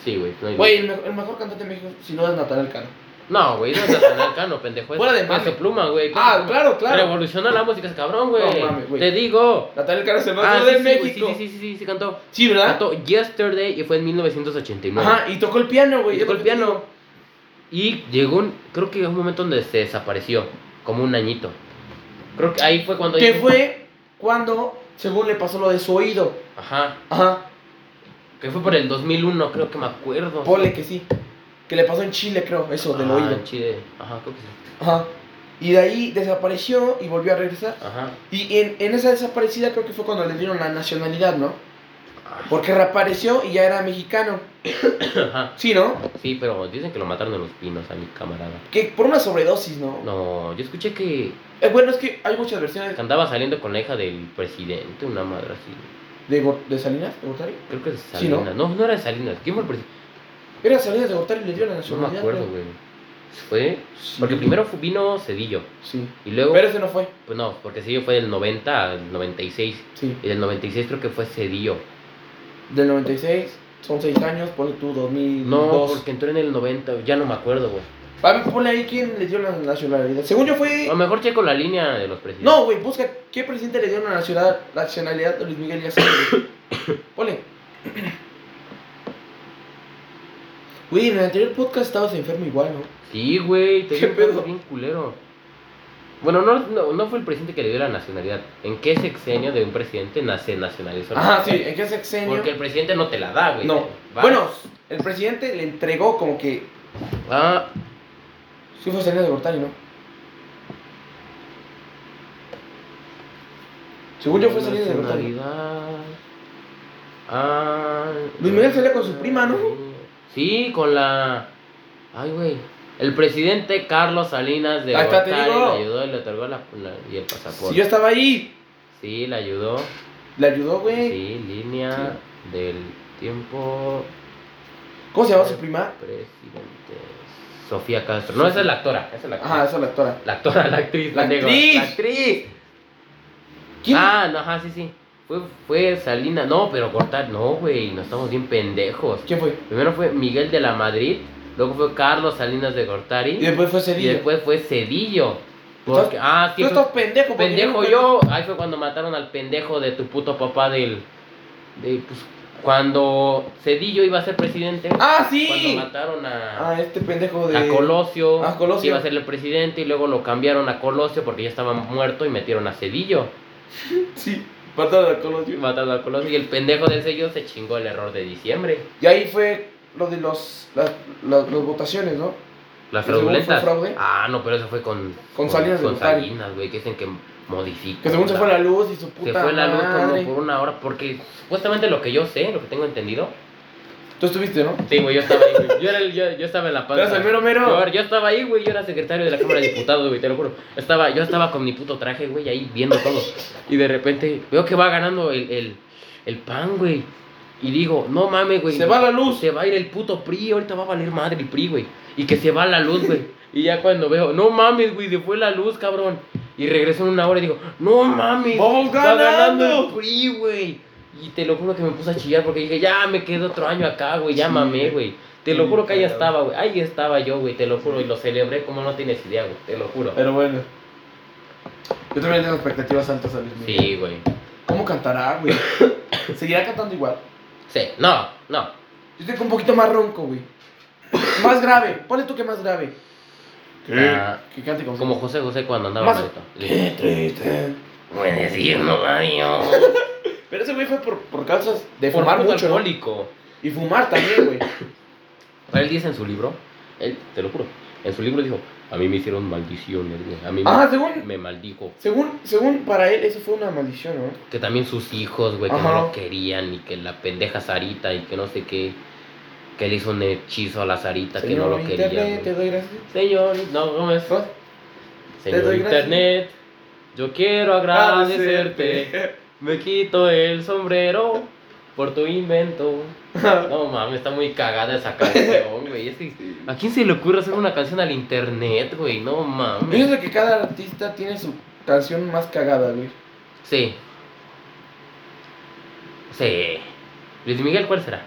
Speaker 2: Sí, güey. No, hay
Speaker 1: Güey, el, me- el mejor cantante de México, si no es Natanael Cano.
Speaker 2: no, güey, no es Natanael Cano, pendejo. es
Speaker 1: Fuera de
Speaker 2: Peso
Speaker 1: mame.
Speaker 2: pluma, güey.
Speaker 1: Ah, claro, claro.
Speaker 2: Revolucionó la música ese cabrón, güey.
Speaker 1: No mames, güey.
Speaker 2: Te digo.
Speaker 1: Natanael Cano es el
Speaker 2: Ah,
Speaker 1: mejor
Speaker 2: sí,
Speaker 1: de
Speaker 2: sí, güey,
Speaker 1: México.
Speaker 2: sí, sí, sí, sí, sí, sí, cantó.
Speaker 1: Sí, ¿verdad?
Speaker 2: Cantó Yesterday y fue en 1989.
Speaker 1: Ajá, y tocó el piano, güey.
Speaker 2: Y
Speaker 1: es
Speaker 2: tocó
Speaker 1: lo
Speaker 2: el
Speaker 1: que te
Speaker 2: piano.
Speaker 1: digo.
Speaker 2: Y llegó un, creo que llegó un momento donde se desapareció, como un añito. Creo que ahí fue cuando...
Speaker 1: Que fue cuando, según le pasó lo de su oído.
Speaker 2: Ajá,
Speaker 1: Ajá,
Speaker 2: que fue por el 2001, creo que me acuerdo.
Speaker 1: ponle que sí. Que le pasó en Chile, creo, eso del
Speaker 2: Ah,
Speaker 1: oído.
Speaker 2: chide. Ajá, creo que sí.
Speaker 1: Ajá. Y de ahí desapareció y volvió a regresar.
Speaker 2: Ajá.
Speaker 1: Y en, en esa desaparecida creo que fue cuando le dieron la nacionalidad, ¿no?
Speaker 2: Ah,
Speaker 1: Porque reapareció y ya era mexicano.
Speaker 2: Ajá.
Speaker 1: Sí, ¿no?
Speaker 2: Sí, pero dicen que lo mataron en los pinos a mi camarada.
Speaker 1: Que por una sobredosis, ¿no?
Speaker 2: No, yo escuché que
Speaker 1: Eh, bueno, es que hay muchas versiones
Speaker 2: andaba saliendo con la hija del presidente, una madre así.
Speaker 1: de, Gor- de Salinas, de Gortari.
Speaker 2: Creo que es
Speaker 1: Sí, ¿no?
Speaker 2: Salinas. no? no, era de Salinas. ¿Quién fue el presidente?
Speaker 1: Era Salinas de Gortari y le dio la
Speaker 2: No
Speaker 1: nacionalidad.
Speaker 2: me acuerdo,
Speaker 1: creo.
Speaker 2: güey. Fue.
Speaker 1: Sí.
Speaker 2: Porque primero fu- vino Cedillo.
Speaker 1: Sí.
Speaker 2: Y luego.
Speaker 1: Pero ese no fue.
Speaker 2: Pues no, porque Cedillo fue del 90 al 96.
Speaker 1: Sí.
Speaker 2: Y del 96 creo que fue Cedillo.
Speaker 1: Del 96, son 6 años, ponle tú 2002.
Speaker 2: No, porque entró en el 90. Ya no me acuerdo, güey.
Speaker 1: A ver, ponle ahí quién le dio la nacionalidad. Según yo
Speaker 2: A lo
Speaker 1: fue...
Speaker 2: mejor checo la línea de los presidentes.
Speaker 1: No, güey, busca qué presidente le dio la nacionalidad, nacionalidad a Luis Miguel ya sabe. ponle. Güey, en el anterior podcast estabas enfermo igual, ¿no?
Speaker 2: Sí, güey, te
Speaker 1: ¿Qué
Speaker 2: dio un pedo
Speaker 1: pedo?
Speaker 2: bien culero. Bueno, no, no, no fue el presidente que le dio la nacionalidad. ¿En qué sexenio de un presidente nace nacionalizó? la
Speaker 1: Ajá, Ah, sí,
Speaker 2: nacionalidad?
Speaker 1: ¿en qué sexenio?
Speaker 2: Porque el presidente no te la da, güey.
Speaker 1: No.
Speaker 2: Va.
Speaker 1: Bueno, el presidente le entregó como que.
Speaker 2: Ah,
Speaker 1: Sí, fue Salinas de Gortari, ¿no? Según yo, fue Salinas de Gortari.
Speaker 2: nacionalidad. Ah.
Speaker 1: Luis Miguel salía con su prima, ¿no?
Speaker 2: Sí, con la. Ay, güey. El presidente Carlos Salinas de
Speaker 1: Ahí está, te
Speaker 2: Gortari le
Speaker 1: digo.
Speaker 2: ayudó y le otorgó la, la- y el pasaporte.
Speaker 1: Si yo estaba ahí,
Speaker 2: Sí, le ayudó.
Speaker 1: le ayudó, güey.
Speaker 2: Sí, línea del tiempo.
Speaker 1: ¿Cómo se llama su prima?
Speaker 2: Presidente. Sofía Castro. No, esa es la actora. Esa es la actora.
Speaker 1: Ajá, esa es la actora.
Speaker 2: La actora, la actriz.
Speaker 1: La
Speaker 2: pendejo.
Speaker 1: actriz.
Speaker 2: La actriz.
Speaker 1: ¿Quién?
Speaker 2: Ah, no, ajá, sí, sí. Fue, fue Salina. No, pero cortar. No, güey. No estamos bien pendejos.
Speaker 1: ¿Quién fue?
Speaker 2: Primero fue Miguel de la Madrid. Luego fue Carlos Salinas de Gortari.
Speaker 1: Y después fue
Speaker 2: Y
Speaker 1: Cedillo.
Speaker 2: después fue Cedillo. Porque, ah, sí,
Speaker 1: Tú
Speaker 2: fue-
Speaker 1: estás pendejo, porque
Speaker 2: pendejo
Speaker 1: nunca-
Speaker 2: yo. Ahí fue cuando mataron al pendejo de tu puto papá del. de, pues, cuando Cedillo iba a ser presidente.
Speaker 1: ¡Ah,
Speaker 2: Cuando
Speaker 1: sí!
Speaker 2: mataron a,
Speaker 1: Ah, este pendejo de.
Speaker 2: a Colosio,
Speaker 1: Ah, Colosio.
Speaker 2: que iba a ser el presidente, y luego lo cambiaron a Colosio porque ya estaba muerto y metieron a Cedillo.
Speaker 1: Sí, patada de Colosio.
Speaker 2: Matando a Colosio y el pendejo del sello se chingó el error de diciembre.
Speaker 1: Y ahí fue lo de los, las, las, las votaciones, ¿no?
Speaker 2: Las
Speaker 1: ¿Y según fue
Speaker 2: fraudulentas.
Speaker 1: fraude?
Speaker 2: Ah, no, pero eso fue con.
Speaker 1: Con Salinas de
Speaker 2: Con
Speaker 1: Gortari.
Speaker 2: Salinas, güey, que dicen que modificó.
Speaker 1: Que según se fue la luz y su
Speaker 2: Se
Speaker 1: puta.
Speaker 2: fue la luz como
Speaker 1: madre.
Speaker 2: por una hora, porque supuestamente lo que yo sé, lo que tengo entendido,
Speaker 1: Tú estuviste, ¿no?
Speaker 2: Sí, güey, yo estaba ahí, güey. Yo, era el- yo, yo estaba en la panza.
Speaker 1: Eras el mero mero.
Speaker 2: Yo, yo estaba ahí, güey. Yo era secretario de la Cámara de Diputados, güey, te lo juro. Estaba, yo estaba con mi puto traje, güey, ahí viendo todo. Y de repente veo que va ganando el, el, el pan, güey. Y digo, no mames, güey.
Speaker 1: Se va la luz.
Speaker 2: Se va a ir el puto PRI. Ahorita va a valer madre el PRI, güey. Y que se va la luz, güey. Y ya cuando veo, no mames, güey, se fue la luz, cabrón. Y regreso en una hora y digo, no mames.
Speaker 1: Vamos
Speaker 2: va
Speaker 1: ganando.
Speaker 2: el PRI, güey. Y te lo juro que me puse a chillar porque dije, ya me quedo otro año acá, güey, ya
Speaker 1: Sí,
Speaker 2: mamé,
Speaker 1: güey.
Speaker 2: güey. Te lo
Speaker 1: Sí,
Speaker 2: juro que ahí
Speaker 1: cagado.
Speaker 2: estaba, güey. Ahí estaba yo, güey, te lo juro. Y lo celebré como no tienes idea, güey, te lo juro.
Speaker 1: Pero bueno. Yo también tengo expectativas altas a Luis Miguel.
Speaker 2: Sí, güey.
Speaker 1: ¿Cómo cantará, güey? Seguirá cantando igual.
Speaker 2: Sí, no, no.
Speaker 1: Yo estoy un poquito más ronco, güey. Más grave. Ponle tú que más grave.
Speaker 2: Ah,
Speaker 1: Que cante como...
Speaker 2: como José José cuando andaba
Speaker 1: Más-
Speaker 2: malito.
Speaker 1: Qué triste.
Speaker 2: Buenos días, no adiós.
Speaker 1: Pero ese güey fue por, por causas de
Speaker 2: Por
Speaker 1: fumar
Speaker 2: puro
Speaker 1: mucho, ¿no?
Speaker 2: alcohólico.
Speaker 1: Y fumar también, güey.
Speaker 2: Pero él dice en su libro, él, te lo juro, en su libro dijo, a mí me hicieron maldiciones, güey. A mí me-
Speaker 1: Ah, según,
Speaker 2: me maldijo.
Speaker 1: según, según para él eso fue una maldición, ¿no?
Speaker 2: Que también sus hijos, güey, que
Speaker 1: Ajá.
Speaker 2: no lo querían y que la pendeja Sarita y que no sé qué. Que le hizo un hechizo a la Sarita que no lo
Speaker 1: internet,
Speaker 2: quería.
Speaker 1: te
Speaker 2: güey.
Speaker 1: doy gracias.
Speaker 2: Señor, no, ¿cómo es?
Speaker 1: ¿No?
Speaker 2: Señor
Speaker 1: doy gracias.
Speaker 2: Internet, yo quiero
Speaker 1: Ah,
Speaker 2: agradecerte.
Speaker 1: Agradecerte.
Speaker 2: Me quito el sombrero por tu invento. No mames, está muy cagada esa canción, güey. Es que, ¿A quién se le ocurre hacer una canción al Internet, güey? No mames.
Speaker 1: Pienso que cada artista tiene su canción más cagada, güey.
Speaker 2: Sí. Sí. Luis Miguel, ¿cuál será?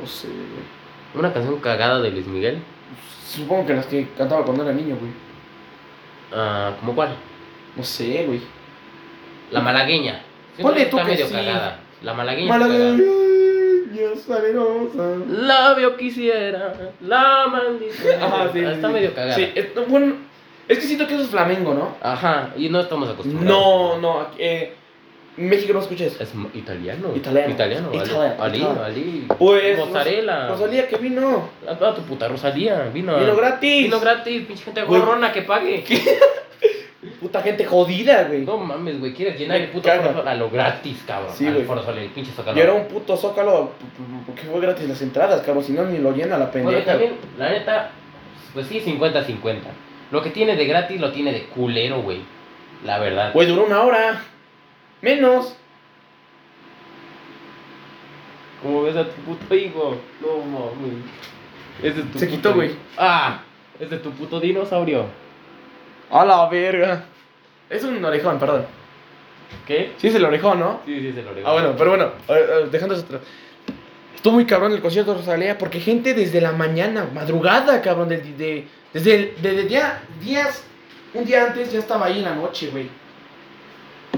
Speaker 1: No sé, güey.
Speaker 2: Una canción cagada de Luis Miguel.
Speaker 1: Supongo que las que cantaba cuando era niño, güey.
Speaker 2: Ah, ¿Cómo cuál?
Speaker 1: No sé, güey.
Speaker 2: La malagueña. Siento
Speaker 1: Ponle
Speaker 2: que
Speaker 1: tú
Speaker 2: está
Speaker 1: que
Speaker 2: medio
Speaker 1: sí.
Speaker 2: cagada. La malagueña. está cagada.
Speaker 1: Malagueñas arenosas.
Speaker 2: Labio quisiera. La maldición.
Speaker 1: Ajá, sí, sí,
Speaker 2: está
Speaker 1: sí.
Speaker 2: medio cagada.
Speaker 1: Sí, es, bueno, es que siento que eso es flamengo, ¿no?
Speaker 2: Ajá, y no estamos acostumbrados.
Speaker 1: No, no, aquí, eh, México no escucha eso.
Speaker 2: Es mo- italiano.
Speaker 1: Italiano.
Speaker 2: Italiano. Ali,
Speaker 1: Italiano,
Speaker 2: Ali,
Speaker 1: italiano.
Speaker 2: Ali.
Speaker 1: Pues,
Speaker 2: Mozzarella.
Speaker 1: Rosalía que vino,
Speaker 2: Ah, ah, tu puta Rosalía. Vino.
Speaker 1: vino gratis.
Speaker 2: Ah. Vino gratis, pinche gente
Speaker 1: Güey.
Speaker 2: gorrona que pague.
Speaker 1: Puta gente jodida, güey.
Speaker 2: No mames, güey, quieres llenar
Speaker 1: Me
Speaker 2: el puto
Speaker 1: caga.
Speaker 2: Foro Sol a lo gratis, cabrón.
Speaker 1: Sí,
Speaker 2: al
Speaker 1: güey.
Speaker 2: Foro Sol, el pinche Zócalo.
Speaker 1: Yo era un puto zócalo p- p- porque fue gratis las entradas, cabrón. Si no, ni lo llena la
Speaker 2: Bueno,
Speaker 1: pendeja.
Speaker 2: también, la neta, pues sí, 50-50. Lo que tiene de gratis lo tiene de culero, güey. La verdad.
Speaker 1: Güey, duró una hora. Menos.
Speaker 2: Como ves a tu puto hijo. No mames. Ese es tu
Speaker 1: Se
Speaker 2: puto
Speaker 1: quitó, güey.
Speaker 2: di- Ah, ese es tu puto dinosaurio.
Speaker 1: A la verga. Es un orejón, perdón.
Speaker 2: ¿Qué?
Speaker 1: Sí, es el orejón, ¿no?
Speaker 2: Sí, sí, se lo regaló.
Speaker 1: Ah, bueno, pero bueno, a ver, a ver, dejando eso atrás. Estuvo muy cabrón el concierto de Rosalía porque gente desde la mañana, madrugada, cabrón, de- de- desde el- desde día- días, un día antes ya estaba ahí en la noche, güey.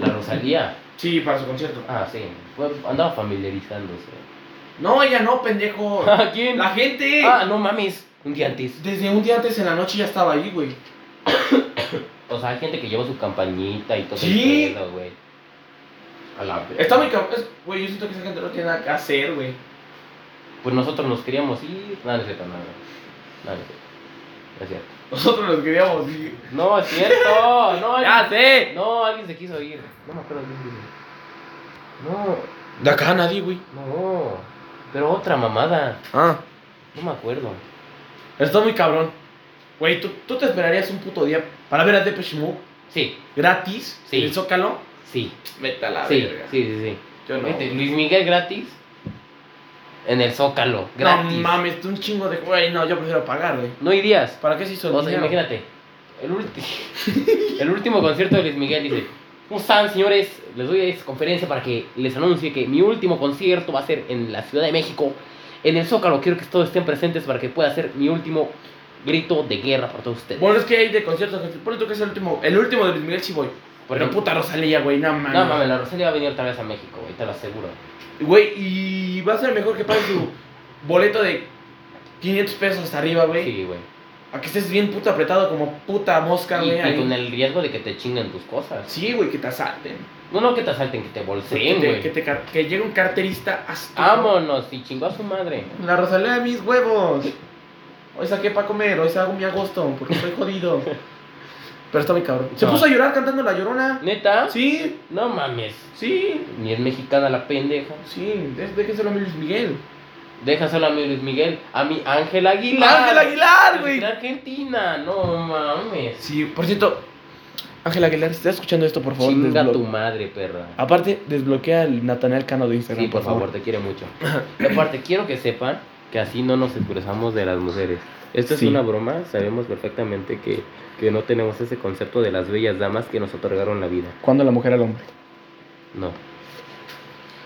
Speaker 2: La Rosalía.
Speaker 1: Sí, para su concierto.
Speaker 2: Ah, sí. Pues andaba familiarizándose.
Speaker 1: No, ella no, pendejo.
Speaker 2: ¿A quién?
Speaker 1: la gente.
Speaker 2: Ah, no mames. Un día antes.
Speaker 1: Desde un día antes en la noche ya estaba ahí, güey.
Speaker 2: O sea, hay gente que lleva su campañita y todo
Speaker 1: Sí.
Speaker 2: el pedo, güey. A la verga.
Speaker 1: Está muy cabrón. es- Güey, yo siento que esa gente no tiene nada que hacer, güey.
Speaker 2: Pues nosotros nos queríamos ir. Nada, no es cierto, nada. Nada, no es cierto. No es cierto.
Speaker 1: Nosotros nos queríamos ir.
Speaker 2: No, es cierto. No, alguien-
Speaker 1: sé!
Speaker 2: no, alguien se quiso ir. No me acuerdo quién dijo. No,
Speaker 1: De acá nadie, güey.
Speaker 2: no. Pero otra mamada.
Speaker 1: Ah.
Speaker 2: No me acuerdo.
Speaker 1: Está muy cabrón. Güey, ¿tú, tú te esperarías un puto día para ver a Depeche Mode
Speaker 2: Sí,
Speaker 1: gratis
Speaker 2: Sí.
Speaker 1: en el Zócalo?
Speaker 2: sí.
Speaker 1: Vete a la
Speaker 2: sí,
Speaker 1: verga.
Speaker 2: sí, sí, sí.
Speaker 1: Yo no.
Speaker 2: Vete, Luis Miguel gratis. En el Zócalo. Gratis.
Speaker 1: No mames, tú un chingo de. Güey, no, yo prefiero pagar, güey.
Speaker 2: No irías.
Speaker 1: ¿Para qué se hizo el
Speaker 2: O sea,
Speaker 1: dinero?
Speaker 2: imagínate. El, ulti- el último concierto de Luis Miguel dice: ¿Cómo están, señores? Les doy esta conferencia para que les anuncie que mi último concierto va a ser en la Ciudad de México. En el Zócalo quiero que todos estén presentes para que pueda ser mi último grito de guerra para todos ustedes.
Speaker 1: Bueno, es que hay de conciertos. Ponle tú que es el último. El último de Luis Miguel sí voy.
Speaker 2: Por
Speaker 1: Pero
Speaker 2: ejemplo,
Speaker 1: puta Rosalía, güey, no mames.
Speaker 2: No mames, la Rosalia va a venir otra vez a México, güey, te lo aseguro.
Speaker 1: Güey, y va a ser mejor que pagues tu boleto de 500 pesos hasta arriba, güey.
Speaker 2: Sí, güey.
Speaker 1: A que estés bien puto apretado como puta mosca,
Speaker 2: Y,
Speaker 1: güey.
Speaker 2: y
Speaker 1: ahí.
Speaker 2: con el riesgo de que te chingan tus cosas.
Speaker 1: Sí, güey, que te asalten.
Speaker 2: No, no que te asalten, que te
Speaker 1: Pues que,
Speaker 2: bolseen,
Speaker 1: te-
Speaker 2: güey.
Speaker 1: que, te car- que llegue un carterista hasta.
Speaker 2: Vámonos, y chingó a su madre.
Speaker 1: La Rosalía de mis huevos. Hoy saqué para comer, hoy hago mi agosto, porque estoy jodido. Pero está muy cabrón. Se
Speaker 2: No.
Speaker 1: puso a llorar cantando La Llorona.
Speaker 2: ¿Neta?
Speaker 1: Sí,
Speaker 2: No mames.
Speaker 1: sí,
Speaker 2: Ni es mexicana la pendeja.
Speaker 1: sí. dé- Déjenselo a Luis Miguel.
Speaker 2: Deja solo a mi Luis Miguel, a mi Ángel Aguilar.
Speaker 1: Ángel Aguilar,
Speaker 2: Ángel
Speaker 1: güey.
Speaker 2: Argentina, no mames.
Speaker 1: Sí, por cierto, Ángel Aguilar, si estás escuchando esto, por favor,
Speaker 2: Chinga
Speaker 1: desblo-
Speaker 2: tu madre, perra.
Speaker 1: Aparte, desbloquea al Natanael Cano de Instagram,
Speaker 2: Sí, Ah, por favor, te quiere mucho. Y aparte, quiero que sepan que así no nos expresamos de las mujeres. Esto
Speaker 1: Sí.
Speaker 2: es una broma, sabemos perfectamente que, que no tenemos ese concepto de las bellas damas que nos otorgaron la vida.
Speaker 1: Cuando la mujer al hombre.
Speaker 2: No.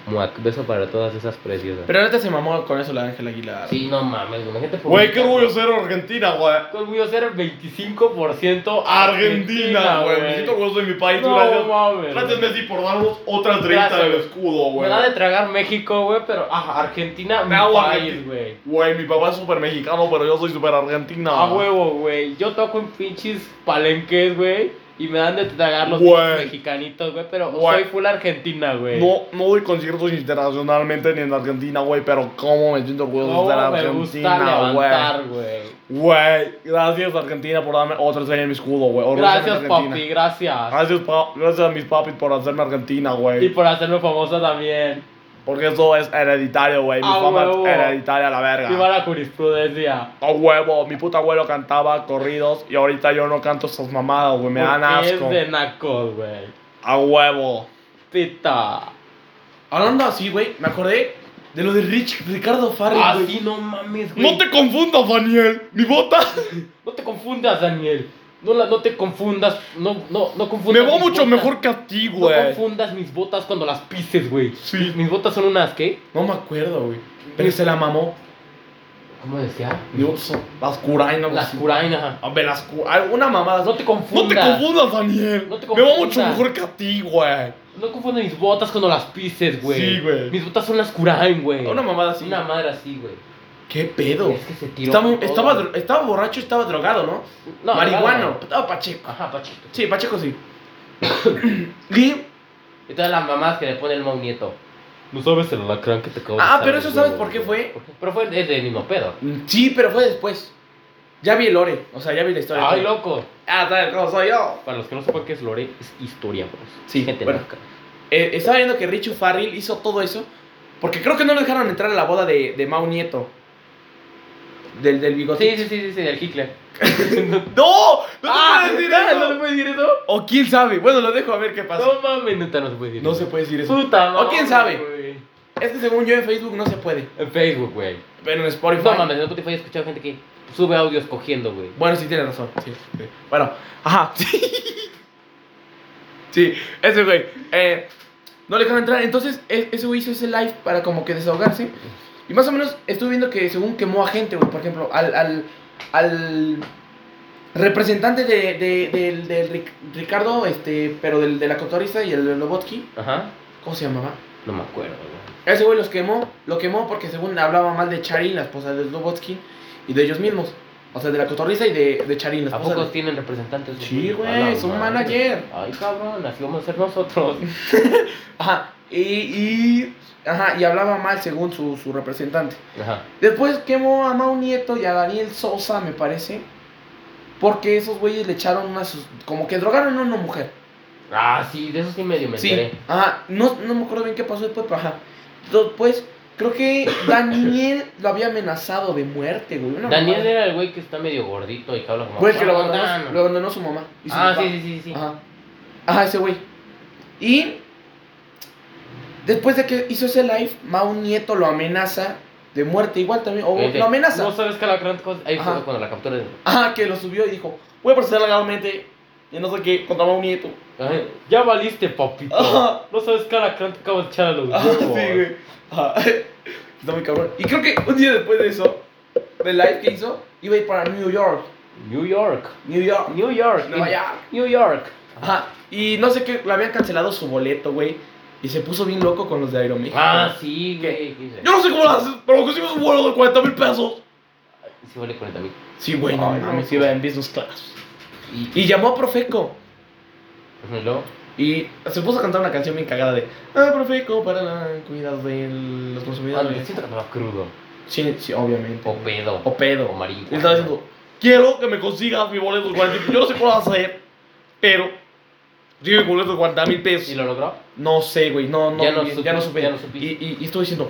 Speaker 2: Muac, beso para todas esas preciosas.
Speaker 1: Pero ahorita se mamó con eso la Ángel Aguilar.
Speaker 2: Sí, no mames, güey. Gente
Speaker 3: Güey, qué orgullo ser Argentina, güey.
Speaker 2: Qué orgullo ser 25%
Speaker 3: Argentina, güey. Me siento orgulloso de mi país. gracias.
Speaker 2: mames.
Speaker 3: Gracias, Messi, por darnos otra 30 del
Speaker 2: Gracias.
Speaker 3: escudo,
Speaker 2: Me
Speaker 3: güey.
Speaker 2: da de tragar México, güey, pero ah, Argentina,
Speaker 3: Me
Speaker 2: me
Speaker 3: hago
Speaker 2: país,
Speaker 3: Argentina.
Speaker 2: güey.
Speaker 3: Güey, mi papá es súper mexicano, pero yo soy súper argentina.
Speaker 2: A huevo, güey. Yo toco en pinches palenques, güey. Y me dan de tragar los
Speaker 3: Güey.
Speaker 2: pinches mexicanitos, güey. Pero
Speaker 3: Güey.
Speaker 2: soy full argentina, güey.
Speaker 3: No, no doy conciertos internacionalmente ni en Argentina, güey, pero cómo me siento orgulloso
Speaker 2: ¿Cómo
Speaker 3: de ser
Speaker 2: me gusta
Speaker 3: Argentina, güey.
Speaker 2: levantar, güey.
Speaker 3: Güey, gracias Argentina por darme otra estrella en mi escudo, güey. Orgullo de
Speaker 2: Gracias,
Speaker 3: Argentina.
Speaker 2: papi, gracias.
Speaker 3: Gracias, pa- gracias a mis papis por hacerme Argentina,
Speaker 2: Y
Speaker 3: güey.
Speaker 2: por hacerme famosa también.
Speaker 3: Porque eso es hereditario, güey. Mi
Speaker 2: A
Speaker 3: fama
Speaker 2: huevo.
Speaker 3: es hereditaria, la
Speaker 2: Viva
Speaker 3: verga.
Speaker 2: la jurisprudencia.
Speaker 3: A huevo, mi puta abuelo cantaba corridos y ahorita yo no canto esas mamadas, güey. Me dan
Speaker 2: Porque
Speaker 3: asco.
Speaker 2: Es de nacos, güey.
Speaker 3: A huevo.
Speaker 2: Pita.
Speaker 1: Hablando así, güey, me acordé de lo de Rich Ricardo Farri, güey.
Speaker 2: Así no mames, güey.
Speaker 3: Ah, No te confundas, Daniel. Mi bota.
Speaker 2: No te confundas, Daniel. No, la- no te confundas. No, no, no
Speaker 3: Me
Speaker 2: confundas.
Speaker 3: va
Speaker 2: mis
Speaker 3: mucho
Speaker 2: botas.
Speaker 3: mejor que a ti,
Speaker 2: No
Speaker 3: güey.
Speaker 2: confundas mis botas cuando las pises, güey.
Speaker 3: Sí.
Speaker 2: Mis botas son unas, ¿qué?
Speaker 1: No me acuerdo, güey. Pero se la mamó.
Speaker 2: ¿Cómo decía?
Speaker 1: Digo, son- las curainas, güey.
Speaker 2: Las curainas.
Speaker 1: A ver, las cu- alguna mamada.
Speaker 2: No te
Speaker 3: No te
Speaker 2: confundas.
Speaker 3: confundas, Daniel.
Speaker 2: No te
Speaker 3: Me va
Speaker 2: confundas.
Speaker 3: mucho mejor que a ti, güey.
Speaker 2: No confundas mis botas cuando las pises, güey.
Speaker 3: Sí, güey.
Speaker 2: Mis botas son las curain, güey.
Speaker 1: Una mamada así.
Speaker 2: Una madre así, güey.
Speaker 1: ¿Qué pedo?
Speaker 2: Es que se tiró.
Speaker 1: Estaba,
Speaker 2: todo.
Speaker 1: estaba, dro- estaba borracho, estaba drogado, ¿no?
Speaker 2: No,
Speaker 1: Marihuano.
Speaker 2: claro.
Speaker 1: Estaba Pacheco.
Speaker 2: Ajá, Pachito.
Speaker 1: Sí, Pacheco sí. y
Speaker 2: Y todas las mamás que le pone el mau nieto. No sabes el alacrán que te acabo
Speaker 1: de Ah, pero sacar, eso ¿sabes güey. por qué fue?
Speaker 2: Pero fue desde el mismo pedo.
Speaker 1: Mm, Sí, pero fue después. Ya vi el lore, o sea, ya vi la historia.
Speaker 2: Ay, loco.
Speaker 1: Ah, ¿sabes cómo soy yo?
Speaker 2: Para los que no sepan qué es Lore, es historia, bros.
Speaker 1: Sí,
Speaker 2: gente
Speaker 1: bueno.
Speaker 2: naca.
Speaker 1: Eh, estaba viendo que Richu Farrell hizo todo eso porque creo que no lo dejaron entrar a la boda de, de Mau Nieto. Del, del bigote.
Speaker 2: Sí, sí, sí, sí, sí, el Hitler.
Speaker 1: ¡No! ¡No
Speaker 2: Ah,
Speaker 1: se puede decir
Speaker 2: ¿neta? ¿No
Speaker 1: eso!
Speaker 2: se puede decir eso?
Speaker 1: O quién sabe. Bueno, lo dejo a ver qué pasa.
Speaker 2: No mames, neta, no se puede decir
Speaker 1: No
Speaker 2: eso.
Speaker 1: se puede decir eso.
Speaker 2: Puta madre.
Speaker 1: ¿O quién sabe?
Speaker 2: güey.
Speaker 1: Es que según yo en Facebook no se puede.
Speaker 2: En Facebook, güey.
Speaker 1: Pero en Spotify.
Speaker 2: No mames, en Spotify he escuchado gente que sube audios cogiendo, güey.
Speaker 1: Bueno, sí tienes razón. Sí, sí. Bueno, ajá. Sí. Sí, ese güey. Eh, no le dejaron entrar. Entonces, e- ese güey hizo ese live para como que desahogarse. Y más o menos estuve viendo que según quemó a gente, güey. Por ejemplo, al, al, al representante de, de- del, del Ric- Ricardo, este, pero del, de la cotorrista y el de Lobotsky.
Speaker 2: Ajá.
Speaker 1: ¿Cómo se llamaba?
Speaker 2: No me acuerdo, güey.
Speaker 1: Ese güey los quemó, lo quemó porque según hablaba mal de Charin, la esposa de Lobotsky, y de ellos mismos. O sea, de la cotorriza y de, de Charin, la
Speaker 2: ¿A
Speaker 1: esposa
Speaker 2: poco
Speaker 1: de-
Speaker 2: tienen representantes? de
Speaker 1: Sí,
Speaker 2: Facebook?
Speaker 1: güey,
Speaker 2: A la
Speaker 1: es un
Speaker 2: madre.
Speaker 1: manager.
Speaker 2: Ay, cabrón, así vamos a ser nosotros.
Speaker 1: Ajá, y, y, ajá, y hablaba mal según su, su representante.
Speaker 2: Ajá.
Speaker 1: Después quemó a Mau Nieto y a Daniel Sosa, me parece, porque esos güeyes le echaron una... sus- como que drogaron a una mujer.
Speaker 2: Ah, sí, de eso sí medio me
Speaker 1: Sí,
Speaker 2: enteré.
Speaker 1: ajá, no, no me acuerdo bien qué pasó después, pero ajá. Después, creo que Daniel lo había amenazado de muerte, güey. una
Speaker 2: Daniel
Speaker 1: mamada.
Speaker 2: era el güey que está medio gordito y que habla como.
Speaker 1: Pues que lo
Speaker 2: "Ah,
Speaker 1: abandonó,
Speaker 2: no".
Speaker 1: lo abandonó su mamá. y su
Speaker 2: Ah,
Speaker 1: papá.
Speaker 2: sí, sí, sí, sí.
Speaker 1: Ajá. Ajá, ese güey. Y después de que hizo ese live, Mau Nieto lo amenaza de muerte igual también. O
Speaker 2: Le dice,
Speaker 1: lo amenaza.
Speaker 2: No sabes que la gran cosa. Ahí
Speaker 1: Ajá.
Speaker 2: fue cuando la captura de.
Speaker 1: Ajá, que lo subió y dijo, voy a proceder legalmente. Y no sé qué, contra Mau Nieto.
Speaker 2: Ay, Ya valiste, papito.
Speaker 1: Ajá.
Speaker 2: No sabes que la gran te acabo de echar a los
Speaker 1: Ajá, sí,
Speaker 2: grupos.
Speaker 1: güey. Ajá. Está muy cabrón. Y creo que un día después de eso, del live que hizo, iba a ir para New York.
Speaker 2: New York.
Speaker 1: New York.
Speaker 2: New York.
Speaker 1: Nueva
Speaker 2: in-
Speaker 1: York.
Speaker 2: New York.
Speaker 1: Ajá. Y no sé qué, le habían cancelado su boleto, güey. Y se puso bien loco con los de Aeroméxico.
Speaker 2: Ah, sí,
Speaker 1: ¿Qué?
Speaker 2: güey. ¿Qué dice?
Speaker 3: Yo no sé cómo lo haces, pero conseguimos un vuelo de 40 mil pesos.
Speaker 2: Sí, vale 40 mil.
Speaker 1: Sí, güey, no
Speaker 2: Ay, no.
Speaker 1: mames, iba en business class.
Speaker 2: Y, Pues
Speaker 1: Y llamó a Profeco.
Speaker 2: y luego,
Speaker 1: Y se puso a cantar una canción bien cagada de Ah, Profeco, para la cuidado de los
Speaker 2: ah, me
Speaker 1: consumidores.
Speaker 2: siento que andaba crudo.
Speaker 1: Sí, sí, obviamente.
Speaker 2: O pedo.
Speaker 1: eh. O pedo.
Speaker 2: O marihuana.
Speaker 1: Y estaba diciendo,
Speaker 3: Quiero que me consigas mi boleto de 40 mil Yo no sé cómo lo hacer, pero. Sigue mi boleto de 40 mil
Speaker 2: ¿Y
Speaker 3: pesos.
Speaker 2: lo logró?
Speaker 1: no sé, güey, no, no,
Speaker 2: Ya no
Speaker 1: bien,
Speaker 2: supe,
Speaker 1: ya no supe.
Speaker 2: ya no supe.
Speaker 1: Y, y, y estuve diciendo,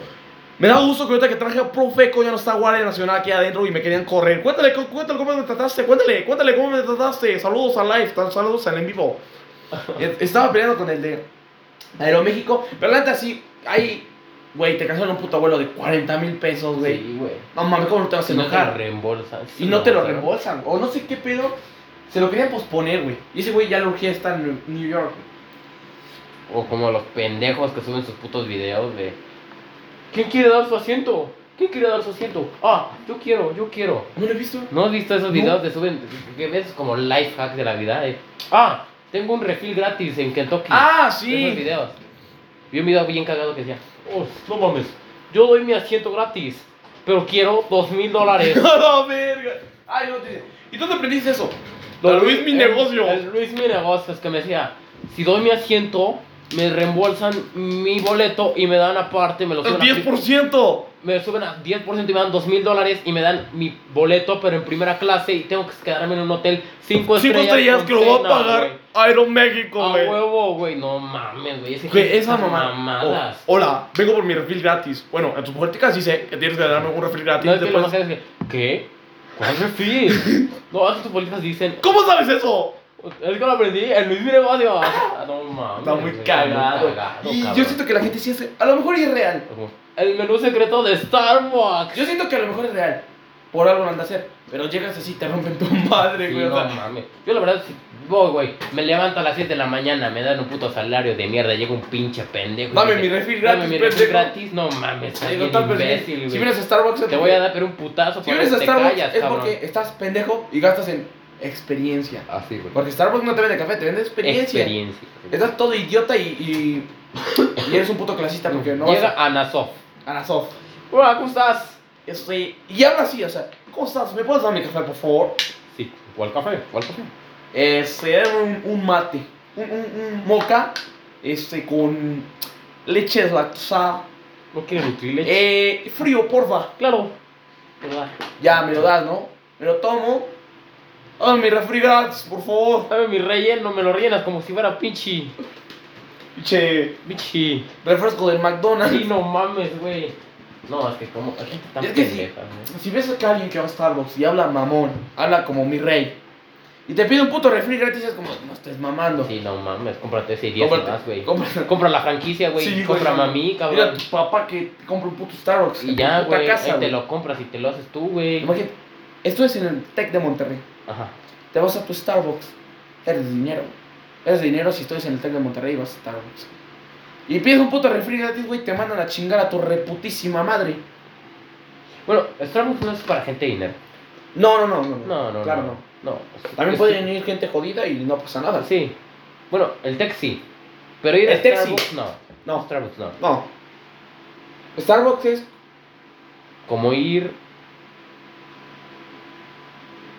Speaker 1: Me da gusto que ahorita que traje a Profeco ya no está Guardia Nacional aquí adentro y me querían correr. Cuéntale, cu- cuéntale cómo me trataste, cuéntale, cuéntale cómo me trataste. Saludos al live, tal- saludos al en vivo. Eh, Estaba peleando con el de Aeroméxico, pero la neta sí, ahí, güey, te cancelan un puto vuelo de 40 mil pesos, güey.
Speaker 2: Sí, güey.
Speaker 1: No mames, ¿cómo no te vas a
Speaker 2: Si no te lo
Speaker 1: enojar?
Speaker 2: reembolsan.
Speaker 1: Y no te lo
Speaker 2: reembolsan.
Speaker 1: reembolsan, o no sé qué pedo. Se lo querían posponer, güey. Y ese güey ya le urgía estar en New York. güey.
Speaker 2: O como los pendejos que suben sus putos videos de. ¿Quién quiere dar su asiento? ¿Quién quiere dar su asiento? Ah, yo quiero, yo quiero.
Speaker 1: ¿No lo he visto?
Speaker 2: ¿No has visto esos
Speaker 1: No.
Speaker 2: videos de suben que ves como life hack de la vida? de, ah, tengo un refil gratis en Kentucky.
Speaker 1: Ah,
Speaker 2: Esos
Speaker 1: sí.
Speaker 2: videos. Vi un video bien cagado que decía, oh, no mames, yo doy mi asiento gratis, pero quiero dos mil dólares.
Speaker 1: No, verga. Ay, no te... ¿Y dónde aprendiste eso?
Speaker 2: Don
Speaker 1: Luis, mi
Speaker 2: el-
Speaker 1: negocio.
Speaker 2: el Luis mi negocio es que me decía, si doy mi asiento, me reembolsan mi boleto y me dan aparte, me lo
Speaker 1: El
Speaker 2: suben a, fi-
Speaker 1: 10%.
Speaker 2: me suben a 10% y me dan dos mil dólares y me dan mi boleto, pero en primera clase y tengo que quedarme en un hotel cinco estrellas.
Speaker 1: 5 estrellas
Speaker 2: Pues, con
Speaker 1: que lo va a
Speaker 2: cena,
Speaker 1: pagar Aeroméxico, güey.
Speaker 2: güey. A huevo, güey, no mames, güey. es que
Speaker 1: Güey, esa
Speaker 2: esas
Speaker 1: mamá.
Speaker 2: mamadas.
Speaker 1: Oh, hola, vengo por mi refil gratis. Bueno, en tus políticas dice que tienes que darme un refil gratis.
Speaker 2: No, es que lo
Speaker 1: después-
Speaker 2: más que es que, ¿qué? ¿Cuál refil? no, es que tus políticas dicen,
Speaker 1: ¿Cómo sabes eso?
Speaker 2: es que lo aprendí en Luis mi negocio. Ah, no mames.
Speaker 1: Está muy
Speaker 2: güey,
Speaker 1: cagado.
Speaker 2: cagado,
Speaker 1: Y yo
Speaker 2: cabrón.
Speaker 1: siento que la gente sí hace. A lo mejor es real.
Speaker 2: El menú secreto de Starbucks.
Speaker 1: Yo siento que a lo mejor es real. Por algo lo han de hacer. Pero llegas así, te rompen tu madre,
Speaker 2: Sí,
Speaker 1: güey. o
Speaker 2: no
Speaker 1: sea,
Speaker 2: mames. Yo la verdad sí voy, güey. Me levanto a las 7 de la mañana, me dan un puto salario de mierda, llega un pinche pendejo. y
Speaker 1: Dame
Speaker 2: me
Speaker 1: mi
Speaker 2: dice,
Speaker 1: refil
Speaker 2: Dame
Speaker 1: gratis,
Speaker 2: mi refil
Speaker 1: pendejo".
Speaker 2: gratis. No mames,
Speaker 1: Sí,
Speaker 2: estás
Speaker 1: no
Speaker 2: bien
Speaker 1: tan pendejo.
Speaker 2: imbécil,
Speaker 1: si
Speaker 2: güey.
Speaker 1: vienes a Starbucks, es
Speaker 2: Te voy
Speaker 1: porque-
Speaker 2: a dar pero un putazo
Speaker 1: Si
Speaker 2: porque
Speaker 1: vienes a
Speaker 2: te
Speaker 1: Starbucks,
Speaker 2: callas,
Speaker 1: es
Speaker 2: cabrón.
Speaker 1: porque estás pendejo y gastas en experiencia.
Speaker 2: Así, güey.
Speaker 1: Porque Starbucks no te vende café, te vende experiencia.
Speaker 2: Experiencia.
Speaker 1: Estás todo idiota y, y, y eres un puto clasista porque no vas
Speaker 2: Llega
Speaker 1: a,
Speaker 2: Anasov.
Speaker 1: a la soft.
Speaker 2: Hola, ¿cómo estás?
Speaker 1: Eso sí. Y habla así, o sea, ¿cómo estás? ¿Me puedes dar mi café, por favor?
Speaker 2: Sí, ¿cuál café? ¿Cuál café?
Speaker 1: Este, dame un, un mate, un, un, un moca, este, con leche deslactosada.
Speaker 2: ¿No quieres Nutrileche?
Speaker 1: Eh, frío, porfa.
Speaker 2: Claro. ¿Verdad?
Speaker 1: Ya, me lo das, ¿no? Me lo tomo. Dame mi refri gratis, por favor.
Speaker 2: Dame mi relleno, me lo rellenas como si fuera pinche.
Speaker 1: Che,
Speaker 2: Pinche.
Speaker 1: refresco del McDonald's.
Speaker 2: Sí, no mames, güey. No, es que como. La gente tan
Speaker 1: Es que sí.
Speaker 2: pendeja, güey.
Speaker 1: Si ves que alguien que va a Starbucks y habla mamón, habla como mi rey, y te pide un puto refri gratis, es como, no estés mamando.
Speaker 2: Sí, no mames, cómprate ese 10
Speaker 1: Cómprate,
Speaker 2: más, güey.
Speaker 1: cómprate.
Speaker 2: Compra la franquicia, güey.
Speaker 1: Sí, güey,
Speaker 2: compra
Speaker 1: no.
Speaker 2: mami,
Speaker 1: Mira a
Speaker 2: cabrón.
Speaker 1: tu papá que compra un puto Starbucks.
Speaker 2: Y ya,
Speaker 1: en tu puta
Speaker 2: güey.
Speaker 1: casa,
Speaker 2: ahí te
Speaker 1: güey.
Speaker 2: lo compras y te lo haces tú, güey.
Speaker 1: Imagínate, esto es en el Tec de Monterrey.
Speaker 2: Ajá.
Speaker 1: Te vas a tu Starbucks, eres de dinero. Eres de dinero si estás en el Tec de Monterrey y vas a Starbucks. Y pides un puto refri gratis, güey, te mandan a chingar a tu reputísima madre.
Speaker 2: Bueno, Starbucks no es para gente de dinero.
Speaker 1: No, no, no, no.
Speaker 2: No, no,
Speaker 1: Claro,
Speaker 2: no.
Speaker 1: no.
Speaker 2: No.
Speaker 1: También
Speaker 2: Es-
Speaker 1: puede venir gente jodida y no pasa nada.
Speaker 2: Sí. Bueno, el taxi. Pero ir a
Speaker 1: El Tec sí.
Speaker 2: Starbucks, no.
Speaker 1: No,
Speaker 2: Starbucks, no.
Speaker 1: no. Starbucks es
Speaker 2: Como ir.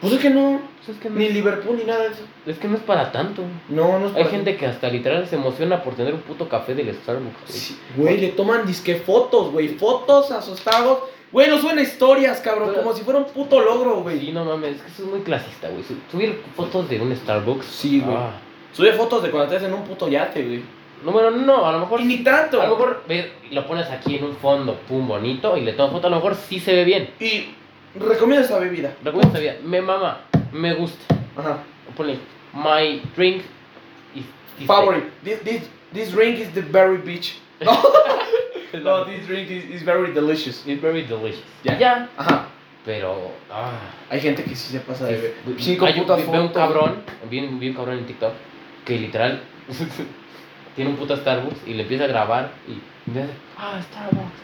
Speaker 1: Pues es que no,
Speaker 2: pues es que no.
Speaker 1: ni Liverpool ni nada de eso.
Speaker 2: Es que no es para tanto.
Speaker 1: No, no es
Speaker 2: Hay
Speaker 1: para-
Speaker 2: gente que hasta literal se emociona por tener un puto café del Starbucks. güey.
Speaker 1: Sí, Güey, le toman disque fotos, güey. Fotos asustados. Güey, no suben historias, cabrón.
Speaker 2: Pero-
Speaker 1: Como si fuera un puto logro,
Speaker 2: Sí,
Speaker 1: güey.
Speaker 2: no mames, es que eso es muy clasista, güey. Su- Subir fotos de un Starbucks.
Speaker 1: Sí, güey.
Speaker 2: Ah.
Speaker 1: Sube fotos de cuando estás en un puto yate, güey.
Speaker 2: No, bueno, no, a lo mejor.
Speaker 1: Y ni tanto.
Speaker 2: A lo mejor ve, lo pones aquí en un fondo, pum, bonito, y le tomas foto, a lo mejor sí se ve bien.
Speaker 1: Y recomiendo esta bebida.
Speaker 2: Recuerda esta vida, me mama, me gusta.
Speaker 1: Ajá.
Speaker 2: Ponle, my drink is. is-
Speaker 1: Favorite. This, this, this drink is the very beach. No, no this drink is, is very delicious.
Speaker 2: It's very delicious.
Speaker 1: Ya.
Speaker 2: Ya.
Speaker 1: Ajá.
Speaker 2: Pero. Ah.
Speaker 1: Hay gente que sí se pasa de ver.
Speaker 2: Sí,
Speaker 1: Cinco
Speaker 2: hay un-
Speaker 1: putas
Speaker 2: vi- vi
Speaker 1: fotos.
Speaker 2: un cabrón, vi un, vi un cabrón en TikTok que literal tiene un puto Starbucks y le empieza a grabar y me hace, ah, Starbucks,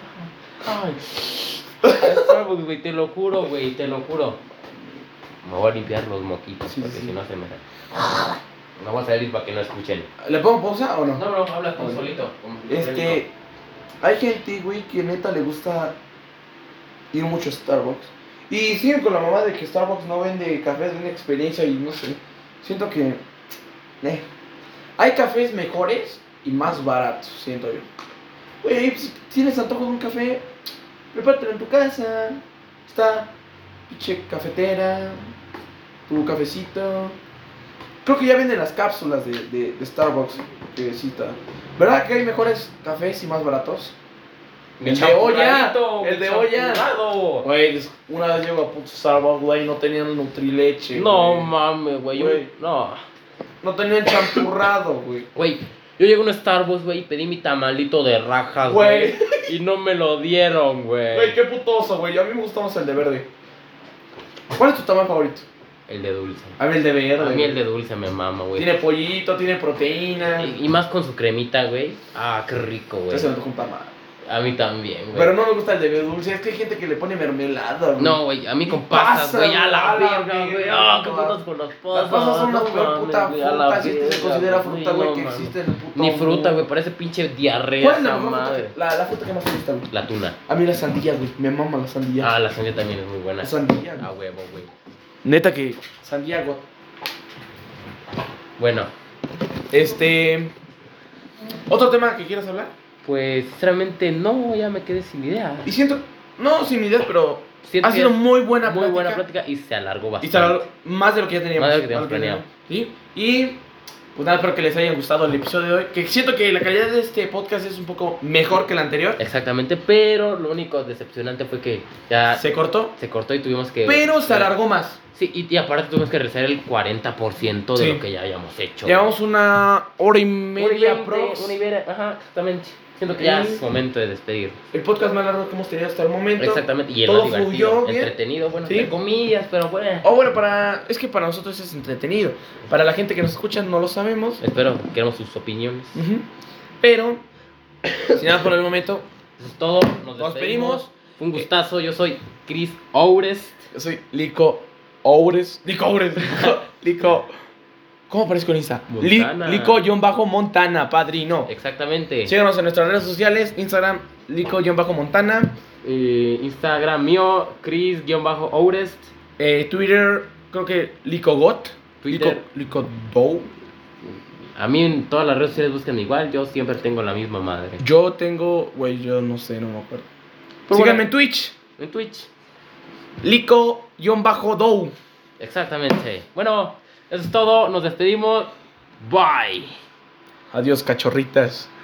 Speaker 2: ah, ay, ah, Starbucks, güey, te lo juro, güey, te lo juro. Me voy a limpiar los moquitos
Speaker 1: Sí, sí,
Speaker 2: porque
Speaker 1: sí.
Speaker 2: si no se me No voy a salir para que no escuchen.
Speaker 1: ¿Le pongo pausa o
Speaker 2: No, no, hablas tú
Speaker 1: Oye.
Speaker 2: solito. como
Speaker 1: Este, hay gente, güey, que neta le gusta ir mucho a Starbucks. Y siguen con la mamá de que Starbucks no vende cafés, vende experiencia y no sé. Siento que. eh. Hay cafés mejores y más baratos, siento yo. Güey, si tienes antojo de un café, prepártelo en tu casa. Está, pinche cafetera, tu cafecito. Creo que ya venden las cápsulas de, de, de Starbucks, que sí está. ¿Verdad que hay mejores cafés y más baratos?
Speaker 2: Mi
Speaker 1: El de olla,
Speaker 2: champurradito,
Speaker 1: el
Speaker 2: mi
Speaker 1: de olla.
Speaker 2: champurrado.
Speaker 1: Güey, des- una vez llego a puto Starbucks, güey, no tenían Nutrileche.
Speaker 2: No
Speaker 1: güey.
Speaker 2: mames, güey. yo-
Speaker 1: Güey.
Speaker 2: No.
Speaker 1: No tenían champurrado, güey.
Speaker 2: Güey, yo llegué a un Starbucks, güey, y pedí mi tamalito de rajas, güey. Y no me lo dieron,
Speaker 1: Güey,
Speaker 2: güey.
Speaker 1: qué putoso, güey. A mí me gusta más el de verde. ¿Cuál es tu tamal favorito?
Speaker 2: El de dulce.
Speaker 1: A mí el de verde.
Speaker 2: A mí
Speaker 1: güey.
Speaker 2: el de dulce me mama, güey.
Speaker 1: Tiene pollito, tiene proteína.
Speaker 2: Y, y más con su cremita, güey. Ah, qué rico, güey.
Speaker 1: Ese me tocó un tamal.
Speaker 2: A mí también,
Speaker 1: Pero
Speaker 2: güey.
Speaker 1: no me gusta el de dulce. Es que hay gente que le pone mermelada, güey.
Speaker 2: No, güey, a mí con
Speaker 1: Y
Speaker 2: pasas,
Speaker 1: pasa,
Speaker 2: güey, a la
Speaker 1: güey, a la
Speaker 2: verga, güey.
Speaker 1: verga,
Speaker 2: Ah, qué
Speaker 1: no
Speaker 2: buenos
Speaker 1: mames.
Speaker 2: con las pasas.
Speaker 1: Las pasas son la
Speaker 2: no
Speaker 1: peor
Speaker 2: mames,
Speaker 1: puta
Speaker 2: güey, a
Speaker 1: fruta,
Speaker 2: la
Speaker 1: si es que se
Speaker 2: verga,
Speaker 1: considera
Speaker 2: güey,
Speaker 1: fruta, güey,
Speaker 2: no
Speaker 1: que
Speaker 2: mames.
Speaker 1: existe en el puto
Speaker 2: Ni fruta,
Speaker 1: mundo.
Speaker 2: güey, parece pinche
Speaker 1: ¿Cuál
Speaker 2: diarrea
Speaker 1: es la
Speaker 2: esa
Speaker 1: mejor fruta
Speaker 2: madre.
Speaker 1: que- La, la fruta que más te gusta, güey.
Speaker 2: La tuna.
Speaker 1: A mí la sandía, güey. Me mama la sandía.
Speaker 2: Ah, la sandía también es muy buena.
Speaker 1: la sandía. güey.
Speaker 2: A huevo, güey.
Speaker 1: Neta que. Sandía, güey.
Speaker 2: Bueno,
Speaker 1: Este. ¿Otro tema que quieras hablar?
Speaker 2: pues sinceramente no, ya me quedé sin idea.
Speaker 1: Y siento. No, sin ideas, pero.
Speaker 2: Siento
Speaker 1: ha
Speaker 2: que
Speaker 1: sido
Speaker 2: es
Speaker 1: muy buena
Speaker 2: muy
Speaker 1: plática.
Speaker 2: buena plática y se alargó
Speaker 1: Y
Speaker 2: bastante.
Speaker 1: se habló más de lo que ya teníamos.
Speaker 2: Más de lo que teníamos
Speaker 1: ¿Sí? Y. Pues nada, espero que les haya gustado el episodio de hoy. Que siento que la calidad de este podcast es un poco mejor que la anterior.
Speaker 2: Exactamente, pero lo único decepcionante fue que ya se,
Speaker 1: Se cortó.
Speaker 2: cortó y tuvimos que...
Speaker 1: Pero se alargó más.
Speaker 2: Sí, y, y aparte tuvimos que realizar el 40% de
Speaker 1: Sí.
Speaker 2: lo que ya habíamos hecho.
Speaker 1: Llevamos una hora y media
Speaker 2: media
Speaker 1: prox.
Speaker 2: Ajá, exactamente. Siento que ya
Speaker 1: Y-
Speaker 2: es momento de despedir.
Speaker 1: El podcast más largo que hemos tenido hasta el momento.
Speaker 2: Exactamente, y el
Speaker 1: todo
Speaker 2: más divertido,
Speaker 1: fluyó bien.
Speaker 2: entretenido, bueno,
Speaker 1: Sí. Oh.
Speaker 2: entre comillas, pero bueno.
Speaker 1: O bueno, para. Es que para nosotros es entretenido. Para la gente que nos escucha no lo sabemos.
Speaker 2: Espero que queremos sus opiniones.
Speaker 1: Ujú. Pero, sin nada por el momento,
Speaker 2: Eso es todo, nos,
Speaker 1: Nos Eh.
Speaker 2: despedimos.
Speaker 1: pedimos.
Speaker 2: Fue Un gustazo, yo soy Chris Ourest.
Speaker 1: yo soy Lico Oures. Lico Oures. Lico- Lico. ¿Cómo aparezco en Insta? Li-
Speaker 2: Montana.
Speaker 1: Lico-Montana, padrino.
Speaker 2: Exactamente.
Speaker 1: Síganos en nuestras redes sociales: Instagram, Lico-Montana.
Speaker 2: Eh, Instagram mío, Chris-Ourest.
Speaker 1: eh, Twitter, creo que LicoGot.
Speaker 2: Twitter.
Speaker 1: Lico, Licodow.
Speaker 2: A mí en todas las redes sociales buscan igual, yo siempre tengo la misma madre.
Speaker 1: Yo tengo. Güey, yo no sé, no me acuerdo.
Speaker 2: Pero
Speaker 1: Síganme
Speaker 2: bueno.
Speaker 1: en Twitch:
Speaker 2: En Twitch.
Speaker 1: Lico-Dow.
Speaker 2: Exactamente. Bueno, eso es todo, nos despedimos. Bye.
Speaker 1: Adiós, cachorritas.